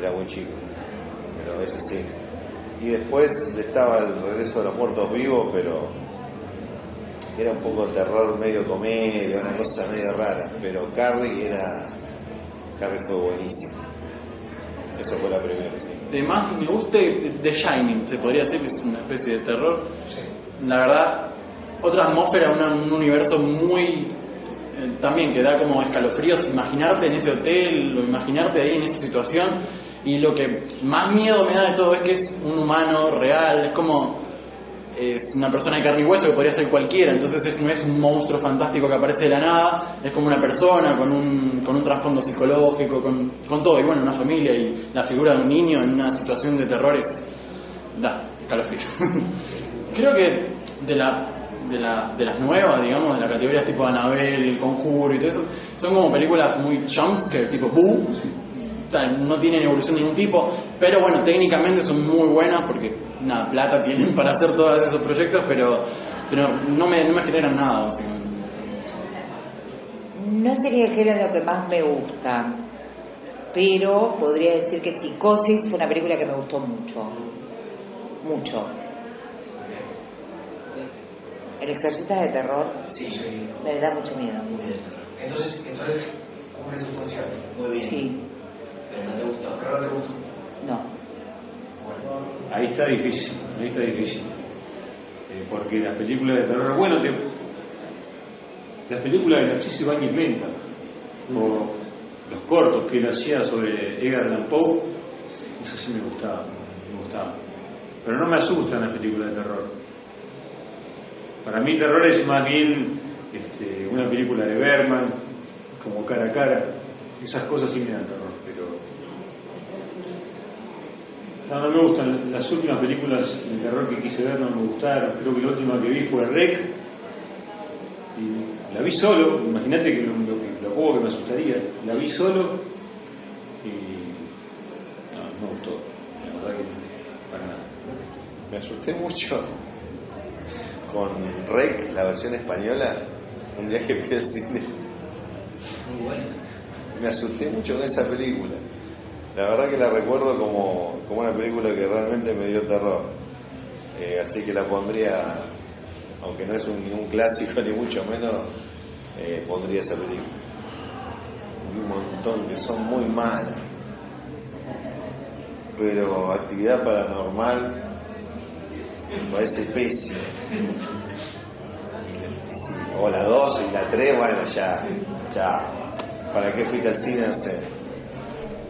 S8: Era muy chico. Pero ese sí. Y después estaba el regreso de los muertos vivos, pero era un poco terror, medio comedia, una cosa medio rara. Pero Carrie era. Carrie fue buenísimo. Esa fue la primera, sí.
S6: De más me gusta The Shining, se podría decir que es una especie de terror. La verdad, otra atmósfera, una- un universo muy. eh, también que da como escalofríos imaginarte en ese hotel o imaginarte ahí en esa situación. Y lo que más miedo me da de todo es que es un humano real, es como. es una persona de carne y hueso que podría ser cualquiera, entonces es- no es un monstruo fantástico que aparece de la nada, es como una persona con un, con un trasfondo psicológico, con, con todo, y bueno, una familia y la figura de un niño en una situación de terror es... da, escalofrío. Creo que de, la, de, la- de las nuevas, digamos, de las categorías tipo Anabel, El Conjuro y todo eso, son como películas muy jumpscare, tipo Boo, ta- no tienen evolución de ningún tipo, pero bueno, técnicamente son muy buenas porque nada, plata tienen para hacer todos esos proyectos, pero, pero no, me, no me generan nada, básicamente.
S7: No sería el género que más me gusta, pero podría decir que Psicosis fue una película que me gustó mucho. Mucho. El exorcista de terror
S9: Sí,
S7: me da mucho miedo.
S9: muy bien. Entonces, entonces cumple su función. Muy bien.
S7: Sí,
S9: Pero no te gustó. Pero no te gustó.
S7: no.
S5: Ahí está difícil, ahí está difícil. Eh, porque las películas de terror, bueno, te- las películas de Narciso Ibáñez Menta, o los cortos que él hacía sobre Edgar Allan Poe, eso sí me gustaba, me gustaba. Pero no me asustan las películas de terror. Para mí terror es más bien este, una película de Berman, como cara a cara. Esas cosas sí me dan terror, pero no, no me gustan. Las últimas películas de terror que quise ver no me gustaron. Creo que la última que vi fue Rec. Y la vi solo. Imagínate que lo, lo que- lo poco que me asustaría. La vi solo. Y. No, no me gustó. La verdad que para nada.
S8: Me asusté mucho con Rec, la versión española, un día que fui al cine.
S9: Muy bueno.
S8: Me asusté mucho con esa película. La verdad que la recuerdo como, como una película que realmente me dio terror. Eh, así que la pondría, aunque no es un, un clásico ni mucho menos, eh, pondría esa película. Un montón que son muy malas. Pero actividad paranormal me parece pésima. Y la- y si- o la 2 y la 3, bueno, ya, ya. ¿Para qué fuiste al cine? No sé.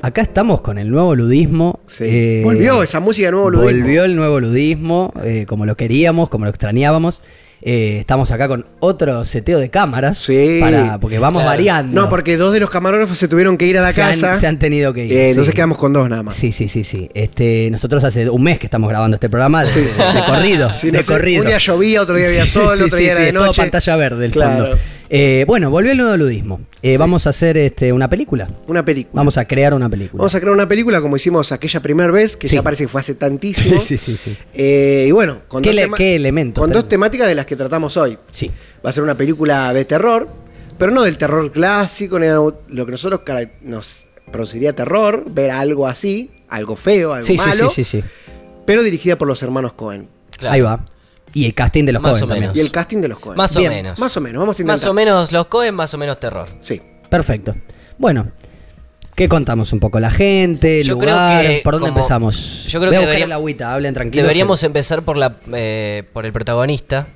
S3: Acá estamos con el nuevo ludismo.
S1: Sí.
S3: eh,
S1: Volvió esa música de nuevo ludismo.
S3: Volvió el nuevo ludismo, eh, como lo queríamos, como lo extrañábamos. Eh, estamos acá con otro seteo de cámaras.
S1: Sí.
S3: para- porque vamos
S4: Claro.
S3: variando.
S1: No, porque dos de los camarógrafos se tuvieron que ir a la
S3: se han-
S1: casa.
S3: se han tenido que ir.
S1: Eh,
S3: sí.
S1: Entonces quedamos con dos nada más.
S3: Sí, sí, sí, sí. Este, nosotros hace un mes que estamos grabando este programa de, de corrido.
S1: Sí,
S3: de
S1: no sé,
S3: corrido.
S1: Un día llovía, otro día había
S3: Sí,
S1: sol,
S3: sí,
S1: otro
S3: sí,
S1: día era
S3: sí,
S1: de
S3: es todo
S1: noche.
S3: pantalla verde el
S1: Claro.
S3: fondo. Eh, bueno, volviendo al ludismo. Eh, Vamos a hacer este, una película.
S1: Una película.
S3: Vamos a crear una película.
S1: Vamos a crear una película como hicimos aquella primera vez, que
S3: Sí.
S1: ya parece que fue hace tantísimo.
S3: Sí, sí, sí, sí.
S1: Eh, y bueno, con,
S3: ¿Qué
S1: dos,
S3: le-
S1: tema-
S3: qué elementos
S1: con dos
S3: tenemos?
S1: temáticas de las que tratamos hoy.
S3: Sí.
S1: Va a ser una película de terror, pero no del terror clásico, ni algo- lo que nosotros cara- nos produciría terror, ver algo así, algo feo, algo
S3: Sí, sí,
S1: malo,
S3: sí, sí, sí.
S1: pero dirigida por los hermanos Cohen.
S4: Claro.
S3: Ahí va. Y el casting de los
S4: Más
S3: Coen
S4: o menos.
S1: Y
S3: también.
S1: el casting de los Cohen.
S4: Más
S3: Bien,
S4: o menos.
S1: Más o menos, vamos a intentar.
S4: Más o menos los Cohen, más o menos terror.
S1: Sí.
S3: Perfecto. Bueno, ¿qué contamos un poco? La gente, el
S4: Yo creo
S3: lugar,
S4: que
S3: ¿por dónde
S4: como-
S3: empezamos?
S4: yo
S3: Voy
S4: creo
S3: a
S4: que
S3: buscar
S4: debería-
S3: el agüita, hablen tranquilo.
S4: Deberíamos empezar por, la, eh, por el protagonista,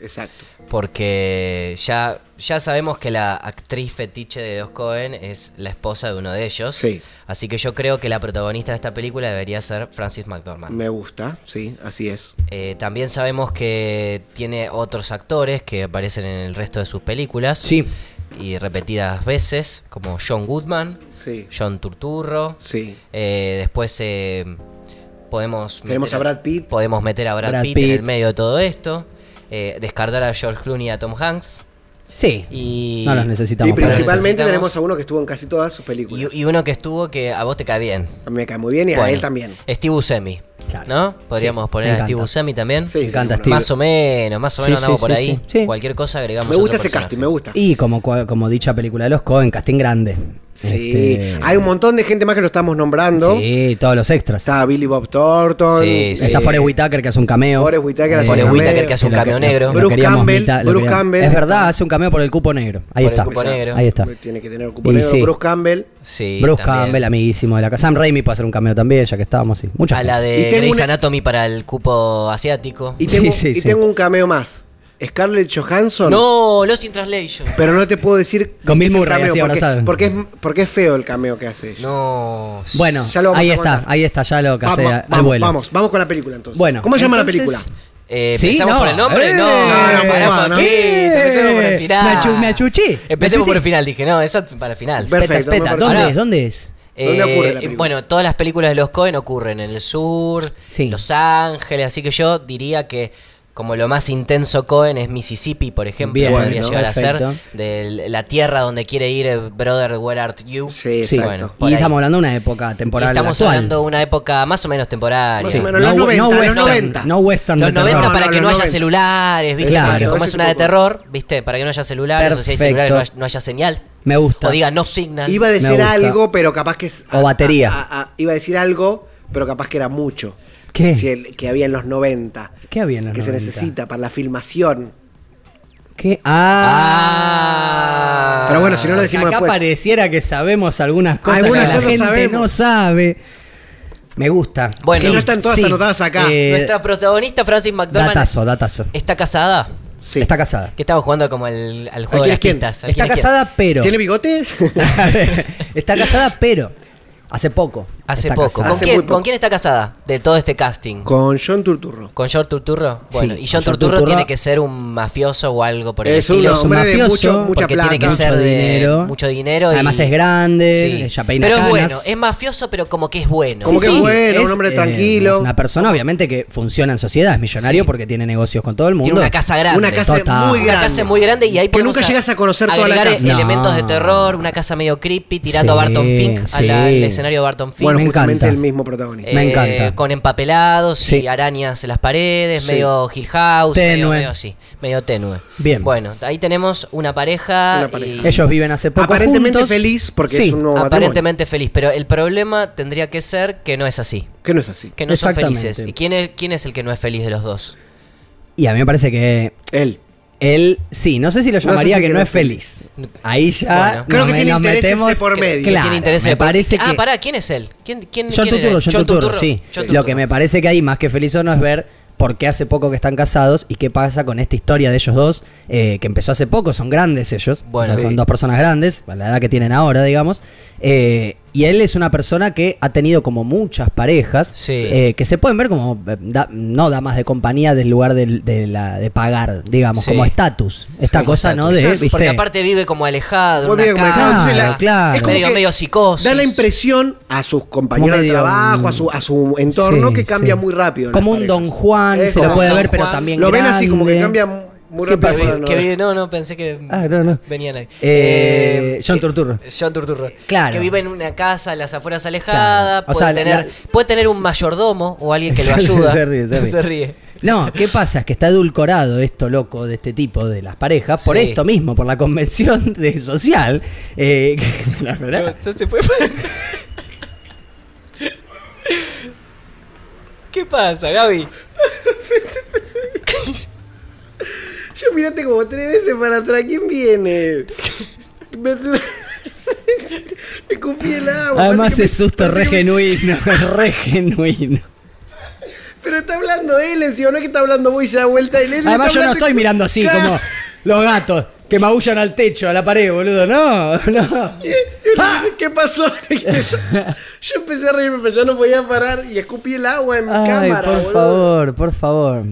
S1: Exacto.
S4: porque ya, ya sabemos que la actriz fetiche de los Cohen es la esposa de uno de ellos.
S1: Sí.
S4: Así que yo creo que la protagonista de esta película debería ser Francis
S3: Ah.
S4: McDormand.
S1: Me gusta, sí, así es.
S4: Eh, también sabemos que tiene otros actores que aparecen en el resto de sus películas.
S3: Sí.
S4: Y repetidas veces, como John Goodman,
S1: Sí.
S4: John Turturro.
S1: Sí.
S4: Eh, después eh, podemos
S1: Tenemos a Brad Pitt.
S4: Podemos meter a Brad,
S3: Brad
S4: Pitt,
S3: Pitt.
S4: en el medio de todo esto. Eh, descartar a George Clooney y a Tom Hanks.
S3: Sí.
S4: Y,
S3: No los necesitamos.
S1: Y
S3: para-
S1: principalmente
S4: Necesitamos-
S1: tenemos a uno que estuvo en casi todas sus películas.
S4: y, y uno que estuvo que a vos te cae bien.
S1: A mí me cae muy bien y a
S4: Bueno,
S1: él también.
S4: Steve Buscemi.
S3: Claro.
S4: ¿No? Podríamos
S3: Sí,
S4: poner
S3: me
S4: a Steve
S3: encanta.
S4: Buscemi también.
S1: Sí,
S3: Me encanta
S1: seguro.
S3: Steve.
S4: Más o menos, más
S3: Sí,
S4: o menos
S3: sí,
S4: andamos por
S3: sí,
S4: ahí.
S3: sí. Sí.
S4: Cualquier cosa agregamos.
S1: Me
S4: otro
S1: gusta ese
S4: personaje.
S1: casting, me gusta.
S3: Y como, cua- como dicha película de los Cohen, casting grande.
S1: Sí,
S3: Este,
S1: hay un montón de gente más que lo estamos nombrando.
S3: Sí, todos los extras.
S1: Está Billy Bob Thornton. eh,
S4: Sí, sí.
S3: Está Forrest Whitaker que hace un cameo.
S1: Forrest Whitaker hace
S4: un
S3: Forrest
S4: cameo.
S3: Whitaker
S4: que hace un cameo negro.
S3: lo
S1: Bruce
S3: queríamos
S1: Campbell,
S3: mitad- lo
S1: Bruce
S3: queríamos-
S1: Campbell.
S3: Es verdad, hace un cameo por el cupo negro. Ahí
S4: Por el
S3: está.
S4: cupo negro.
S3: Ahí está.
S1: Tiene que tener cupo
S3: Y
S1: negro.
S3: sí.
S1: Bruce Campbell.
S4: Sí,
S3: Bruce
S4: también.
S3: Campbell, amiguísimo de la casa. Sam Raimi puede hacer un cameo también, ya que estábamos. Sí. Mucha
S4: A la
S3: gente.
S1: Y
S4: de
S1: tengo
S4: Grey's
S1: una-
S4: Anatomy para el cupo asiático.
S1: Y tengo,
S3: Sí, sí,
S1: y
S3: sí.
S1: tengo un cameo más. Scarlett Johansson.
S4: No, Lost in Translation.
S1: Pero no te puedo decir. de
S3: Con
S1: qué
S3: Bill
S1: es el
S3: Murray, así
S1: porque,
S3: abrazado.
S1: porque es, porque es feo el cameo que hace ella.
S4: No.
S3: Bueno,
S1: Ya lo vamos
S3: ahí
S1: a
S3: está,
S1: contar.
S3: ahí está, ya lo casé
S1: vamos,
S3: al
S1: vamos,
S3: vuelo.
S1: vamos, vamos con la película entonces.
S3: Bueno,
S1: ¿Cómo se llama la
S3: entonces-
S1: película?
S4: Eh,
S3: Sí,
S4: ¿Empezamos
S3: no.
S4: por el nombre? No,
S3: Eh,
S1: no, no,
S4: empecemos
S1: pará,
S4: por
S1: no.
S4: el fin, empecemos por el final.
S3: Me achu- me achuché, me
S4: Empecemos
S3: achuché.
S4: por el final, dije, no, eso para el final.
S1: Perfecto,
S3: Espeta,
S1: me
S3: espeta,
S1: parece.
S3: ¿Dónde
S4: Ahora-
S3: es? ¿Dónde es?
S1: ¿Dónde ocurre la película?
S4: bueno, todas las películas de los Cohen ocurren en el sur,
S3: Sí.
S4: Los Ángeles, así que yo diría que Como lo más intenso Cohen es Mississippi, por ejemplo,
S3: Bien,
S4: podría
S3: bueno,
S4: llegar a ser.
S3: perfecto.
S4: De la tierra donde quiere ir eh, Brother, Where Art You.
S1: Sí,
S3: Sí,
S1: exacto.
S4: bueno, por
S3: y
S4: ahí.
S3: estamos hablando de una época temporal.
S4: Estamos
S3: actual.
S4: hablando de una época más o menos temporaria.
S1: Más o
S4: Sí.
S1: menos, los 90, los 90.
S3: No western
S4: Los
S3: de
S4: 90
S3: terror.
S1: No,
S4: para
S1: no,
S4: que
S1: los
S4: no haya
S1: 90.
S4: celulares, ¿viste?
S3: Claro.
S4: Porque Como es
S1: Ese
S4: una de
S1: tipo de-
S4: terror, ¿viste? Para que no haya celulares, o si hay
S3: Perfecto.
S4: celulares no hay- no haya señal.
S3: Me gusta.
S4: O diga no signal.
S1: Iba a decir
S3: gusta.
S1: algo, pero capaz que es.
S3: O batería.
S1: a- a- iba a decir algo, pero capaz que era mucho.
S3: ¿Qué?
S1: Si el- que había en los 90.
S3: ¿Qué había en los
S1: Que se
S3: 90?
S1: necesita para la filmación.
S3: ¿Qué? Ah.
S1: Pero bueno, si no lo decimos
S3: Acá
S1: después.
S3: pareciera que sabemos algunas cosas
S1: Algunas
S3: que la
S1: cosas
S3: gente
S1: sabemos.
S3: no sabe. Me gusta.
S4: Bueno, Si no
S1: están todas anotadas acá.
S3: Eh,
S4: Nuestra protagonista, Francis McDormand,
S3: datazo, datazo.
S4: está casada.
S1: Sí.
S3: Está casada.
S4: Que estamos jugando como al, al
S1: ¿Al
S4: juego de
S1: quién
S4: las
S1: es quién?
S4: pistas. al
S3: Está
S4: quién es
S3: casada, pero.
S1: ¿Tiene bigotes?
S3: está casada, pero. Hace poco.
S4: quién. Hace
S3: está
S4: poco.
S3: casada.
S4: ¿Con
S1: Hace
S4: quién,
S1: muy poco.
S4: con quién está casada de todo este casting? ¿Con,
S1: Con John Turturro.
S4: George Turturro?
S3: Sí,
S4: Bueno, y
S3: con
S4: John
S3: George
S4: Turturro,
S3: Turturro.
S4: tiene que ser un mafioso o algo por el
S1: Es un
S4: estilo.
S3: Es un
S1: hombre de
S3: mafioso,
S1: mucho, mucha
S4: porque
S1: plata.
S4: tiene que ser
S3: Mucho
S4: de
S3: dinero.
S4: mucho dinero.
S3: Además
S4: y-
S3: es grande, ella peina
S4: Pero es
S3: canas.
S4: bueno, es mafioso, pero como que es bueno.
S1: Como que es bueno, un hombre tranquilo.
S3: eh, Una persona, obviamente, que funciona en sociedad, es millonario porque tiene negocios con todo el mundo.
S4: Tiene una casa grande.
S1: Una casa
S3: Total.
S1: muy
S4: Una
S1: grande.
S4: casa muy grande y ahí
S1: Que nunca
S4: podemos
S1: llegas a conocer toda la
S4: agregar eh,
S1: casa.
S3: No.
S4: elementos de terror, una casa medio creepy, tirando
S3: Sí,
S4: a Barton Fink, a la-
S3: sí.
S4: al escenario de Barton Fink.
S1: Bueno,
S3: Me
S1: justamente
S3: encanta.
S1: el mismo protagonista.
S4: Eh,
S3: me encanta.
S4: Con empapelados
S3: Sí.
S4: y arañas en las paredes,
S1: Sí.
S4: medio Hill House, medio,
S3: Tenue.
S4: medio así, medio tenue.
S3: Bien.
S4: Bueno, ahí tenemos una pareja.
S1: Una pareja.
S4: y-
S3: Ellos viven hace poco.
S1: Aparentemente
S3: juntos.
S1: feliz porque
S3: Sí.
S1: es un nuevo matrimonio.
S4: aparentemente feliz, pero el problema tendría que ser que no es así.
S1: Que no es así.
S4: Que no son
S3: Exactamente.
S4: felices. ¿Y quién es, quién es el que no es feliz de los dos?
S3: Y a mí me parece que
S1: Él.
S3: él, sí, no sé si lo
S1: sé
S3: llamaría
S1: si
S3: que no es feliz. Ahí ya
S4: Bueno.
S3: no
S1: Creo que
S3: me-
S1: tiene
S3: nos
S1: intereses de
S3: metemos
S1: por medio.
S3: Claro,
S4: ¿Quién interesa?
S3: me parece que
S4: Ah, pará, ¿quién es él? ¿Quién, quién,
S3: John
S4: quién era?
S3: Turturro, John, Turturro,
S4: Turturro.
S3: sí.
S4: John
S3: Lo que
S4: Turturro.
S3: me parece que ahí, más que feliz o no, es ver por qué hace poco que están casados y qué pasa con esta historia de ellos dos, eh, que empezó hace poco, son grandes ellos.
S4: Bueno.
S3: O sea,
S1: Sí.
S3: Son dos personas grandes, a la edad que tienen ahora, digamos. Eh, y él es una persona que ha tenido como muchas parejas
S4: Sí.
S3: eh, que se pueden ver como eh, da- no damas de compañía del lugar del- de, la, de pagar, digamos,
S4: Sí.
S3: como estatus. Esta
S4: Como
S3: cosa, ¿no?
S4: estatus.
S3: De,
S4: Estatus,
S3: ¿viste?
S4: Porque aparte vive como alejado, en
S1: Muy bien,
S4: una
S1: como
S4: casa,
S1: que- entonces
S3: Claro, claro.
S1: es como
S4: medio,
S1: que
S4: medio psicosis.
S1: Da la impresión a sus compañeros
S3: Como
S1: de
S3: medio mm,
S1: trabajo, a su, a su entorno,
S3: Sí,
S1: que cambia
S3: sí.
S1: muy rápido. en
S3: Como
S1: las
S3: un
S1: parejas.
S3: Don Juan,
S1: Es
S3: se
S1: como
S3: lo
S1: un
S3: puede
S4: Don
S3: ver, pero
S4: Juan.
S3: también
S1: Lo ven así como que
S3: grande.
S1: cambia muy
S3: ¿Qué
S1: rápido.
S3: pasa?
S1: bueno,
S4: Que
S1: no.
S4: vive- no, no, pensé que
S3: Ah, no, no.
S4: venían ahí.
S3: Eh, John Turturro.
S4: John Turturro.
S3: Claro.
S4: Que vive en una casa, en las afueras alejada.
S3: Claro. O
S4: Puede,
S3: sea,
S4: tener,
S3: la-
S4: puede tener un mayordomo o alguien que lo
S3: Se
S4: ayuda.
S3: ríe, se ríe. No, ¿qué pasa? Es que está edulcorado esto loco de este tipo de las parejas por
S4: Sí.
S3: esto mismo, por la convención de social. eh, que- la verdad.
S4: Entonces puede ¿Qué pasa, Gaby?
S1: Yo mirate como tres veces para atrás. ¿Quién viene? Me hace- Me escupí el agua.
S3: Además
S1: parece que
S3: es
S1: me-
S3: susto re genuino, re genuino.
S1: Pero está hablando él encima, no es que está hablando vos y se da vuelta y le está
S3: Además yo no
S1: hablando-
S3: estoy mirando así
S1: Claro.
S3: como los gatos que maullan al techo, a la pared, boludo. No, no.
S1: Yo le
S3: ¡Ah!
S1: dije, ¿Qué pasó? Y yo, yo empecé a reírme, pero yo no podía parar y escupí el agua en mi
S3: Ay,
S1: cámara,
S3: por
S1: boludo.
S3: favor, por favor.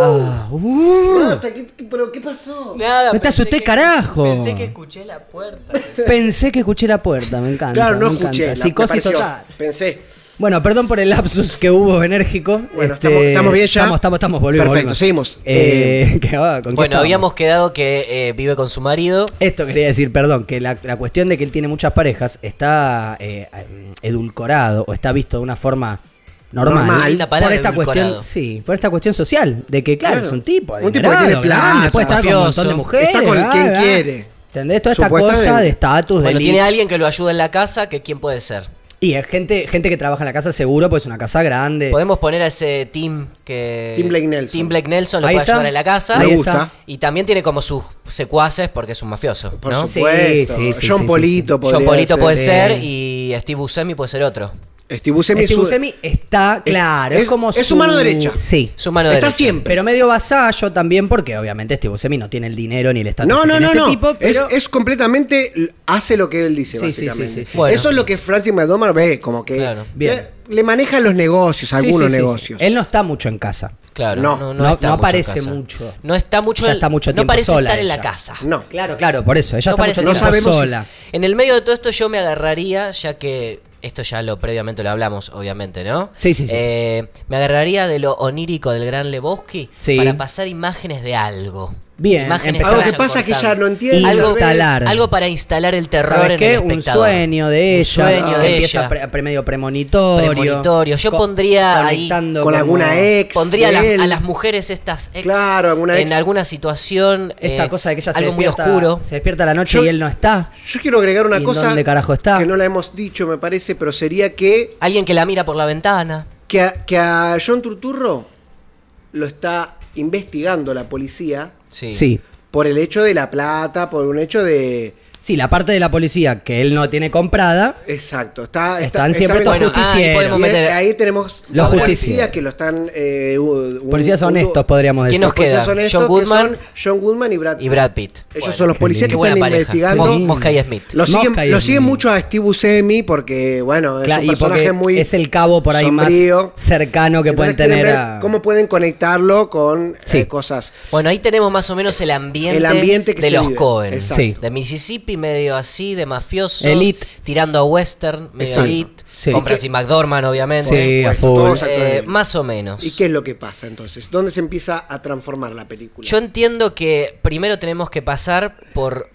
S3: Ah, uh.
S1: Basta, ¿qué- qué- ¿Pero qué pasó?
S4: Nada.
S3: No te
S4: pensé
S3: asusté,
S4: que-
S3: carajo.
S4: Pensé que escuché la puerta.
S3: Pensé que escuché la puerta, me encanta.
S1: Claro, no
S3: me
S1: escuché.
S3: encanta.
S1: la-
S3: Psicosis
S1: me pareció.
S3: total.
S1: Pensé.
S3: Bueno, perdón por el lapsus que hubo enérgico.
S1: Bueno,
S3: Este,
S1: estamos, estamos bien ya.
S3: Estamos, estamos, estamos, volvimos.
S1: Perfecto,
S3: volvimos.
S1: seguimos.
S3: Eh, ¿qué va? ¿Con qué
S4: Bueno,
S3: estábamos?
S4: habíamos quedado que eh, vive con su marido.
S3: Esto quería decir, perdón, que la, la cuestión de que él tiene muchas parejas está eh, edulcorado o está visto de una forma normal.
S1: Normal.
S4: Linda palabra,
S3: por esta
S4: edulcorado.
S3: cuestión, sí, por esta cuestión social, de que claro,
S1: Claro.
S3: es un tipo,
S1: Un tipo que
S3: adinerado,
S1: tiene plata,
S3: grande, puede estar con un montón de
S4: mafioso,
S3: mujeres,
S1: está con
S3: ah,
S1: quien
S3: ah.
S1: quiere.
S3: ¿Entendés? Toda esta
S1: Supuestamente.
S3: cosa de estatus, de
S4: Bueno,
S3: elite.
S4: tiene alguien que lo ayuda en la casa, que quién puede ser.
S3: Y es gente, gente que trabaja en la casa seguro, pues es una casa grande.
S4: Podemos poner a ese Tim que.
S1: Tim Blake Nelson.
S4: Tim Blake Nelson lo
S3: Ahí
S4: puede
S3: está.
S4: ayudar en la casa.
S1: Me
S3: Ahí
S1: gusta.
S3: está.
S4: Y también tiene como sus secuaces porque es un mafioso.
S1: Por
S4: ¿no?
S3: Sí,
S1: supuesto.
S3: sí, sí,
S1: John
S3: sí, sí,
S1: Polito podría
S4: John Polito
S1: ser.
S4: puede
S3: Sí.
S4: ser y Steve Buscemi puede ser otro.
S1: Steve Buscemi,
S3: Este
S1: es su-
S3: Buscemi está, claro, es,
S1: es-
S3: como
S1: es su mano derecha.
S3: Sí.
S4: Su mano
S1: Está
S4: derecha.
S1: siempre.
S3: Pero medio vasallo también, porque obviamente este Buscemi no tiene el dinero ni el estatus
S1: No,
S3: que
S1: no,
S3: tiene
S1: no,
S3: este
S1: no.
S3: tipo,
S1: es,
S3: pero-
S1: es completamente. Hace lo que él dice,
S3: Sí, sí,
S1: básicamente.
S3: sí, sí, sí.
S4: Bueno.
S1: Eso es lo que Francis McDormand ve, como que.
S4: Claro.
S3: Bien.
S1: Le, le maneja los negocios,
S3: Sí, sí,
S1: algunos
S3: sí, sí.
S1: negocios.
S3: Él no está mucho en casa.
S4: Claro.
S1: No,
S3: no-
S4: está
S3: no
S4: mucho en
S3: aparece
S4: casa.
S3: mucho.
S4: No está mucho.
S3: Ya
S4: en-
S3: está mucho
S4: No
S3: tiempo
S4: parece
S3: sola
S4: estar en
S3: ella.
S4: la casa.
S1: No.
S3: Claro, claro, por eso. Ella
S4: No
S3: está
S4: parece
S3: mucho
S4: que
S3: tiempo
S1: no sabemos si-
S3: sola.
S4: En el medio de todo esto yo me agarraría, ya que esto ya lo previamente lo hablamos, obviamente, ¿no?
S3: Sí, sí, sí.
S4: Eh, me agarraría de lo onírico del gran Lebowski
S3: Sí.
S4: para pasar imágenes de algo.
S3: Bien, empezar
S1: Algo
S4: que
S1: que
S4: sean
S1: pasa es que ella
S4: cortables.
S1: no entiende.
S3: Y
S1: no
S4: Algo,
S1: ve.
S3: instalar.
S4: algo para instalar el terror
S3: ¿Sabes
S4: en
S3: qué?
S4: el
S3: un
S4: espectador.
S3: sueño de
S4: Un
S3: ella,
S4: sueño
S3: que
S4: de
S3: empieza
S4: ella.
S3: pre- pre- medio premonitorio.
S4: Premonitorio. Yo
S3: Co-
S4: pondría ahí-
S3: conectando
S1: Con
S3: como-
S1: alguna ex.
S4: Pondría a
S1: de
S4: las,
S1: él.
S4: a las mujeres estas ex
S1: Claro, alguna
S4: en
S1: ex.
S4: alguna situación
S3: Esta
S4: eh,
S3: cosa de que ella se
S4: algo muy
S3: despierta,
S4: oscuro.
S3: se despierta a la noche
S1: Yo-
S3: y él no está.
S1: Yo quiero agregar una
S3: ¿Y
S1: cosa
S3: dónde carajo está?
S1: que no la hemos dicho, me parece, pero sería que,
S4: Alguien que la mira por la ventana.
S1: que, a, que a John Turturro lo está investigando la policía
S4: Sí.
S3: Sí.
S1: por el hecho de la plata, por un hecho de...
S3: Sí, la parte de la policía que él no tiene comprada,
S1: Exacto, está,
S3: están siempre todos
S1: bueno,
S4: ah, y
S3: justicieros.
S4: podemos
S1: y
S4: meter-
S1: ahí- ahí tenemos
S3: Los
S1: los policías
S3: justicieros.
S1: que lo están... eh, un- un-
S3: policías
S1: un-
S3: honestos, podríamos decir.
S4: ¿Quién nos
S1: policías
S4: queda?
S1: honestos
S4: John
S1: que
S4: Goodman
S1: son John Goodman y Brad
S4: y Brad Pitt.
S1: Ellos son los policías
S4: qué
S1: que
S4: buena
S1: están
S4: pareja.
S1: investigando.
S4: Mo- Mosca y Smith.
S1: Lo siguen,
S3: Mosca y
S1: lo
S3: Smith.
S1: siguen mucho a Steve Buscemi porque, bueno, es
S3: Claro,
S1: un
S3: y porque
S1: personaje muy.
S3: es el cabo por ahí
S1: sombrío.
S3: más cercano que
S1: Entonces
S3: pueden
S1: quieren
S3: tener
S1: ver
S3: a...
S1: ¿Cómo pueden conectarlo con
S3: Sí.
S1: eh, cosas?
S4: Bueno, ahí tenemos más o menos el ambiente,
S1: El ambiente que
S4: de
S1: se
S4: los
S1: vive.
S4: Cohen.
S1: Exacto.
S3: Sí.
S4: De Mississippi, medio así, de mafioso.
S3: Elite.
S4: Tirando a western, medio
S1: Exacto.
S4: elite.
S3: Sí.
S4: Con
S3: Y que-
S4: Francis McDormand, obviamente.
S3: Sí, a
S1: Supuesto,
S3: full.
S1: todos actores.
S4: Eh, más o menos.
S1: ¿Y qué es lo que pasa entonces? ¿Dónde se empieza a transformar la película?
S4: Yo entiendo que primero tenemos que pasar por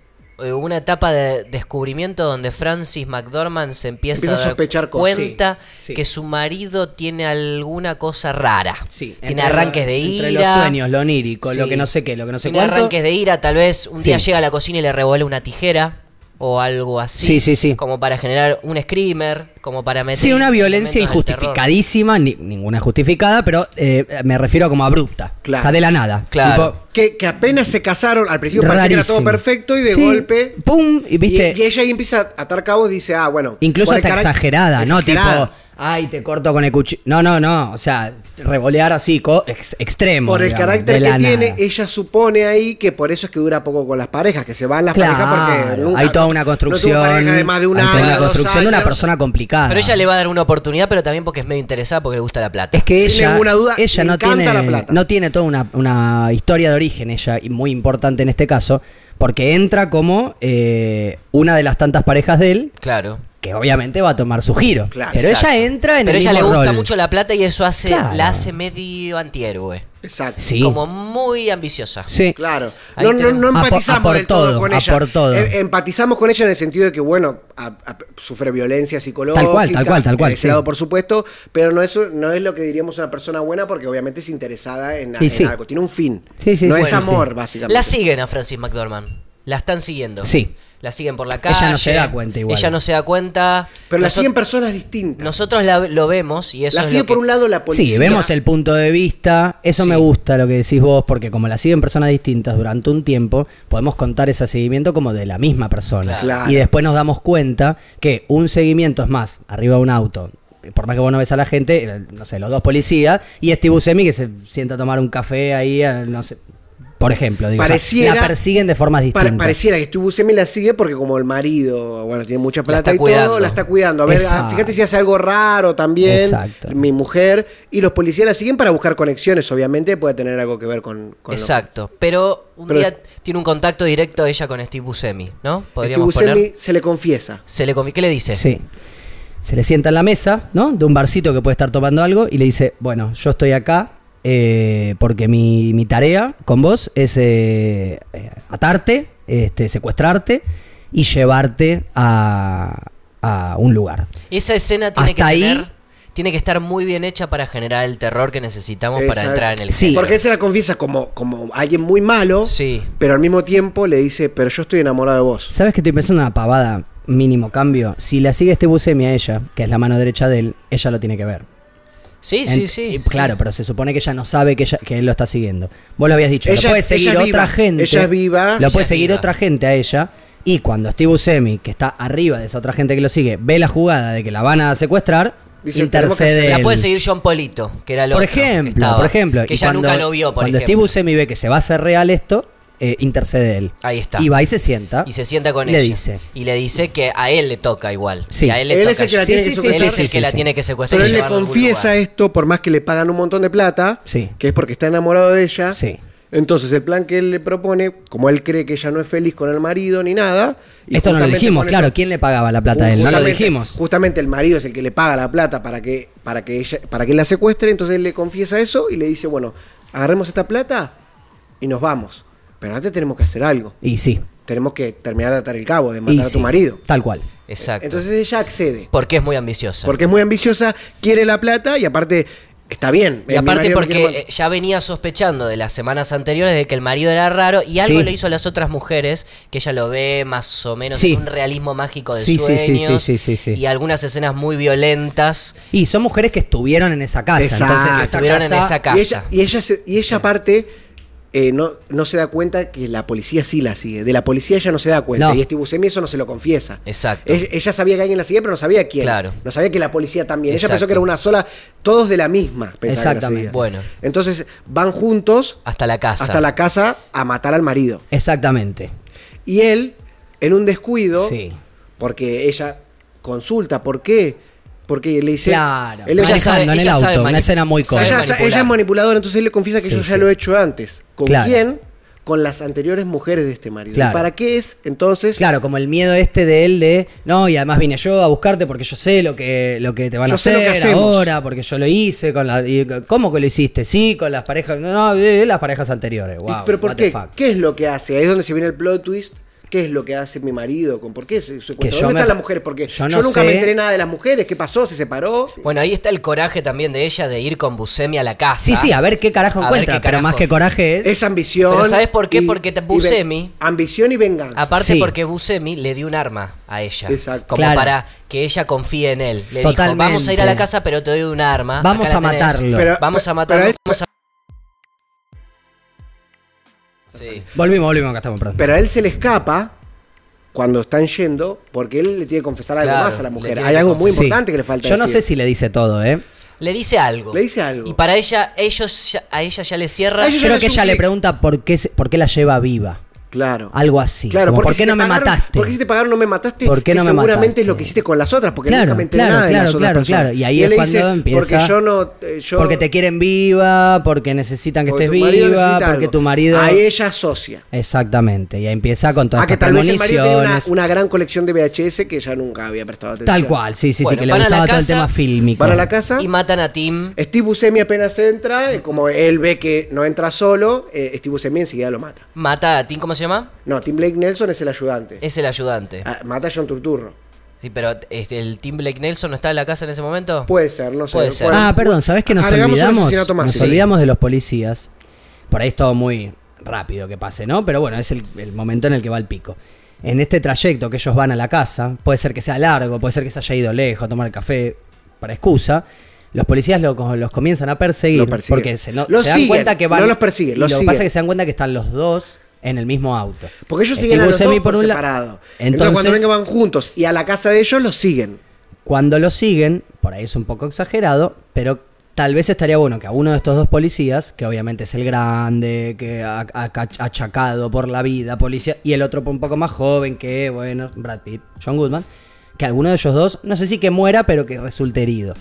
S4: eh, una etapa de descubrimiento donde Francis McDormand se empieza,
S1: Empieza a
S4: dar
S1: sospechar cosas.
S4: cuenta
S3: Sí, sí.
S4: que su marido tiene alguna cosa rara.
S3: Sí,
S4: tiene
S3: entre-
S4: arranques de ira.
S3: Entre los sueños, lo onírico, lo
S4: Sí.
S3: que no sé qué, lo que no sé
S4: Tiene
S3: cuánto.
S4: arranques de ira, tal vez un
S3: Sí.
S4: día llega a la cocina y le revuelve una tijera o algo así.
S3: Sí, sí, sí.
S4: Como para generar un screamer, como para meter.
S3: Sí, una violencia
S4: elementos del terror.
S3: injustificadísima, ni- ninguna justificada, pero eh, me refiero a como abrupta.
S1: Claro.
S3: O sea, de la nada.
S4: Claro.
S3: Tipo,
S1: Que, que apenas se casaron, al principio parecía que era todo
S3: rarísimo.
S1: perfecto y de
S3: Sí,
S1: golpe.
S3: ¡Pum! Y viste.
S1: y, y ella ahí empieza a atar cabos y dice, ah, bueno.
S3: incluso
S1: por el
S3: hasta
S1: carac-
S3: exagerada, ¿no?
S1: exagerada.
S3: Tipo, ay, te corto con el cuchillo. No, no, no. O sea, revolear así, co- ex- extremo.
S1: Por el
S3: digamos,
S1: carácter
S3: de
S1: que
S3: la
S1: tiene,
S3: nada.
S1: ella supone ahí que por eso es que dura poco con las parejas, que se van las
S3: Claro,
S1: parejas porque nunca-
S3: hay toda una
S1: no tuvo
S3: construcción.
S1: pareja de más de un
S3: hay toda
S1: año,
S3: una
S1: dos
S3: construcción de una
S1: años.
S3: persona complicada.
S4: Pero ella le va a dar una oportunidad, pero también porque es medio interesada porque le gusta la plata.
S3: Es que
S1: Sin
S3: ella,
S1: ninguna duda,
S3: ella
S1: le
S3: no,
S1: encanta
S3: tiene,
S1: la plata.
S3: no tiene toda una, una historia de origen, ella, y muy importante en este caso, porque entra como eh, una de las tantas parejas de él,
S4: Claro.
S3: que obviamente va a tomar su giro.
S1: Claro.
S3: pero
S4: Exacto.
S3: ella entra en
S4: Pero
S3: el
S4: ella le
S3: mismo
S4: gusta
S3: rol.
S4: mucho la plata y eso hace
S3: Claro.
S4: la hace medio antihéroe.
S1: Exacto.
S3: Sí,
S4: Como muy ambiciosa.
S3: sí.
S1: Claro.
S4: Ahí
S1: No, no,
S4: tenemos.
S1: no
S3: A por-
S1: empatizamos
S3: a por
S1: del todo,
S3: todo,
S1: con
S3: a
S1: ella.
S3: por todo.
S1: Em- empatizamos con ella en el sentido de que, bueno, a- a- sufre violencia psicológica.
S3: Tal cual, tal cual, tal cual,
S1: de ese
S3: sí.
S1: lado, por supuesto, pero no es, no es lo que diríamos una persona buena porque obviamente es interesada en,
S3: Y
S1: en
S3: sí.
S1: algo. Tiene un fin.
S3: Sí, sí,
S1: no
S3: sí,
S1: es
S3: sí.
S1: amor, básicamente.
S4: La siguen a Francis McDormand. La están siguiendo.
S3: Sí.
S4: La siguen por la calle.
S3: Ella no se da cuenta igual.
S4: Ella no se da cuenta.
S1: pero la
S4: Nosot-
S1: siguen personas distintas.
S4: Nosotros la- lo vemos y eso
S1: la
S4: es
S1: sigue
S4: lo que-
S1: por un lado la policía.
S3: Sí, vemos el punto de vista. Eso me gusta lo que decís vos, porque como la siguen personas distintas durante un tiempo, podemos contar ese seguimiento como de la misma persona.
S1: Claro.
S3: Y después nos damos cuenta que un seguimiento es más, arriba de un auto. Por más que vos no ves a la gente, eh, no sé, los dos policías y Steve Buscemi que se sienta a tomar un café ahí, eh, no sé. Por ejemplo, digo, o sea,
S1: Pareciera-
S3: la persiguen de formas
S1: Pare-
S3: distintas.
S1: pareciera que Steve Buscemi la sigue porque como el marido, bueno, tiene mucha
S4: está
S1: plata y
S4: cuidando.
S1: todo, la está cuidando. A ver,
S3: Exacto.
S1: ah, fíjate si hace algo raro también.
S3: Exacto.
S1: Mi mujer. Y los policías la siguen para buscar conexiones, obviamente, puede tener algo que ver con... con lo-
S4: Exacto. Pero un
S1: Pero-
S4: día tiene un contacto directo ella con Steve Buscemi, ¿no?
S1: Steve
S4: Podríamos
S1: Buscemi
S4: poner.
S1: se le confiesa.
S4: Se le comi- ¿Qué le dice?
S3: Sí. Se le sienta en la mesa, ¿no? De un barcito que puede estar tomando algo y le dice, bueno, yo estoy acá eh, porque mi, mi tarea con vos es eh, eh, atarte, este, secuestrarte y llevarte a, a un lugar.
S4: Esa escena tiene
S3: Hasta
S4: que
S3: ahí-
S4: tener- tiene que estar muy bien hecha para generar el terror que necesitamos para
S1: Exacto.
S4: entrar en el
S3: Sí.
S4: género.
S1: Porque él se la confiesa como, como alguien muy malo,
S4: Sí.
S1: pero al mismo tiempo le dice, pero yo estoy enamorado de vos.
S3: ¿Sabes que estoy pensando en una pavada? Mínimo cambio. Si la sigue este Buscemi a ella, que es la mano derecha de él, ella lo tiene que ver.
S4: Sí,
S3: Ent-
S4: sí, sí.
S3: y Claro,
S4: Sí.
S3: pero se supone que ella no sabe que, ella- que él lo está siguiendo. Vos lo habías dicho.
S1: Ella-
S3: lo puede
S1: ella
S3: seguir
S1: es
S3: otra
S1: viva.
S3: gente.
S1: Ella es viva.
S3: Lo
S1: Ella
S3: puede
S4: es
S3: seguir
S4: viva.
S3: otra gente a ella. Y cuando Steve Buscemi, que está arriba de esa otra gente que lo sigue, ve la jugada de que la van a secuestrar,
S1: Dice, "Tenemos que
S3: intercede.
S1: hacer-
S4: La
S3: él.
S4: puede seguir John Polito, que era el
S3: por
S4: otro que
S3: ejemplo,
S4: estaba,
S3: por ejemplo.
S4: Que
S3: y
S4: ella
S3: cuando,
S4: nunca lo vio, por
S3: cuando
S4: ejemplo.
S3: Steve Buscemi ve que se va a hacer real esto, eh, intercede él.
S4: Ahí está.
S3: Y va y se sienta.
S4: y se sienta con
S3: y le
S4: ella.
S3: dice.
S4: Y le dice que a él le toca igual.
S3: Sí.
S4: Y a él le
S1: Él
S4: toca
S1: es el que la
S4: ella.
S1: tiene
S4: Sí,
S1: que
S4: sí, sí, él
S1: secuestrar.
S4: es el
S3: Sí,
S4: que
S3: sí,
S4: la
S3: sí.
S4: tiene que secuestrar.
S1: Pero
S4: y
S1: él le
S4: llevarla a algún
S1: confiesa
S4: lugar.
S1: esto, por más que le pagan un montón de plata,
S3: Sí.
S1: que es porque está enamorado de ella.
S3: Sí.
S1: Entonces, el plan que él le propone, como él cree que ella no es feliz con el marido ni nada. y
S3: Esto no lo
S1: justamente
S3: dijimos,
S1: con esto-
S3: claro. ¿Quién le pagaba la plata a él? No lo
S1: Justamente-
S3: dijimos.
S1: Justamente el marido es el que le paga la plata para que, para que ella, para que la secuestre, entonces él le confiesa eso y le dice, bueno, agarremos esta plata y nos vamos. Pero antes tenemos que hacer algo.
S3: Y sí.
S1: Tenemos que terminar de atar el cabo, de
S3: y
S1: matar a tu
S3: sí,
S1: marido.
S3: Tal cual.
S4: Exacto.
S1: Entonces ella accede.
S4: porque es muy ambiciosa.
S1: Porque es muy ambiciosa, quiere la plata y aparte está bien. eh, mi
S4: y aparte
S1: marido me quiere
S4: porque
S1: matar.
S4: eh, ya venía sospechando de las semanas anteriores de que el marido era raro y algo
S3: Sí.
S4: le hizo a las otras mujeres que ella lo ve más o menos
S3: Sí.
S4: en un realismo mágico de
S3: Sí, sí,
S4: sueños
S3: sí, sí, sí, sí, sí.
S4: y algunas escenas muy violentas
S3: Y son mujeres que estuvieron en esa casa.
S1: Exacto.
S3: Entonces, esa
S4: estuvieron
S3: casa,
S4: en esa casa.
S1: Y ella, y ella, se- y ella aparte eh, no, no se da cuenta que la policía sí la sigue. De la policía ella no se da cuenta.
S3: No.
S1: Y este Buscemi eso no se lo confiesa.
S4: Exacto.
S1: E- Ella sabía que alguien la seguía, pero no sabía quién.
S4: Claro.
S1: No sabía que la policía también. Ella pensó
S4: Exacto.
S1: que era una sola, todos de la misma. pensaba que la
S3: Exactamente.
S1: seguía.
S4: Bueno.
S1: Entonces van juntos
S4: hasta la casa.
S1: hasta la casa a matar al marido.
S3: Exactamente.
S1: Y él, en un descuido,
S3: Sí.
S1: porque ella consulta por qué. Porque le dice.
S3: Claro.
S1: él le-
S4: Ella
S3: manejando
S4: sabe-
S3: en el
S4: ella
S3: auto.
S4: sabe mani-
S3: Una escena muy
S4: sabe
S3: cómica.
S1: ella,
S4: manipular.
S1: ella es manipuladora, entonces él le confiesa que
S3: Sí,
S1: yo ya
S3: sí.
S1: lo he hecho antes. ¿Con
S3: Claro.
S1: quién? Con las anteriores mujeres de este marido. ¿Y
S3: Claro.
S1: ¿Para qué es entonces?
S3: Claro, como el miedo este de él de, no, y además vine yo a buscarte porque yo sé lo que, lo que te van a
S1: Yo sé lo que
S3: hacer
S1: hacemos.
S3: ahora, porque yo lo hice con la... y, ¿Cómo que lo hiciste? Sí, con las parejas... No, no, de las parejas anteriores.
S1: ¿Y-
S3: Wow,
S1: ¿Pero por
S3: what the
S1: qué?
S3: fuck.
S1: ¿Qué es lo que hace? Ahí es donde se viene el plot twist. ¿Qué es lo que hace mi marido? ¿Con ¿Por qué se secuestró?
S3: yo
S1: ¿Dónde
S3: me-
S1: están las mujeres? Porque
S3: yo
S1: yo,
S3: no
S1: nunca
S3: sé. Pues,
S1: me enteré nada de las mujeres. ¿Qué pasó? ¿Se separó?
S3: Este,
S4: Bueno, ahí está el coraje también de ella de ir con Buscemi a la casa.
S3: Sí, sí, a ver qué carajo
S4: A ver
S3: encuentra,
S4: qué
S3: pero
S4: carajo.
S3: más que coraje es...
S1: Es ambición.
S4: Pero ¿sabes por qué? Porque te-
S1: ven-
S4: Buscemi-
S1: Ambición y venganza.
S4: Aparte
S3: Sí.
S4: porque Buscemi le dio un arma a ella.
S1: Exacto.
S4: Como
S3: Claro.
S4: para que ella confíe en él. Le dijo,
S3: Totalmente.
S4: vamos a ir a la casa, pero te doy un arma.
S3: Vamos
S4: Acá la
S3: a
S4: tenés.
S3: matarlo.
S1: Pero-
S4: vamos a
S1: pero-
S4: matarlo.
S1: pero-
S4: vamos a... Sí.
S3: Volvimos, volvimos, acá estamos, perdón.
S1: Pero a él se le escapa cuando están yendo porque él le tiene que confesar algo
S4: Claro,
S1: más a la
S4: le
S1: mujer.
S4: tiene
S1: Hay
S4: que
S1: algo muy
S3: Sí.
S1: importante que le falta
S3: Yo no
S1: decir.
S3: sé si le dice todo, ¿eh?
S4: Le dice algo.
S1: Le dice algo.
S4: Y para ella, ellos ya- a ella ya le cierra.
S1: A ella ya
S3: Creo
S1: le
S3: que
S1: hizo
S3: ella
S1: un
S3: le
S1: clic.
S3: pregunta por qué, se- por qué la lleva viva.
S1: Claro.
S3: Algo así.
S1: Claro,
S3: Como,
S1: porque
S3: ¿por qué
S1: si
S3: no
S1: te
S3: me
S1: pagaron-
S3: mataste?
S1: ¿Por qué si te pagaron no me mataste?
S3: ¿Por qué
S1: Que
S3: no me
S1: seguramente
S3: mataste?
S1: es lo que hiciste con las otras, porque
S3: Claro,
S1: nunca me enteré
S3: claro,
S1: nada de
S3: claro,
S1: las otras
S3: claro,
S1: personas.
S3: claro. Y ahí
S1: él
S3: es
S1: le
S3: cuando empieza-
S1: Porque yo no... eh, yo-
S3: Porque te quieren viva, porque necesitan que
S1: porque
S3: estés
S1: tu marido
S3: viva,
S1: necesita
S3: porque
S1: algo.
S3: tu marido...
S1: A ella asocia.
S3: Exactamente, y ahí empieza con todas
S1: A que
S3: estas
S1: tal vez el marido tenía una,
S3: premoniciones.
S1: una gran colección de VHS que ella nunca había prestado atención.
S3: Tal cual, sí, sí,
S4: Bueno,
S3: sí, que le
S4: van a la
S3: gustaba todo el
S4: casa,
S3: tema fílmico.
S1: Van a la casa...
S4: Y matan a Tim.
S1: Steve Buscemi apenas entra, eh, como él ve que no entra solo, eh, Steve Buscemi enseguida lo mata.
S4: Mata a Tim, ¿cómo se llama?
S1: No, Tim Blake Nelson es el ayudante.
S4: Es el ayudante.
S1: Ah, mata a John Turturro.
S4: Sí, pero este, el Tim Blake Nelson no está en la casa en ese momento.
S1: Puede ser, no sé.
S4: Puede ser.
S1: Bueno,
S3: Ah, perdón, ¿sabés que nos
S1: agregamos un
S3: olvidamos?
S1: asesinato más,
S3: Nos
S1: sí.
S3: olvidamos de los policías. Por ahí es todo muy rápido que pase, ¿no? Pero bueno, es el, el momento en el que va el pico. En este trayecto que ellos van a la casa, puede ser que sea largo, puede ser que se haya ido lejos a tomar café para excusa. Los policías lo- los comienzan a perseguir
S1: Lo persiguen.
S3: porque se, no-
S1: Los
S3: se dan
S1: siguen,
S3: cuenta que van.
S1: no los persiguen,
S3: y
S1: los
S3: lo que pasa
S1: siguen.
S3: es que se dan cuenta que están los dos en el mismo auto.
S1: Porque ellos
S3: Steve
S1: siguen a los
S3: Buscemi
S1: dos por
S3: un la-
S1: separado. Entonces,
S3: Entonces,
S1: cuando vengan van juntos y a la casa de ellos los siguen.
S3: cuando lo siguen, por ahí es un poco exagerado, pero tal vez estaría bueno que a uno de estos dos policías, que obviamente es el grande, que ha, ha- ha- achacado por la vida, policía, y el otro un poco más joven, que bueno, Brad Pitt, John Goodman, que alguno de ellos dos, no sé si que muera, pero que resulte herido.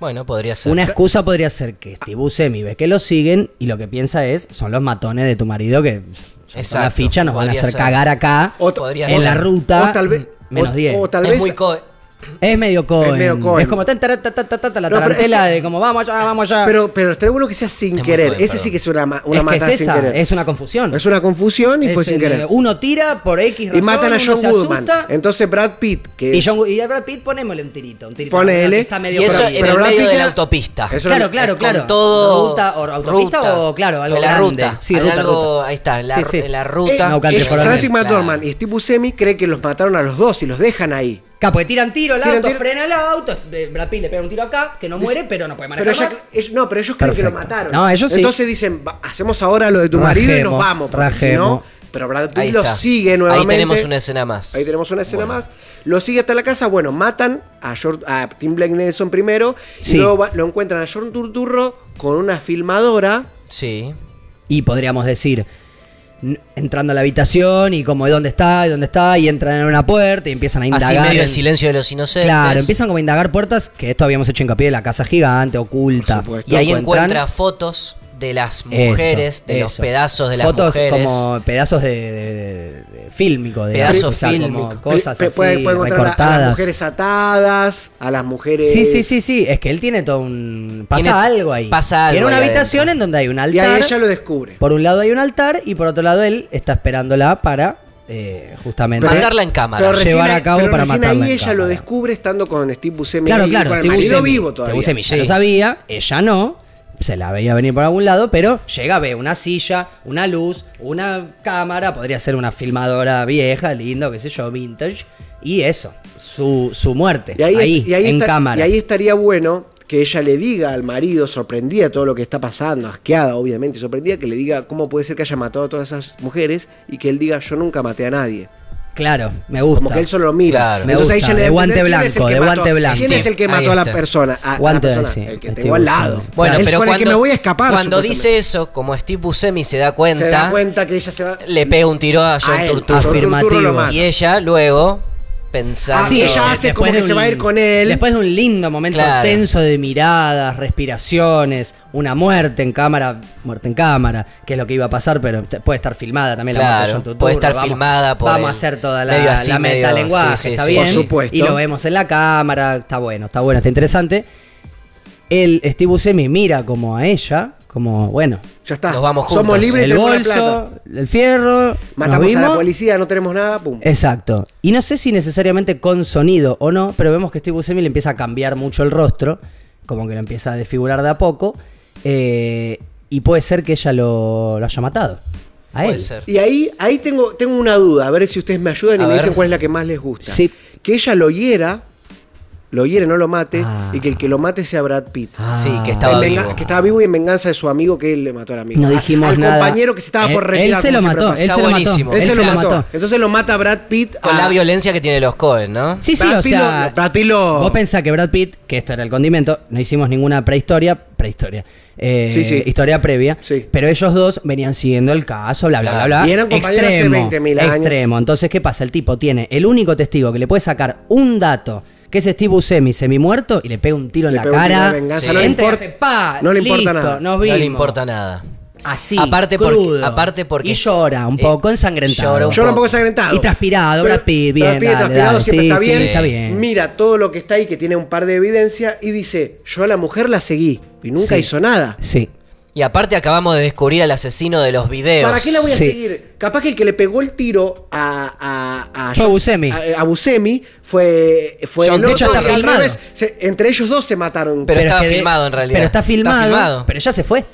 S4: Bueno, podría ser.
S3: Una excusa podría ser que Steve Buscemi ve que lo siguen y lo que piensa es, son los matones de tu marido que son la
S4: Exacto,
S3: ficha, nos van a
S4: podría
S3: hacer
S4: ser.
S3: cagar acá,
S1: O ta-
S4: Podría
S3: en
S4: ser.
S3: la ruta,
S1: o tal vez-
S3: menos
S1: o-
S3: 10.
S1: o tal
S4: es
S1: vez-
S4: muy co-
S3: Es medio Cohen. Es,
S1: medio Cohen.
S3: como tan, tará, ta, ta, ta, ta, ta, la
S1: No, pero
S3: tarantela
S1: es que-
S3: de como vamos allá, vamos allá.
S1: Pero, pero estaría bueno que sea sin
S4: Es muy
S1: querer.
S4: joven,
S1: Ese
S4: perdón.
S1: sí que es una, ma- una
S3: Ah. es que
S1: matada
S3: es
S1: sin
S3: esa,
S1: querer.
S3: es una confusión.
S1: Es una confusión y
S3: Es
S1: fue sin
S3: el-
S1: querer.
S3: Uno tira por X razón,
S1: Y matan a
S3: uno
S1: John
S3: se
S1: Goodman.
S3: asusta,
S1: Entonces Brad Pitt, que
S3: y,
S1: es-
S3: John, y a Brad Pitt ponémosle un tirito, un tirito.
S1: Ponele.
S3: Brad Pitt Está medio
S4: Y eso
S3: por
S1: Pero-
S3: ahí.
S4: en
S1: pero
S4: el
S1: Brad
S4: medio
S1: Pitt
S4: de
S1: queda-
S4: la autopista.
S1: Eso-
S3: Claro, claro,
S4: Con
S3: claro.
S4: todo
S3: Ruta, o autopista
S4: ruta.
S3: o claro, algo
S4: En la
S3: grande.
S4: ruta.
S3: Sí,
S4: En
S3: ruta,
S4: algo-
S3: ruta.
S4: Ahí está, en la,
S3: Sí, sí.
S4: en la
S1: Eh,
S4: ruta.
S3: No,
S1: ellos-
S3: Francis
S1: Francis
S3: Claro.
S1: McDormand y Steve Buscemi cree que los mataron a los dos y los dejan ahí.
S3: Capo, que tiran tiro al
S1: Tiran
S3: auto,
S1: tiro.
S3: frena el auto, eh, Brad Pitt le pega un tiro acá, que no muere, pero no puede manejar
S1: Pero ella-
S3: más.
S1: ella- no, pero ellos creen que lo
S3: Perfecto.
S1: mataron.
S3: No, ellos sí.
S1: Entonces dicen, "Va- hacemos ahora lo de tu marido y nos
S3: Rajemos,
S1: vamos. porque si
S3: rajemos.
S1: no, pero Brad Pitt
S4: Ahí
S1: lo
S4: está.
S1: sigue nuevamente.
S4: Ahí tenemos una escena más.
S1: Ahí tenemos una escena más. Lo sigue hasta la casa. Bueno, matan a, Jor- a Tim Blake Nelson primero.
S3: Sí.
S1: Y luego va- lo encuentran a John Turturro con una filmadora.
S4: Sí.
S3: Y podríamos decir, n- entrando a la habitación y como de dónde está, de dónde está, y entran en una puerta y empiezan a indagar.
S4: Así medio el
S3: en-
S4: silencio de los inocentes.
S3: Claro, empiezan como a indagar puertas, que esto habíamos hecho hincapié de la casa gigante, oculta.
S1: Por supuesto.
S4: Y ahí
S3: Encuentran
S4: encuentra fotos de las mujeres,
S3: Eso,
S4: de los
S3: eso.
S4: pedazos de las
S3: Fotos
S4: mujeres.
S3: como pedazos de, de- de- de fílmico, digamos,
S4: Pedazos
S3: o sea, como
S4: fílmicos.
S3: cosas
S1: Pe-
S3: así
S1: puede- puede encontrar a- a, las
S3: recortadas.
S1: mujeres atadas, a las mujeres.
S3: Sí, sí, sí, sí, es que él tiene todo un... Pasa
S4: Tiene-
S3: algo ahí.
S4: pasa algo
S3: Tiene una
S4: ahí
S3: habitación
S4: adentro.
S3: en donde hay un
S1: Y ahí
S3: altar.
S1: ella lo descubre.
S3: Por un lado hay un altar y por otro lado él está esperándola para eh, justamente...
S1: Pero-
S4: Matarla en cámara.
S1: Pero recién,
S3: Llevar
S1: a-
S3: a cabo
S1: pero
S3: para
S1: recién
S3: matarla
S1: ahí
S3: en
S1: ella
S3: cámara.
S1: lo descubre estando con Steve Buscemi.
S3: Claro,
S1: ahí,
S3: claro,
S1: con el
S3: Steve
S1: marido
S3: Buscemi.
S1: vivo todavía.
S3: Steve Buscemi ya
S4: Sí.
S3: lo sabía, ella no, se la veía venir por algún lado, pero llega, ve una silla, una luz, una cámara, podría ser una filmadora vieja, lindo, qué sé yo, vintage, y eso, su, su muerte,
S1: Y
S3: ahí,
S1: ahí, y ahí
S3: en
S1: está-
S3: cámara.
S1: y ahí estaría bueno que ella le diga al marido, sorprendida de todo lo que está pasando, asqueada obviamente, sorprendida, que le diga cómo puede ser que haya matado a todas esas mujeres y que él diga yo nunca maté a nadie.
S3: Claro, me gusta.
S1: Como que él solo lo mira.
S4: Claro. Me
S1: Entonces
S3: gusta,
S1: ahí ya le da
S3: de
S1: a
S3: guante
S1: entender quién es el
S3: blanco,
S1: que
S3: de
S1: mató-
S3: guante blanco.
S1: ¿Quién es el que
S4: Ahí
S1: mató a la
S4: está.
S1: persona? A- a la
S3: Guante,
S1: persona,
S3: sí,
S1: el que
S3: Steve
S1: tengo al
S3: Buscemi.
S1: lado.
S4: Bueno,
S1: El
S4: pero
S1: con el
S4: cuando,
S1: que me voy a escapar.
S4: cuando
S1: supuestamente.
S4: dice eso, como Steve Buscemi se da cuenta,
S1: Se da cuenta que ella se va.
S4: le pega un tiro a John
S1: a él,
S4: Turturro.
S1: a John Turturro
S3: Afirmativo.
S1: lo mata.
S4: Y ella luego, pensando...
S1: Ah, sí, ella hace
S3: después
S1: como
S3: de
S1: que se va a ir con él.
S3: Después de un lindo momento
S4: Claro.
S3: tenso de miradas, respiraciones, una muerte en cámara, muerte en cámara, que es lo que iba a pasar, pero te- puede estar filmada también la
S4: Claro,
S3: muerte de John Turturro,
S4: puede estar filmada por
S3: Vamos a
S4: el-
S3: hacer toda
S4: medio
S3: la,
S4: así,
S3: la
S4: medio-
S3: metalenguaje,
S4: sí, sí,
S3: está
S4: sí.
S3: bien.
S1: Por supuesto.
S3: Y lo vemos en la cámara, está bueno, está bueno, está interesante. El Steve Buscemi mira como a ella, como, bueno,
S1: Ya está.
S4: Nos vamos
S1: Somos
S4: juntos.
S1: libres
S3: el
S1: tengo la plata.
S3: bolso, el fierro,
S1: Matamos
S3: nos
S1: a la
S3: vimos. Eh.
S1: policía, no tenemos nada, pum.
S3: Exacto. Y no sé si necesariamente con sonido o no, pero vemos que Steve Buscemi le empieza a cambiar mucho el rostro, como que lo empieza a desfigurar de a poco, eh, y puede ser que ella lo, lo haya matado. A
S4: Puede
S3: él.
S4: ser.
S1: Y ahí, ahí tengo, tengo una duda, a ver si ustedes me ayudan y
S4: A
S1: me
S4: ver.
S1: dicen cuál es la que más les gusta.
S3: Sí.
S1: Que ella lo hiera, lo hiere, no lo mate,
S3: Ah.
S1: y que el que lo mate sea Brad Pitt.
S4: Sí,
S1: En
S4: que estaba
S1: venga-
S4: vivo.
S1: Que estaba vivo y en venganza de su amigo que él le mató al amigo.
S3: No
S1: A-
S3: dijimos
S1: al
S3: nada.
S1: compañero que se estaba
S3: Él-
S1: por retirar.
S3: Él se
S1: como
S3: lo
S1: siempre
S3: mató,
S1: pasa.
S3: él
S4: Está
S3: se lo mató.
S4: buenísimo.
S1: Él
S4: él
S1: se lo mató. Entonces lo mata Brad Pitt
S4: Con
S1: a-
S4: la violencia que tienen los Cohen, ¿no?
S3: Sí, sí,
S1: Brad
S3: o
S1: Pitt
S3: sea,
S1: lo- Brad Pitt lo-
S3: vos pensás que Brad Pitt, que esto era el condimento, no hicimos ninguna prehistoria, prehistoria, eh,
S1: Sí, sí.
S3: historia previa,
S1: Sí.
S3: pero ellos dos venían siguiendo el caso, bla, bla, bla, bla.
S1: Y eran compañeros hace 20.000 años.
S3: Extremo. Entonces, ¿qué pasa? El tipo tiene el único testigo que le puede sacar un dato, que es Steve Buscemi, semi-muerto, y le pega un tiro en
S1: Le
S3: la
S1: pega un tiro
S3: cara.
S1: de venganza,
S4: no
S3: no,
S4: le
S3: le
S1: importa-
S3: pa,
S1: no le importa nada.
S3: Nos
S4: No
S3: vimos.
S4: le importa nada.
S3: Así,
S4: Aparte porque-
S3: crudo.
S4: aparte porque-
S3: Y llora un poco
S4: eh,
S3: ensangrentado.
S4: llora un
S1: Llora un poco sangrentado.
S3: Y transpirado,
S1: Pero-
S3: Brad Pitt, bien,
S1: Brad Pitt
S3: dale,
S1: transpirado
S3: dale,
S1: siempre
S3: sí,
S1: está,
S3: sí,
S1: bien,
S3: está bien.
S1: Mira todo lo que está ahí, que tiene un par de evidencias, y dice: Yo a la mujer la seguí y nunca
S3: Sí.
S1: hizo nada.
S3: Sí.
S4: Y aparte acabamos de descubrir al asesino de los videos.
S1: ¿Para qué la voy a
S3: Sí.
S1: seguir? Capaz que el que le pegó el tiro a. a, a
S3: Fue Buscemi.
S1: A, a Buscemi fue. fue
S4: John-
S1: el
S4: de
S1: otro,
S4: hecho está
S1: y al
S3: filmado.
S1: revés, se- entre ellos dos se mataron.
S4: Pero- estaba
S3: es que de-
S4: filmado, en realidad.
S3: Pero está
S4: Está
S3: filmado,
S4: filmado.
S3: Pero ya se fue.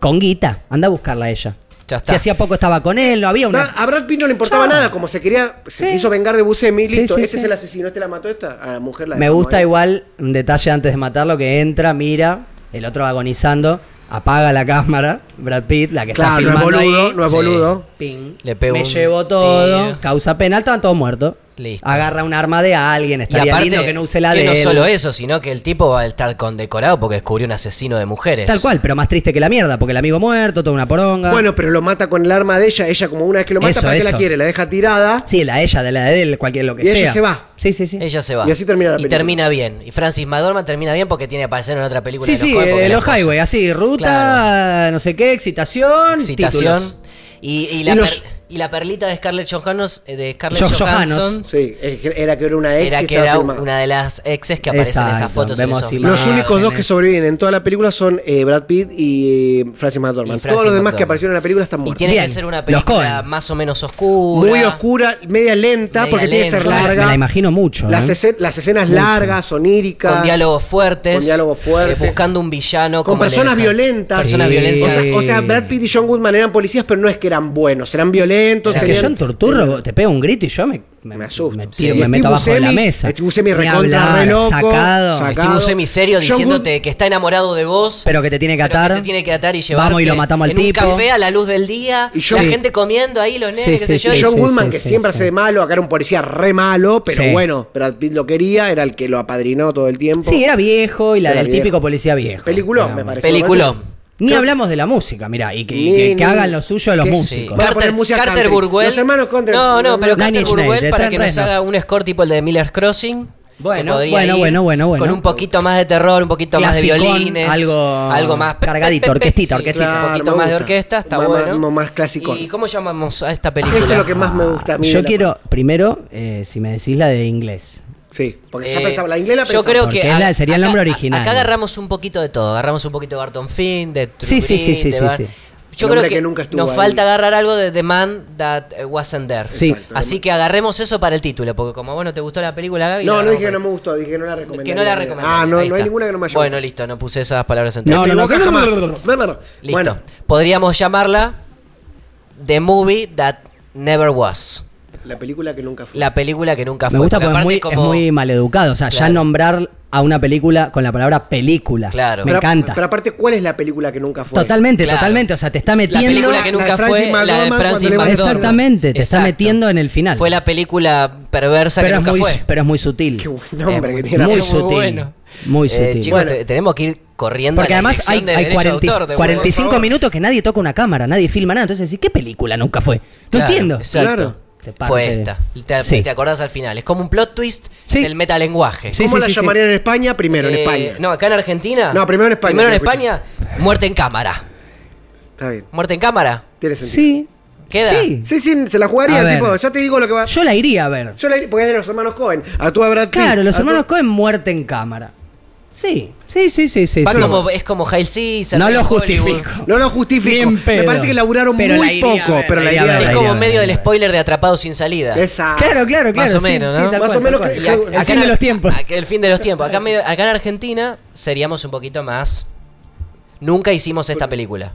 S3: Con guita. Anda a buscarla a ella.
S4: Ya está.
S3: Si hacía poco estaba con él, no había una.
S1: Bra- a Brad Pitt no le importaba
S3: Chao.
S1: nada, como se quería. Se
S3: Sí.
S1: quiso vengar de Buscemi,
S3: Sí,
S1: listo.
S3: sí,
S1: este
S3: sí.
S1: es el asesino, este la mató, esta. A la mujer la eh.
S3: Me
S1: dejamos
S3: gusta
S1: ahí.
S3: igual un detalle antes de matarlo que entra, mira, el otro agonizando, apaga la cámara, Brad Pitt, la que
S1: Claro,
S3: está
S1: no es
S3: filmando
S1: boludo,
S3: ahí.
S1: no es
S4: Sí.
S1: boludo.
S3: Ping.
S4: Le pegó
S3: me
S4: un
S3: llevo todo,
S4: tiro.
S3: causa penal, estaban todos muertos.
S4: Listo.
S3: Agarra un arma de alguien,
S4: Y
S3: estaría
S4: aparte,
S3: lindo que no use la
S4: que
S3: de
S4: no
S3: él.
S4: solo eso, sino que el tipo va a estar condecorado porque descubrió un asesino de mujeres.
S3: Tal cual, pero más triste que la mierda, porque el amigo muerto, toda una poronga.
S4: Ah.
S1: Bueno, pero lo mata con el arma de ella. Ella, como una vez que lo mata,
S3: Eso,
S1: ¿para qué
S3: eso.
S1: la quiere? La deja tirada.
S3: sí, la de ella, de la de él, cualquier lo que
S1: Y
S3: sea.
S1: ella se va.
S3: Sí, sí, sí.
S4: Ella se va.
S1: Y así termina la
S4: Y
S1: película.
S4: termina bien. Y Francis McDormand termina bien porque tiene que aparecer en otra película.
S3: Sí,
S4: de los
S3: sí,
S4: Coen porque
S3: eh,
S4: la
S3: los
S4: esposa.
S3: highway, así, ruta,
S4: Claro.
S3: no sé qué, excitación,
S4: Excitación.
S3: títulos.
S4: Y, y la
S1: Y los-
S4: per- y la perlita de Scarlett Johansson, eh, de Scarlett
S3: Josh
S4: Johansson,
S3: Johansson.
S1: Sí, es que era que era una ex
S4: era
S1: y
S4: que
S1: estaba
S4: era
S1: filmada.
S4: una de las exes que aparecen en esas
S3: Exacto,
S4: fotos. en
S3: vemos
S4: esos
S3: imágenes.
S1: Los
S3: Ah,
S1: únicos dos
S3: tenés.
S1: que sobreviven en toda la película son eh, Brad Pitt y eh, Francis McDormand.
S4: Y Francis
S1: Todos los demás
S4: McDormand.
S1: que aparecieron en la película están
S4: Y
S1: muertos.
S4: tiene
S3: Bien,
S4: que ser una
S3: los
S4: película
S3: Coen.
S4: más o menos oscura.
S1: Muy oscura, media lenta,
S4: Media
S1: porque tiene que ser
S3: Yo me la-
S1: larga.
S3: me la imagino mucho.
S1: Las,
S3: ¿eh?
S1: escen- las escenas largas, oníricas.
S4: Con diálogos fuertes. eh,
S1: Con diálogos fuertes.
S4: buscando un villano.
S1: Con
S4: como el
S1: personas
S4: elefante.
S1: violentas.
S4: Personas
S3: Sí.
S1: O
S4: violentas.
S1: sea, o sea, Brad Pitt y John Goodman eran policías, pero no es que eran buenos, eran violentos.
S3: Es que
S1: tenían-
S3: yo en torturro te pego un grito y yo me,
S1: Me asusto.
S3: Me,
S1: Sí.
S3: tiro,
S1: Y
S3: me
S1: Steve
S3: meto abajo de la
S1: Buscemi-
S3: mesa.
S1: Steve Buscemi
S3: Ni
S1: recontra
S3: hablar,
S1: re loco,
S3: Sacado.
S1: saca-
S4: Steve Buscemi serio
S1: John Good-
S4: diciéndote que está enamorado de vos.
S3: Pero que te tiene que
S4: pero
S3: atar.
S4: te tiene que atar y llevarte
S3: Vamos y lo matamos al
S4: en
S3: tipo.
S4: un café a la luz del día.
S1: Y yo-
S4: la
S1: Sí.
S4: gente comiendo ahí, los nenes,
S3: Sí,
S4: qué sé
S3: sí,
S4: yo.
S1: Y
S3: sí,
S1: John
S3: sí,
S1: Goodman,
S3: sí,
S1: que
S3: sí,
S1: siempre
S3: sí.
S1: hace de malo, acá era un policía re malo, pero
S3: Sí.
S1: bueno, Brad Pitt lo quería, era el que lo apadrinó todo el tiempo.
S3: Sí, era viejo y la
S1: Era
S3: del
S1: viejo.
S3: típico policía viejo.
S1: Peliculón,
S3: Era-
S1: me parece.
S4: Peliculón.
S3: Ni hablamos de la música, mirá, y que, y
S1: Ni-
S3: que- que
S1: ni-
S3: hagan lo suyo los
S1: que-
S4: Sí.
S3: músicos.
S1: Van a poner música
S4: Carter
S1: country.
S4: Burwell.
S1: Los hermanos Country.
S4: No, no, pero
S1: Nine
S4: Carter
S3: Inch Nails,
S4: Burwell
S3: de
S4: para
S3: Trent
S4: que nos
S3: Reznor.
S4: haga un score tipo el de Miller's Crossing.
S3: Bueno,
S4: que podría
S3: bueno,
S4: ir
S3: bueno, bueno, bueno.
S4: Con un poquito más de terror, un poquito más de
S3: Clasicón,
S4: violines.
S3: algo
S4: algo más pe-
S3: cargadito,
S4: pe- pe-
S3: orquestita,
S4: sí,
S3: orquestita.
S4: Un
S1: Claro,
S4: poquito
S1: me
S4: más de
S1: gusta.
S4: orquesta, está
S1: Más-
S4: bueno.
S1: más- más clasicón.
S4: ¿Y cómo llamamos a esta película?
S1: Eso es lo que más me gusta a mí. de
S3: Yo
S1: la-
S3: quiero, primero, eh, si me decís la de inglés.
S1: Sí, porque ya
S4: Eh,
S1: pensaba, la inglés la
S4: Yo
S1: pensaba.
S4: creo
S3: Porque
S4: que.
S3: es la-
S4: a-
S3: sería el
S4: acá-
S3: nombre
S4: a-
S3: original.
S4: Acá agarramos un poquito de todo. Agarramos un poquito de Barton Finn, de. True
S3: Sí, sí, sí,
S4: Grit,
S3: sí,
S4: de
S3: sí,
S4: Bar-
S3: sí.
S4: Yo
S1: El
S4: creo
S1: hombre
S4: que,
S1: que nunca estuvo
S4: nos
S1: ahí.
S4: falta agarrar algo de The Man That eh, Wasn't There.
S3: Sí.
S1: Exacto.
S4: Así que agarremos eso para el título, porque como vos no te gustó la película, Gaby. la
S1: No, no
S4: agarramos
S1: dije que no
S4: para-
S1: me gustó, dije que no la recomendé.
S4: Que no la recomiendo.
S1: Ah, no,
S4: Ahí
S1: no hay
S4: está.
S1: ninguna que no me haya
S4: Bueno,
S1: gustado.
S4: listo, no puse esas palabras en
S3: No,
S4: todo.
S1: Me
S3: no, no,
S1: equivoqué
S3: no, no,
S1: jamás.
S3: no, no, no,
S4: Listo.
S1: Bueno,
S4: Podríamos llamarla The Movie That Never Was.
S1: la película que nunca fue.
S4: La película que nunca fue.
S3: Me gusta porque es
S4: aparte
S3: muy, es muy maleducado. O sea, ya
S4: Claro.
S3: nombrar a una película con la palabra película.
S4: Claro.
S3: Me
S1: Pero-
S3: encanta.
S1: Pero pues, aparte, ¿cuál es la película que nunca fue?
S3: totalmente,
S4: Claro.
S3: totalmente. O sea, te está
S4: La
S3: metiendo.
S4: película que
S1: La de
S4: nunca
S1: Francis
S4: fue, la de
S1: McDormand
S4: Francis
S1: cuando le va a
S4: McDormand.
S1: decir-
S3: Exactamente, te está
S4: Exacto.
S3: metiendo en el final.
S4: Fue la película perversa
S3: pero,
S4: que
S3: es
S4: nunca
S3: muy,
S4: fue.
S3: pero es muy sutil.
S1: Qué buen nombre que tiene la
S3: muy
S1: película.
S3: sutil. Muy
S4: Eh,
S3: sutil.
S4: chicos,
S1: Bueno.
S4: te- tenemos que ir corriendo
S3: Porque
S4: a la
S3: además
S4: dirección
S3: hay,
S4: de
S3: hay
S4: derecho de
S3: 40
S4: autor, de-
S3: 45
S1: favor.
S3: minutos que nadie toca una cámara, nadie filma nada. Entonces, ¿y qué película nunca fue? No
S4: Claro,
S3: entiendo.
S4: exacto.
S1: Claro.
S3: Te parte
S4: Fue
S3: de-
S4: esta. Te,
S3: Sí.
S4: te acordás al final. Es como un plot twist
S3: Sí.
S4: del metalenguaje.
S3: Sí,
S1: ¿Cómo
S3: sí,
S1: la
S3: sí, sí.
S1: llamarían en España? Primero, en
S4: Eh,
S1: España.
S4: No, acá en Argentina.
S1: No, primero en España,
S4: Primero en
S1: quiero
S4: España, muerte en cámara.
S1: Está bien,
S4: Muerte en cámara.
S1: tiene sentido.
S3: Sí.
S4: ¿Queda?
S3: Sí.
S1: Sí, sí, se la jugaría,
S3: A ver.
S1: tipo, ya te digo lo que va. Yo,
S3: Yo la iría a ver.
S1: la iría, porque es de los hermanos Cohen. A tu a Brad Pitt,
S3: Claro, los
S1: a tu-
S3: hermanos Cohen muerte en cámara. Sí, sí, sí, sí, sí.
S4: Va
S3: sí.
S4: como- es como Hail Caesar.
S3: No
S4: de
S3: lo
S4: Hollywood.
S3: justifico.
S1: No lo justifico.
S3: Ni en
S1: Me
S3: pedo.
S1: parece que laburaron
S3: Pero
S1: muy
S3: la iría a
S1: poco,
S3: ver,
S1: pero la
S3: iría a
S1: idea
S3: ver.
S4: Es
S3: Ahí
S4: como
S3: va,
S4: medio
S3: ahí
S4: del
S3: va.
S4: spoiler de Atrapado sin salida.
S1: Esa.
S3: Claro, claro,
S4: Más
S3: claro.
S4: o
S3: sí,
S4: menos,
S3: sí,
S4: ¿no?
S3: tal
S1: Más
S3: cual,
S1: o menos
S3: tal
S1: que-
S3: cual.
S4: Y ac-
S1: El
S3: fin de los tiempos.
S4: ac- El fin de los tiempos. Acá, medio- acá en Argentina seríamos un poquito más. Nunca hicimos esta película.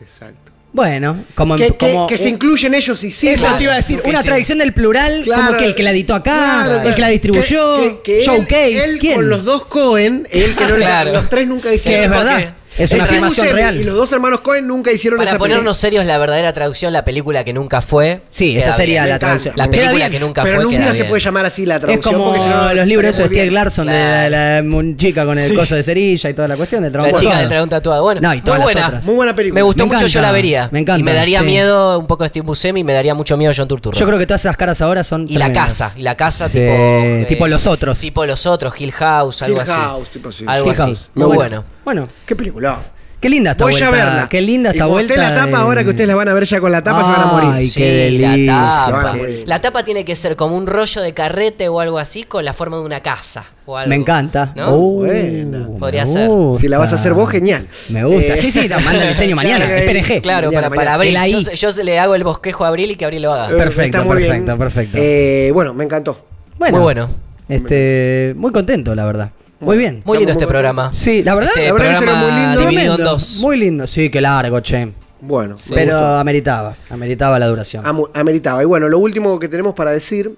S1: Exacto.
S3: Bueno, como,
S1: Que, que-
S3: como eh,
S1: que se incluyen ellos y sí.
S3: Eso
S1: más.
S3: te iba a decir,
S4: Lo que
S3: una
S4: sí.
S3: tradición del plural, como
S1: Claro.
S3: que el que la editó acá,
S1: Claro,
S3: el
S1: claro.
S3: que la distribuyó,
S1: Que- que él-
S3: showcase,
S1: él
S3: ¿quién?
S1: Con los dos Cohen, él que no le-
S4: Claro.
S1: los tres nunca
S3: que es
S1: hicieron.
S3: verdad, es una
S1: El Tribus
S3: afirmación
S1: Emi
S3: real.
S1: Y los dos hermanos Cohen nunca hicieron
S4: Para
S1: esa
S4: ponernos serios, la verdadera traducción, la película que nunca fue.
S3: Sí,
S4: queda
S3: esa sería
S4: bien.
S1: me
S3: la
S1: encanta.
S3: traducción.
S4: La
S3: Queda
S4: película
S3: bien.
S4: que nunca
S1: Pero
S4: fue. queda
S1: nunca se
S4: bien.
S1: puede llamar así la
S3: Es
S1: traducción.
S3: como
S1: porque si no,
S3: los libros esos de Stieg
S1: estaría muy
S3: Larsson, de la, la chica con el coso de cerilla y toda la cuestión, del
S4: La
S3: dragón
S4: chica
S3: tatuado.
S4: del dragón tatuado. Bueno,
S3: No, y todas
S4: muy
S3: las
S4: buena.
S3: otras.
S1: Muy buena película.
S4: Me gustó
S3: Me
S4: mucho, yo
S3: encanta,
S4: la vería.
S3: me encanta,
S4: Y me daría
S3: sí.
S4: miedo un poco de Steve Buscemi y me daría mucho miedo John Turturro.
S3: Yo creo que todas esas caras ahora son
S4: y la
S3: tremendas.
S4: casa, y la casa
S3: Sí,
S4: tipo. eh,
S3: tipo los otros.
S4: Tipo los otros, Hill House, algo
S1: Hill
S4: así.
S1: House, tipo, sí,
S4: Algo
S3: Hill
S4: así.
S3: House.
S4: Muy
S3: Bueno,
S4: bueno.
S3: Bueno,
S1: Qué película.
S3: qué linda esta
S1: Voy
S3: vuelta.
S1: a verla.
S3: Qué linda esta
S1: y
S3: vuelta.
S1: Usted la tapa
S3: de-
S1: ahora que ustedes la van a ver ya con la tapa se van a
S3: Ay,
S1: morir. Eh,
S3: qué delicia.
S4: La
S1: Se van a
S4: tapa.
S1: morir.
S4: La tapa tiene que ser como un rollo de carrete o algo así con la forma de una casa. o algo,
S3: Me encanta.
S4: ¿no?
S3: Uh,
S1: Buena.
S3: me
S4: Podría ser.
S1: Si la vas a hacer vos, genial.
S3: Me gusta.
S1: Eh,
S3: Sí, sí, la manda el diseño mañana.
S1: Claro,
S3: Es PNG.
S4: Claro,
S1: Mañana,
S4: para, para
S1: mañana.
S3: eh,
S4: abril.
S3: El ahí.
S4: Yo, se- yo se le hago el bosquejo a Abril y que Abril lo haga.
S1: eh,
S3: Perfecto,
S1: está muy bien.
S3: perfecto, perfecto.
S1: Eh, bueno, me encantó.
S3: Bueno,
S4: Muy bueno.
S3: Este, muy contento, la verdad. Muy bien.
S4: Muy
S1: Estamos
S4: lindo este
S1: muy
S4: programa.
S3: Sí, la verdad,
S4: Este
S3: la verdad
S1: que será
S4: programa
S1: muy lindo.
S4: dividido en
S3: tremendo.
S4: dos.
S3: Muy lindo. Sí, qué largo, che.
S1: Bueno, me
S3: Pero
S1: gustó.
S3: ameritaba, ameritaba la duración.
S1: Amu- Ameritaba. Y bueno, lo último que tenemos para decir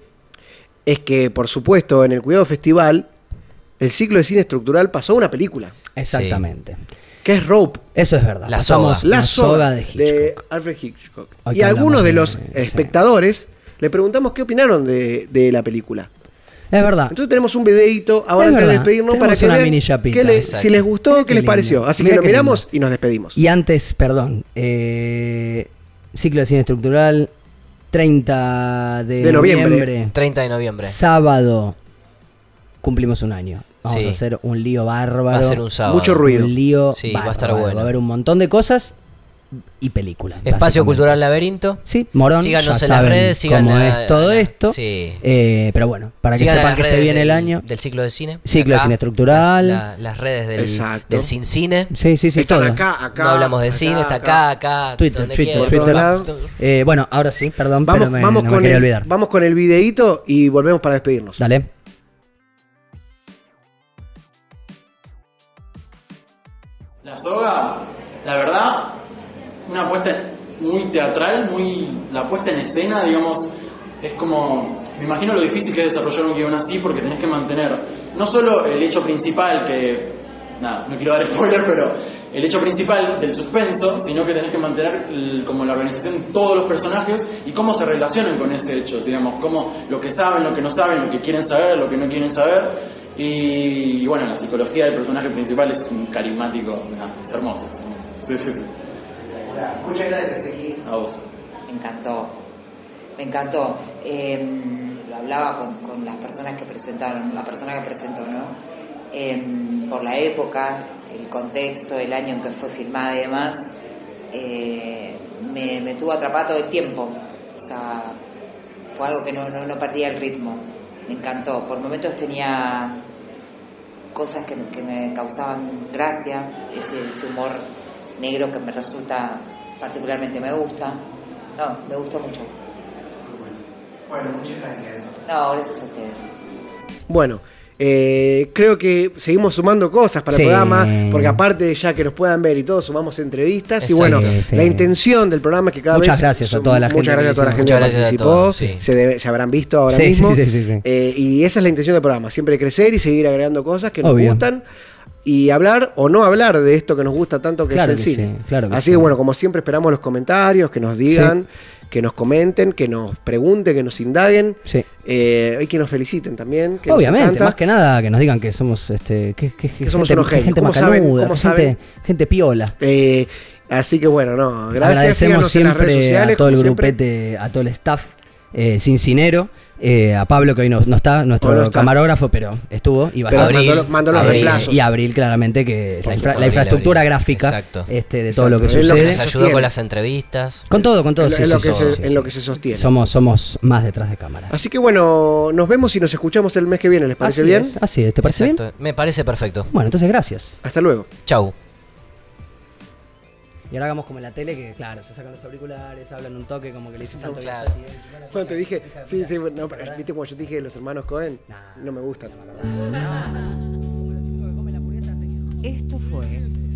S1: es que, por supuesto, en el Cuidado Festival, el ciclo de cine estructural pasó a una película,
S3: Exactamente.
S1: que es Rope.
S3: Eso es verdad.
S4: La
S3: Pasamos
S4: soga.
S1: La,
S3: una
S1: soga, de,
S3: Ah, de Hitchcock.
S1: Alfred Hitchcock.
S3: Hoy
S1: y
S3: que
S1: algunos
S3: hablamos
S1: de
S3: de-
S1: los
S3: sí.
S1: espectadores le preguntamos qué opinaron de, de la película.
S3: Es verdad.
S1: Entonces tenemos un videito ahora
S3: Es
S1: antes de
S3: verdad.
S1: despedirnos para
S3: Tenemos
S1: que
S3: una
S1: vean
S3: mini chapita,
S1: qué le-
S3: exacto.
S1: si les gustó,
S3: Mirá
S1: qué
S3: qué
S1: les
S3: lindo.
S1: pareció. Así
S3: Mirá
S1: que lo
S3: qué
S1: miramos
S3: lindo.
S1: y nos despedimos.
S3: Y antes, perdón, eh, ciclo de cine estructural, 30 de,
S1: De noviembre.
S4: 30 de noviembre.
S3: Sábado cumplimos un año. Vamos
S4: Sí.
S3: a hacer un lío bárbaro.
S4: Va a ser un sábado.
S1: Mucho ruido.
S3: Un lío
S4: Sí,
S3: bárbaro.
S4: va a estar bueno.
S3: Va a haber un montón de cosas y películas.
S4: Espacio
S3: básicamente.
S4: Cultural Laberinto.
S3: Sí, Morón.
S4: Síganos
S3: ya
S4: en las
S3: saben
S4: redes, sigan
S3: cómo
S4: la-
S3: es todo
S4: la-
S3: esto.
S4: sí.
S3: Eh, pero bueno, para que
S4: Sigan
S3: sepan
S4: las
S3: que se
S4: redes
S3: viene el
S4: del-
S3: año.
S4: Del ciclo de cine.
S3: Ciclo de cine estructural.
S4: Las, la- las redes del,
S1: Exacto.
S4: del Sin Cine.
S3: Sí, sí, sí,
S1: Están
S3: todo.
S1: acá, acá.
S4: no hablamos de
S1: acá,
S4: cine, está acá, acá.
S3: Twitter,
S4: donde
S3: Twitter,
S4: quieran.
S1: Twitter.
S4: Todo- todo-
S3: Eh, bueno, ahora sí, perdón,
S1: Vamos,
S3: pero me,
S1: vamos
S3: no me
S1: con
S3: quería
S1: el,
S3: olvidar.
S1: vamos con el videito y volvemos para despedirnos.
S3: Dale.
S6: La soga, la verdad, una apuesta muy teatral, muy la puesta en escena, digamos, es como, me imagino lo difícil que es desarrollar un guión así porque tenés que mantener no solo el hecho principal que, nada, no quiero dar spoiler, pero el hecho principal del suspenso, sino que tenés que mantener el- como la organización de todos los personajes y cómo se relacionan con ese hecho, digamos, cómo lo que saben, lo que no saben, lo que quieren saber, lo que no quieren saber. Y, y bueno, la psicología del personaje principal es un carismático, nada, es hermoso. es hermoso. Sí, sí, sí.
S9: Muchas gracias, Ezequiel.
S6: A vos.
S7: Me encantó, me encantó. Eh, lo Em, hablaba con, con las personas personas que presentaron, la persona que presentó, ¿no? Em, por la época, el contexto, el año en que fue filmada y demás, eh, me, me tuvo atrapado todo el tiempo. O sea, fue algo que no, no, no perdía el ritmo. Me encantó. Por momentos tenía cosas que, que me causaban gracia, ese, ese humor negro que me resulta particularmente me gusta. No, me gustó mucho.
S9: Bueno, muchas gracias.
S7: No, gracias a ustedes.
S1: Bueno, eh, creo que seguimos sumando cosas para
S3: Sí.
S1: el programa, porque aparte de ya que nos puedan ver y todo, sumamos entrevistas. Y
S4: Exacto.
S1: bueno,
S3: Sí.
S1: la intención del programa es que cada
S3: Muchas
S1: vez.
S3: gracias a toda la gente
S1: Muchas gracias a toda la
S3: que
S1: gente que
S4: hicimos. Muchas gracias a
S1: participó.
S4: todos, sí.
S1: se, debe- se habrán visto ahora
S3: Sí,
S1: mismo.
S3: sí, sí, sí, sí.
S1: Eh, y esa es la intención del programa: siempre crecer y seguir agregando cosas que nos
S3: Obvio.
S1: gustan. Y hablar o no hablar de esto que nos gusta tanto que
S3: Claro
S1: es el
S3: que
S1: cine.
S3: sí, claro que
S1: Así
S3: sí.
S1: que bueno, como siempre esperamos los comentarios, que nos digan, que nos comenten, que nos pregunten, que nos indaguen.
S3: Sí.
S1: Eh, y que nos feliciten también. que nos
S3: Obviamente,
S1: encanta.
S3: más que nada que nos digan que somos este que, que- que
S1: somos
S3: gente,
S1: unos genios.
S3: gente
S1: ¿Cómo saben?
S3: macanuda,
S1: ¿Cómo
S3: gente,
S1: saben?
S3: gente piola.
S1: Eh, así que bueno, no, gracias.
S3: Agradecemos
S1: Síganos en las
S3: siempre
S1: redes sociales.
S3: a todo el
S1: como siempre.
S3: grupete, a todo el staff eh, Cincinero, eh, a Pablo que hoy no, no está, nuestro
S1: Hoy no está.
S3: camarógrafo, pero estuvo y va a
S1: Pero
S3: estar. Eh,
S4: Abril,
S1: mandó, los- mandó los
S4: Abril.
S1: reemplazos.
S3: y Abril claramente que es la, infra-
S4: supuesto,
S3: la
S4: Abril,
S3: infraestructura
S4: Abril.
S3: gráfica
S4: Exacto.
S3: este, de todo
S1: Exacto,
S3: lo que
S1: es lo que
S3: sucede.
S4: Nos
S1: se
S4: ayudó
S1: sostiene.
S4: con las entrevistas.
S3: Con todo, con todo,
S1: en, lo-
S3: sí,
S1: en
S3: sí,
S1: lo que
S3: sí,
S1: se,
S3: sí,
S1: en
S3: sí.
S1: lo que se sostiene.
S3: Somos, somos más detrás de cámara.
S1: Así que bueno, nos vemos y nos escuchamos el mes que viene. ¿Les parece
S3: Así
S1: bien?
S3: es, así es, ¿te parece bien?
S4: Exacto. Me parece perfecto.
S3: Bueno, entonces gracias.
S1: Hasta luego.
S4: Chau.
S3: Y ahora hagamos como en la tele que, claro, se sacan los auriculares, hablan un toque, como que le dicen santo y
S4: claro.
S3: la Sati, eh, bueno,
S1: Cuando te dije,
S3: fíjate,
S1: sí, sí,
S3: fíjate.
S1: no, pero viste como yo te dije de los hermanos Cohen,
S3: Nah.
S1: no me gustan.
S3: No, no, no, como los tipos que comen hamburguesas, señor.
S7: Esto fue